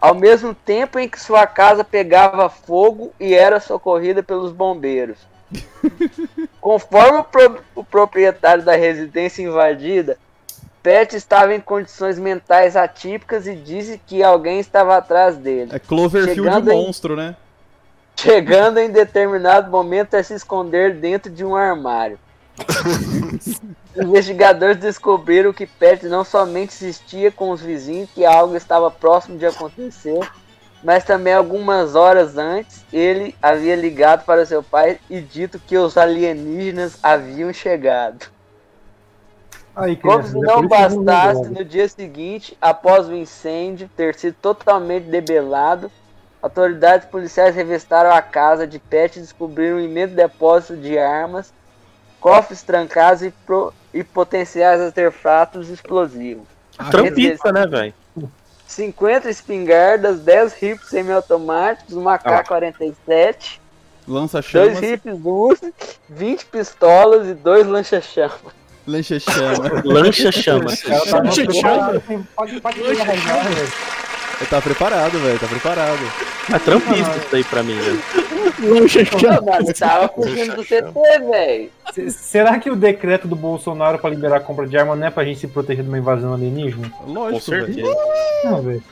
S7: ao mesmo tempo em que sua casa pegava fogo e era socorrida pelos bombeiros. Conforme o, pro- o proprietário da residência invadida, Pat estava em condições mentais atípicas e disse que alguém estava atrás dele.
S4: ó. É Cloverfield
S7: Chegando em-
S4: monstro, né?
S7: é Chegando em determinado momento a se esconder dentro de um armário. Investigadores descobriram que Pet não somente existia com os vizinhos, que algo estava próximo de acontecer, mas também algumas horas antes ele havia ligado para seu pai e dito que os alienígenas haviam chegado.
S1: Aí,
S7: Como
S1: crianças,
S7: se
S1: é por
S7: não
S1: isso que eu
S7: bastasse,
S1: lembro.
S7: no dia seguinte, após o incêndio ter sido totalmente debelado, autoridades policiais revistaram a casa de Pet e descobriram um imenso depósito de armas, cofres trancados e, pro- e potenciais artefatos explosivos.
S5: Trampista, né, velho?
S7: 50 espingardas, 10 rifles semiautomáticos,
S1: Ah.
S7: uma K-47,
S4: Lança chamas,
S7: dois rifles urso, 20 pistolas e dois lancha-chamas.
S4: lancha chama.
S5: Lancha chama.
S1: Ela tava
S2: Gente,
S1: preparada, assim, pode- pode me arranjar, velho.
S4: Ele tá preparado, velho, tá preparado.
S5: É trampista isso daí pra mim, né? velho.
S2: Lancha
S7: Não, mano, tava fugindo do CT, velho.
S1: Se- Será que o decreto do Bolsonaro pra liberar a compra de arma não é pra gente se proteger de uma invasão alienígena?
S5: Com
S4: Lógico, velho.
S5: certeza.
S1: Não, velho.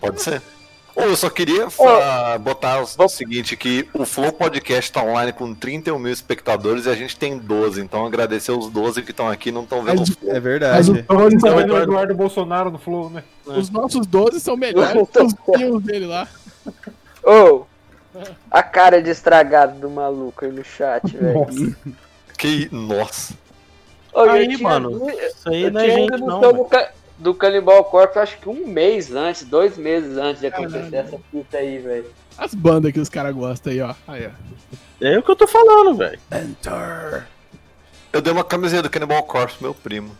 S3: Pode ser. Ou eu só queria falar- botar o seguinte, que o Flow Podcast tá online com 31 mil espectadores e a gente tem 12, então agradecer os 12 que estão aqui e não estão vendo o
S2: Mas-
S3: Flow.
S4: É
S2: Mas
S4: verdade.
S2: o Tony
S1: Então,
S2: são-
S1: é o Eduardo Bolsonaro no Flow, né?
S2: os nossos 12 são melhores que os tios dele lá.
S7: Ô, a cara de estragado do maluco aí no chat, velho.
S1: Nossa.
S3: Que, nossa.
S7: Ô, eu
S5: Aí,
S7: tinha
S5: mano,
S7: vi-
S5: isso aí
S7: Eu
S5: não é
S7: tinha ido
S5: gente,
S7: no
S5: não.
S7: show
S5: velho.
S7: do, ca... do Canibal Corpse, acho que um mês antes, dois meses antes de acontecer
S2: Caralho.
S7: essa fita aí, velho.
S2: As bandas que os caras gostam aí, ó. Aí, ó.
S5: É o que eu tô falando, velho.
S3: Eu dei uma camiseta do Cannibal Corpse, pro meu primo.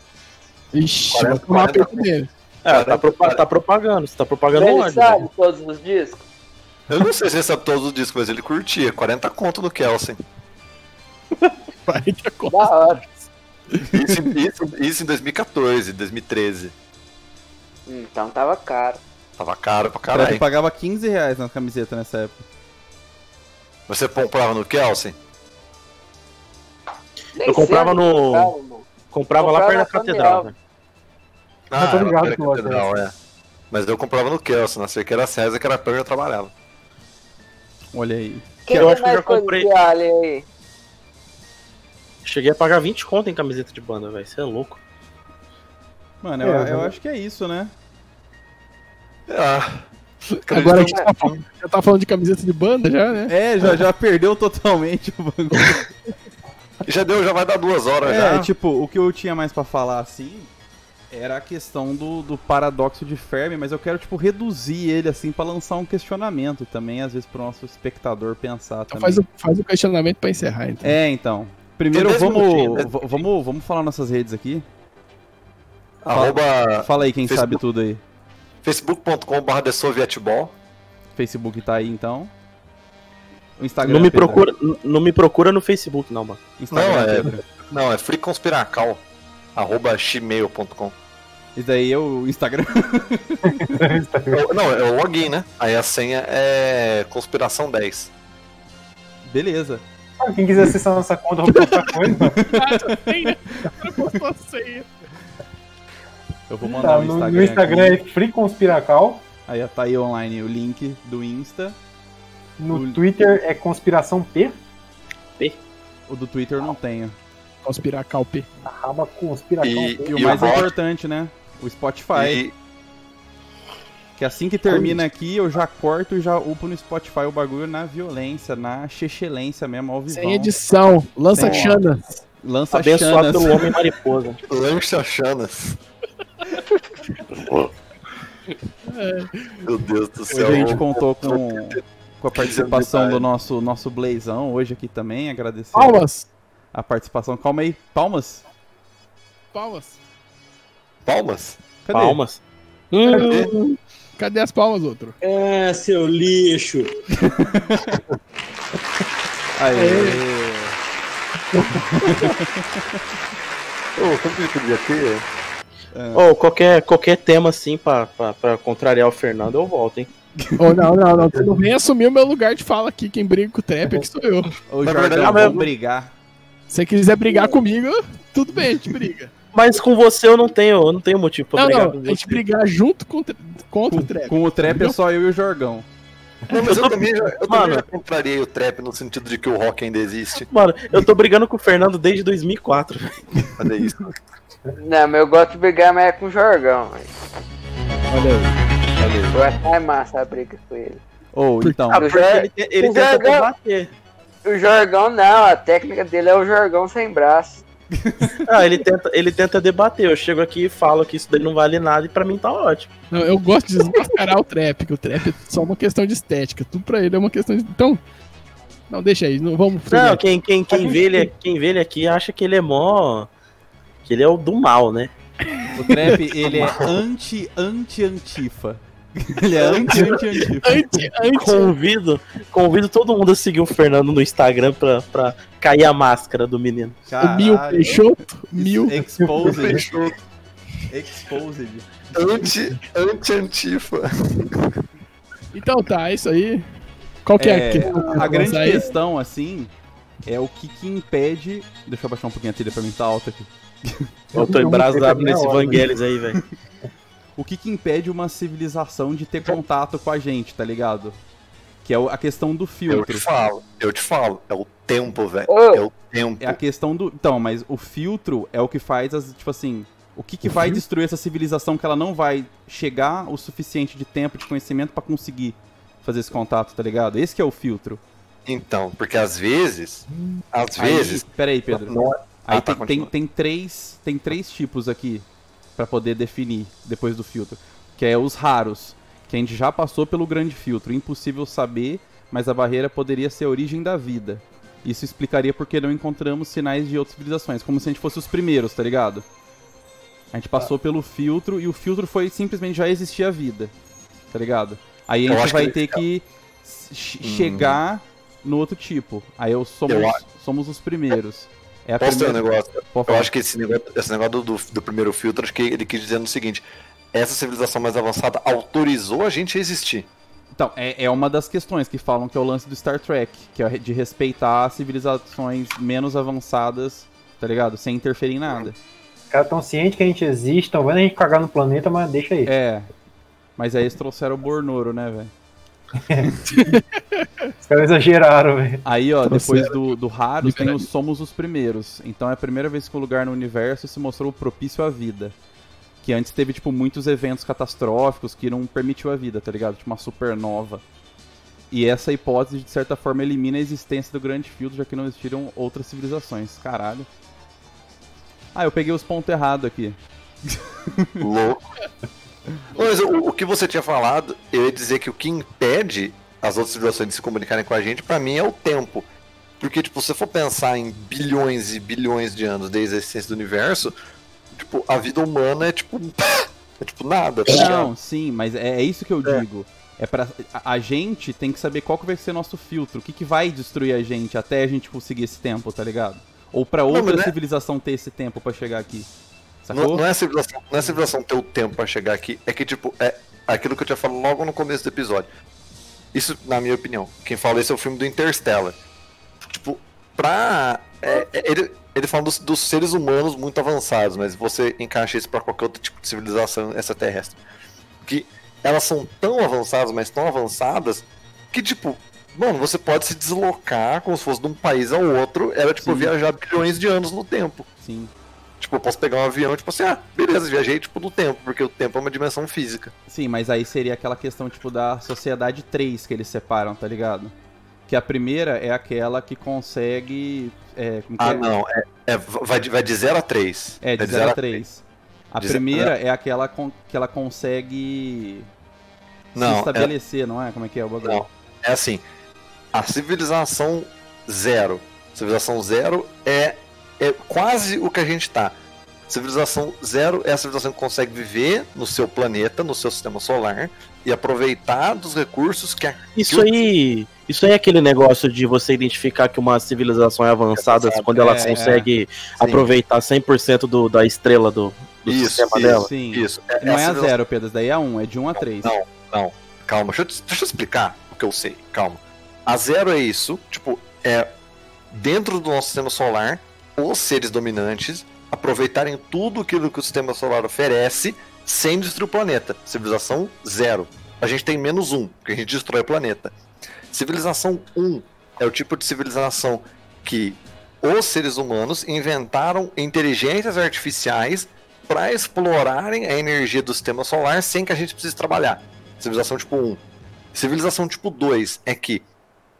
S2: Ixi,
S3: Quarenta-
S2: vou tomar
S3: quarenta-
S2: perto dele.
S5: É, tá, propa- tá propagando, você tá propagando
S7: Ele
S5: onde?
S7: sabe
S5: velho?
S7: todos os discos?
S3: Eu não sei se ele sabe todos os discos, mas ele curtia. 40 conto do Kelsen.
S2: Vai que acontece.
S7: Da hora.
S3: Isso, em- isso- isso em 2014, 2013.
S7: Então tava caro.
S3: Tava caro pra
S4: Cara, tu
S3: caralho.
S4: pagava 15 reais na camiseta nessa época.
S3: Você comprava no Kelsen?
S7: Nem
S5: Eu comprava
S7: sempre tá
S5: no.
S7: caro, mano.
S5: Comprava lá
S7: Comprava
S5: perto da
S7: na
S5: catedral,
S7: Cameral.
S5: velho.
S1: Ah, tô
S3: era
S1: ligado
S3: perto
S1: que
S3: da
S1: loja
S3: catedral, é. Mas eu comprava no Kelsen, na Cerqueira César, que era pra onde eu trabalhava.
S4: Olha aí.
S7: Quem
S5: eu acho que eu
S7: mais
S5: já
S7: coisa
S5: comprei.
S7: de alien aí?
S5: Cheguei a pagar 20 conto em camiseta de banda, velho. Você é louco.
S4: Mano,
S1: É,
S4: eu, eu
S1: velho.
S4: acho que é isso, né?
S3: Ah,
S2: Agora a gente tá falando, já tá falando de camiseta de banda já, né?
S4: É, já, já perdeu totalmente o bagulho.
S3: já deu, já vai dar duas horas
S4: É,
S3: já.
S4: tipo, o que eu tinha mais pra falar assim era a questão do, do paradoxo de Fermi, mas eu quero, tipo, reduzir ele assim pra lançar um questionamento também, às vezes, pro nosso espectador pensar
S2: Então
S4: também.
S2: faz o, faz o questionamento pra encerrar, então.
S4: É, então. Primeiro
S3: Tem dez minutinhos,
S4: vamos,
S3: né?
S4: v- vamos, vamos falar nossas redes aqui.
S3: Arroba
S4: Fala aí quem
S3: Ah, Facebook.
S4: sabe tudo aí.
S3: facebook.com.br de Sovietball.
S4: Facebook tá aí então. O Instagram.
S5: Não me,
S4: Tá Pedro.
S5: procura, n- não me procura no Facebook, não, mano.
S4: Instagram,
S3: Não, é.
S4: Pedro.
S3: Não, é Free Conspiracal. Arroba gmail.com.
S4: Isso daí é o Instagram.
S3: É, Não, é o login, né? Aí a senha é conspiração 10.
S4: Beleza.
S1: Ah, Quem quiser acessar nossa conta, roubar outra coisa,
S4: Eu vou mandar
S1: tá,
S4: o
S1: no,
S4: Instagram.
S1: no Instagram
S4: aqui.
S1: é Free Conspiracal,
S4: Aí ó, tá aí online o link do Insta.
S1: no
S4: O-
S1: Twitter é Conspiração P,
S4: O do Twitter eu não tenho.
S2: Conspirar calpe.
S1: arraba Conspiracal
S3: E-
S1: P.
S4: E o
S3: eu
S4: mais
S3: gosto.
S4: importante, né? O Spotify.
S3: E
S4: Que assim que termina aqui, eu já corto e já upo no Spotify o bagulho na violência, na chechelência mesmo, ao vivo.
S2: Sem edição. Lança
S4: Sem-
S2: chana.
S4: Lança
S5: Abençoado
S4: chanas.
S5: pelo homem mariposa.
S3: lancha chanas. Meu Deus do
S4: Hoje
S3: céu.
S4: a gente contou com, com a participação do nosso, nosso Blazão hoje aqui também. Agradecer
S2: Palmas.
S4: a participação. Calma aí, palmas?
S2: Palmas.
S3: Palmas?
S4: Cadê?
S5: Palmas. Hum.
S2: Cadê as palmas, outro?
S5: É, seu lixo.
S4: Aí.
S2: É.
S3: Ô, como que podia ter?
S4: É.
S5: Ou qualquer, qualquer tema assim pra, pra, pra contrariar o Fernando, eu volto, hein?
S2: Oh, não, não, não. Tu não vem assumir o meu lugar de fala aqui. Quem briga com o trap aqui sou eu.
S4: Ô,
S3: Na
S4: Jordan,
S3: verdade,
S4: vamos
S5: mesmo.
S4: brigar.
S2: Se você quiser brigar comigo, tudo bem, a gente briga.
S5: Mas com você eu não tenho, eu não tenho motivo pra
S2: não,
S5: brigar
S2: não,
S5: com
S2: a gente
S5: você.
S2: brigar junto com, o tra- contra o trap.
S4: Com o trap é só eu e o Jorgão.
S3: Não, mas eu também, já, eu também
S5: Mano.
S3: já comprarei o trap no sentido de que o rock ainda existe.
S5: Mano, eu tô brigando com o Fernando desde 2004.
S3: Olha isso.
S7: Não, mas eu gosto de brigar, mas é com o Jorgão. velho.
S2: Olha
S7: Eu acho mais massa a briga com ele.
S4: Ou então.
S7: Ah,
S5: Porque ele, te- ele
S7: o
S5: tenta
S7: Jorgão-
S5: combater.
S7: O Jorgão não, a técnica dele é o Jorgão sem braço.
S5: Ah, ele tenta, ele tenta debater. Eu chego aqui e falo que isso daí não vale nada e pra mim tá ótimo.
S2: Não, eu gosto de desmascarar o trap, que o trap é só uma questão de estética. Tudo pra ele é uma questão de. Então. Não, deixa aí, não vamos.
S5: Não, quem, quem, quem, vê ele, quem vê ele aqui acha que ele é mó. que ele é o do mal, né?
S4: O trap, ele é anti-anti-antifa. Ele é anti-anti-antifa.
S2: Antes, antes.
S5: Convido, convido todo mundo a seguir o Fernando no Instagram pra, pra cair a máscara do menino.
S2: O Mil Peixoto, Mil.
S4: Exposed.
S3: Fechou.
S4: Exposed.
S3: Anti, anti-antifa.
S2: Então tá, é isso aí. Qual que é,
S4: É,
S2: a questão?
S4: A grande
S2: Aí?
S4: questão, assim, é o que que impede... Deixa eu baixar um pouquinho a trilha pra mim que tá alta aqui.
S5: Eu tô
S1: Eu não
S5: embrasado
S1: sei,
S5: nesse
S1: pra mim é ótimo.
S5: Vangelis aí, velho.
S4: O que que impede uma civilização de ter contato com a gente, tá ligado? Que é o- a questão do
S3: Eu te
S4: filtro.
S3: falo, eu te falo. É o tempo, velho.
S7: Ô.
S3: É o tempo.
S4: É a questão do... Então, mas o filtro é o que faz as, tipo assim... O que, que vai destruir essa civilização que ela não vai chegar o suficiente de tempo, de conhecimento pra conseguir fazer esse contato, tá ligado? Esse que é o filtro.
S3: Então, porque às vezes, às
S4: Aí-
S3: vezes,
S4: Peraí, Pedro.
S3: não é-
S4: Aí
S3: Ah, tá,
S4: tem, tem,
S3: continua.
S4: tem três, tem três tipos aqui pra poder definir depois do filtro. Que é os raros, que a gente já passou pelo grande filtro. Impossível saber, mas a barreira poderia ser a origem da vida. Isso explicaria porque não encontramos sinais de outras civilizações, como se a gente fosse os primeiros, tá ligado? A gente passou pelo filtro e o filtro foi simplesmente já existia a vida, tá ligado? Aí a
S3: Eu
S4: gente
S3: acho que é
S4: vai
S3: ele-
S4: ter que che- chegar no outro tipo. Aí eu somos,
S3: Eu
S4: somos os primeiros. É a
S3: posso ter um
S4: primeira-
S3: negócio?
S4: Pode
S3: Eu
S4: falar.
S3: acho que esse negócio, esse negócio do, do primeiro filtro, acho que ele quis dizer no seguinte: essa civilização mais avançada autorizou a gente a existir.
S4: Então, é, é uma das questões que falam que é o lance do Star Trek, que é de respeitar civilizações menos avançadas, tá ligado? Sem interferir em nada.
S1: Os caras tão cientes que a gente existe, tão vendo a gente cagar no planeta, mas deixa aí.
S4: É. Mas aí eles trouxeram o Bornoro, né, velho?
S1: Os caras exageraram, velho.
S4: Aí, ó,
S2: Trouxeram.
S4: depois do, do Raros tem o
S2: Liberalismo.
S4: Somos os Primeiros. Então é a primeira vez que um lugar no universo se mostrou propício à vida. Que antes teve, tipo, muitos eventos catastróficos que não permitiu a vida, tá ligado? Tipo uma supernova. E essa hipótese, de certa forma, elimina a existência do grande filtro, já que não existiram outras civilizações. Caralho. Ah, eu peguei os pontos errados aqui.
S3: Louco. Mas o, o que você tinha falado, eu ia dizer que o que impede as outras civilizações de se comunicarem com a gente, pra mim, é o tempo. Porque, tipo, se você for pensar em bilhões e bilhões de anos desde a existência do universo, tipo, a vida humana é tipo. É tipo nada. tá ligado?
S4: Não, sim, mas é, é isso que eu digo. É para a, a gente tem que saber qual que vai ser nosso filtro, o que, que vai destruir a gente até a gente conseguir esse tempo, tá ligado? Ou pra outra
S3: mas não é-
S4: civilização ter esse tempo pra chegar aqui. Sacou?
S3: Não, não é a civilização, não é a civilização ter o tempo pra chegar aqui, é que, tipo, é aquilo que eu tinha falado logo no começo do episódio. Isso, na minha opinião, quem fala isso é o filme do Interstellar. Tipo, pra. é- é- ele, ele fala dos, dos seres humanos muito avançados, mas você encaixa isso pra qualquer outro tipo de civilização extraterrestre. Que elas são tão avançadas, mas tão avançadas, que, tipo, mano, você pode se deslocar como se fosse de um país ao outro, era, tipo,
S4: Sim.
S3: viajar bilhões de anos no tempo.
S4: Sim,
S3: Tipo, eu posso pegar um avião, tipo assim, ah, beleza, viajei, tipo, no tempo, porque o tempo é uma dimensão física.
S4: sim, mas aí seria aquela questão tipo da sociedade 3 que eles separam, tá ligado? Que a primeira é aquela que consegue. É, como que
S3: Ah,
S4: é?
S3: não, é, é, vai, de, vai de 0 a 3.
S4: É, de 0 a 3. A
S3: De zero-
S4: primeira é aquela con- que ela consegue se
S3: Não, é,
S4: estabelecer, não é? Como é que é o bagulho?
S3: não, é assim, a civilização zero. Civilização zero é, é quase o que a gente tá. Civilização zero é a civilização que consegue viver no seu planeta, no seu sistema solar, e aproveitar dos recursos que é a
S5: Isso aí. Isso aí é aquele negócio de você identificar que uma civilização é avançada
S3: Avançada,
S5: quando ela
S4: é,
S5: consegue
S3: Sim.
S5: aproveitar 100% do, da estrela do, do
S3: Isso,
S5: sistema
S3: isso.
S5: dela.
S4: Sim.
S3: Isso.
S4: Não é a
S3: civilização-
S4: zero, Pedro, daí é a um, é de um a três.
S3: Não, não. Calma, deixa eu, te- deixa eu explicar o que eu sei. Calma. A zero é isso, tipo, é dentro do nosso sistema solar, os seres dominantes aproveitarem tudo aquilo que o sistema solar oferece sem destruir o planeta. Civilização zero. a gente tem menos um, porque a gente destrói o planeta. Civilização 1 é o tipo de civilização que os seres humanos inventaram inteligências artificiais para explorarem a energia do sistema solar sem que a gente precise trabalhar. Civilização tipo 1. Civilização tipo 2 é que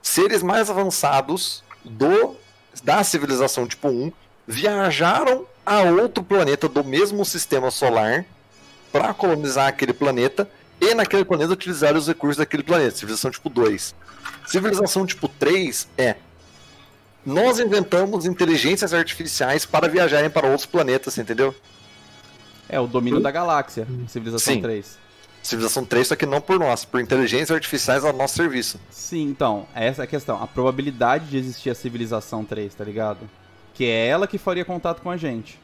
S3: seres mais avançados do da civilização tipo 1 viajaram a outro planeta do mesmo sistema solar para colonizar aquele planeta e naquele planeta utilizaram os recursos daquele planeta. Civilização tipo 2. Civilização tipo 3 é nós inventamos inteligências artificiais para viajarem para outros planetas, entendeu?
S4: É, o domínio da galáxia, Civilização
S3: Sim.
S4: 3.
S3: Civilização 3, só que não por nós, por inteligências artificiais ao nosso serviço.
S4: Sim, então, essa é a questão. A probabilidade de existir a Civilização 3, tá ligado? Que é ela que faria contato com a gente.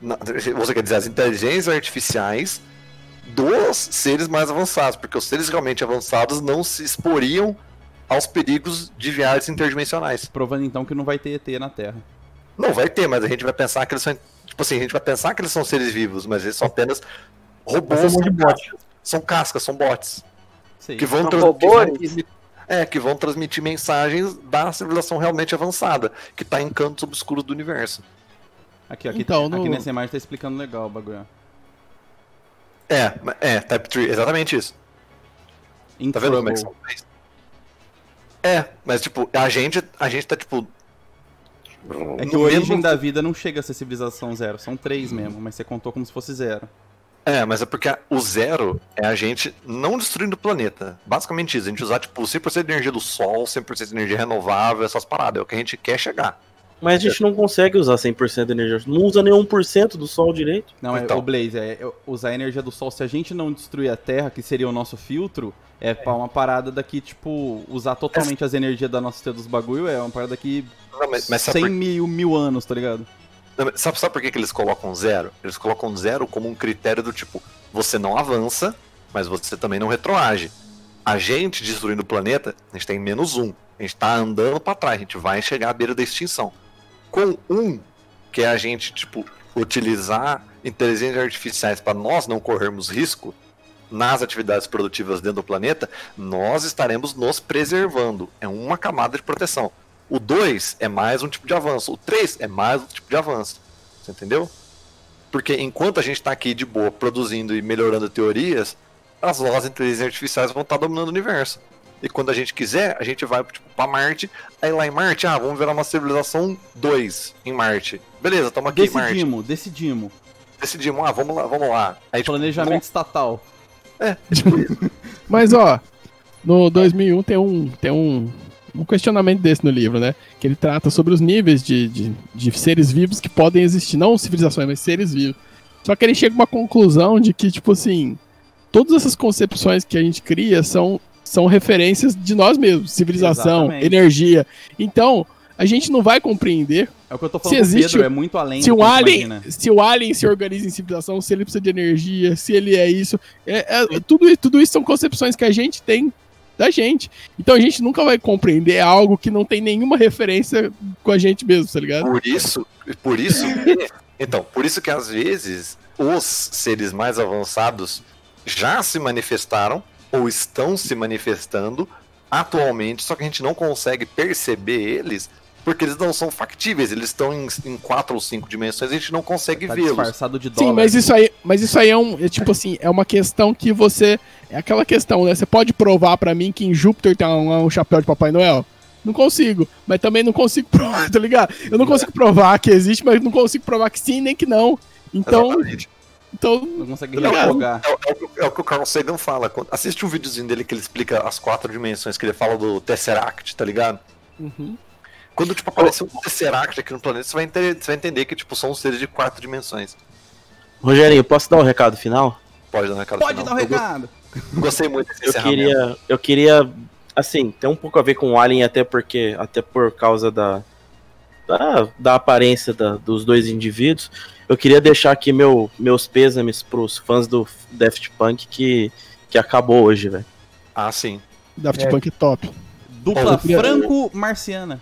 S3: Na- Você quer dizer, as inteligências artificiais dos seres mais avançados, porque os seres realmente avançados não se exporiam aos perigos de viagens interdimensionais.
S4: Provando então que não vai ter ET na Terra.
S3: Não vai ter, mas a gente vai pensar que eles são. Tipo assim, a gente vai pensar que eles são seres vivos, mas eles são apenas
S1: Vai ser um
S3: robôs.
S1: monte de bot.
S3: São cascas, são bots.
S4: Sei.
S3: Que vão,
S7: São
S3: trans- que vão
S7: robôs?
S3: transmitir. É, que vão transmitir mensagens da civilização realmente avançada, que tá em cantos obscuros do universo.
S4: Aqui, ó, aqui,
S2: Então,
S4: aqui
S2: no-
S4: nessa imagem tá explicando legal o bagulho.
S3: É, é, Type 3, exatamente isso. Tá vendo como é que são três? É, mas tipo, a gente, a gente tá tipo.
S4: É que a
S3: no
S4: origem
S3: mesmo-
S4: da vida não chega a ser civilização zero, são três mesmo, mas você contou como se fosse zero.
S3: É, mas é porque a- o zero é a gente não destruindo o planeta. Basicamente isso, a gente usar tipo 100% de energia do sol, 100% de energia renovável, essas paradas, é o que a gente quer chegar.
S5: Mas a gente não consegue usar 100% de energia. Não usa nem 1% do sol direito.
S4: Não, é
S3: Então.
S4: o Blaze, é eu- usar a energia do sol. Se a gente não destruir a Terra, que seria o nosso filtro, é pra uma parada daqui, tipo, usar totalmente as energias da nossa dos bagulho, é uma parada daqui
S3: Não, mas, mas
S4: 100
S3: sabe, por-
S4: mil, mil anos, tá ligado?
S3: não, mas sabe, sabe por que, que eles colocam zero? Eles colocam zero como um critério do tipo, você não avança, mas você também não retroage. A gente destruindo o planeta, a gente tem menos um. A gente tá andando pra trás, a gente vai chegar à beira da extinção. Com um, que é a gente, tipo, utilizar inteligências artificiais para nós não corrermos risco nas atividades produtivas dentro do planeta, nós estaremos nos preservando. É uma camada de proteção. O 2 é mais um tipo de avanço. O 3 é mais um tipo de avanço. Você entendeu? Porque enquanto a gente está aqui de boa produzindo e melhorando teorias, as novas inteligências artificiais vão estar dominando o universo. E quando a gente quiser, a gente vai tipo, pra Marte. Aí lá em Marte, ah, vamos virar uma civilização 2 em Marte. Beleza, estamos aqui em Marte.
S4: Decidimos, decidimos.
S3: Decidimos, ah, vamos lá, vamos lá. Aí, tipo,
S4: Planejamento estatal.
S2: Mas ó, no 2001 tem um tem um, um questionamento desse no livro, né? Que ele trata sobre os níveis de, de, de seres vivos que podem existir, não civilizações, mas seres vivos. Só que ele chega a uma conclusão de que tipo assim, todas essas concepções que a gente cria são são referências de nós mesmos, civilização,
S4: Exatamente.
S2: energia. Então, a gente não vai compreender
S4: É o que eu tô
S2: Se
S4: falando,
S2: existe
S4: Pedro,
S2: o-
S4: é muito além
S2: se
S4: do
S2: o
S4: que a gente
S2: alien,
S4: imagina.
S2: se o alien se organiza em civilização, se ele precisa de energia, se ele é isso, é, é- tudo, i- tudo isso são concepções que a gente tem da gente. Então a gente nunca vai compreender algo que não tem nenhuma referência com a gente mesmo, tá ligado?
S3: Por isso, por isso que- então, por isso que às vezes os seres mais avançados já se manifestaram ou estão se manifestando atualmente, só que a gente não consegue perceber eles porque eles não são factíveis, eles estão em, em quatro ou cinco dimensões, a gente não consegue
S4: Tá
S3: vê-los.
S4: disfarçado de dólar.
S2: Sim, mas isso aí, mas isso aí é um, é tipo assim, é uma questão que você é aquela questão, né? Você pode provar pra mim que em Júpiter tem um, um chapéu de Papai Noel? Não consigo, mas também não consigo provar, tá ligado? Eu não consigo provar que existe, mas não consigo provar que sim nem que não. Então,
S3: Exatamente.
S2: então
S4: Não consegue
S3: Não,
S4: refogar.
S3: É, o- é o que- é o que o Carl Sagan fala. Quando- Assiste um videozinho dele que ele explica as quatro dimensões, que ele fala do Tesseract, tá ligado? Quando, tipo, aparecer um Tesseract aqui no planeta, você vai, ente- você vai entender que, tipo, são seres de quatro dimensões.
S5: Rogerinho, posso dar o recado final?
S3: Pode dar um recado
S4: Pode
S3: final.
S4: dar o
S3: Eu go-
S4: recado.
S3: Gostei muito desse
S5: Eu
S3: encerramento.
S5: queria, eu queria, assim, tem um pouco a ver com Alien, até porque, até por causa da, da, da aparência da- dos dois indivíduos. Eu queria deixar aqui meu, meus pêsames pros fãs do Daft Punk que, que acabou hoje, velho.
S3: Ah, sim.
S2: Daft
S1: É.
S2: Punk é top.
S4: Dupla
S2: eu queria-
S4: franco-marciana.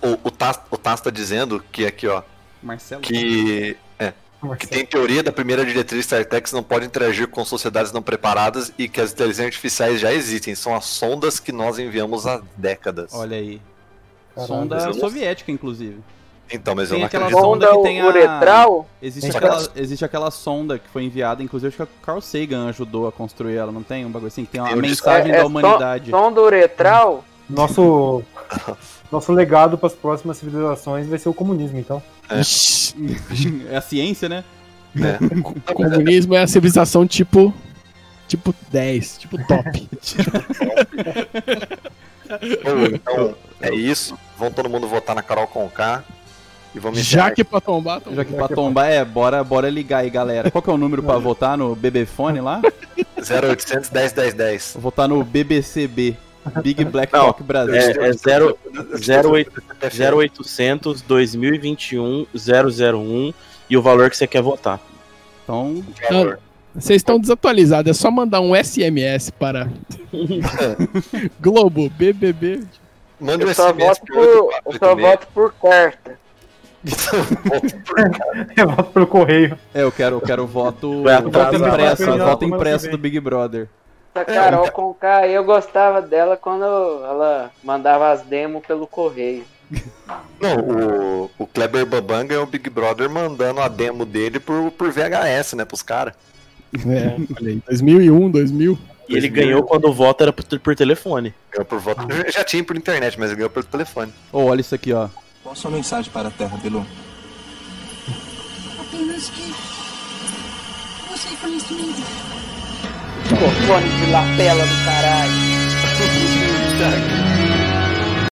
S3: O, o, Taz, o Taz tá dizendo que aqui, ó,
S4: Marcelo.
S3: que... É, que tem teoria da primeira diretriz Star Trek que não pode interagir com sociedades não preparadas e que as inteligências artificiais já existem. São as sondas que nós enviamos há décadas.
S4: Olha aí.
S1: Caralho,
S4: sonda
S1: isso é isso.
S4: soviética, inclusive.
S3: então, mas eu
S4: tem
S3: não
S4: aquela
S3: acredito.
S4: sonda É
S7: Sonda
S4: que tem a-
S7: é uretral?
S4: Existe
S1: Tem
S4: aquela,
S3: aquelas-
S4: existe aquela sonda que foi enviada, inclusive acho que o Carl Sagan ajudou a construir ela, não tem um bagulho assim? Que tem uma
S3: Eu disse-
S4: mensagem
S7: É- é
S4: da humanidade.
S7: Sonda uretral?
S1: Nosso, nosso legado para as próximas civilizações vai ser o comunismo, então.
S3: É.
S2: Ixi,
S4: É a ciência, né?
S2: o comunismo é a civilização tipo. Tipo 10, tipo top.
S3: Ou então, é isso. Vão todo mundo votar na Carol Conká e vamos
S2: Já
S3: encerrar
S2: que é pra tombar, tombar.
S4: Já que
S1: tá
S4: pra tombar é, bora, bora ligar aí, galera. Qual que é o número pra votar no BBFone lá?
S3: 0800 10 10 10.
S4: Votar no BBCB. Big Black
S5: Não,
S4: Rock Brasil.
S5: É, é zero- 08 0800 2021 001 e o valor que você quer votar.
S4: Então,
S3: Valor.
S2: Vocês estão desatualizados, é só mandar um SMS para Globo, BBB.
S3: Manda um
S7: Eu só
S3: SMS
S7: voto por, eu só voto por carta.
S1: Eu voto pelo correio.
S4: é, eu quero, eu quero voto,
S5: Vai
S4: voto
S5: atrasar,
S4: impresso,
S1: vai atrasar
S4: voto
S1: semana
S4: impresso
S1: que
S4: do
S1: vem.
S4: Big Brother.
S7: Essa Carol com K, eu gostava dela quando ela mandava as demos pelo correio.
S3: Não, o, o Kleber Baban ganhou o Big Brother mandando a demo dele por, por VHS, né, pros caras.
S2: É, falei, 2001, 2000.
S5: E ele ganhou quando o voto era por, por telefone.
S3: Ganhou por voto. Já- Já tinha por internet, mas ele ganhou pelo telefone.
S4: Oh, olha isso aqui, ó.
S8: Qual sua mensagem para a Terra, Bilu?
S9: Apenas que você conhecimento.
S7: Microfone de lapela do caralho.
S9: Você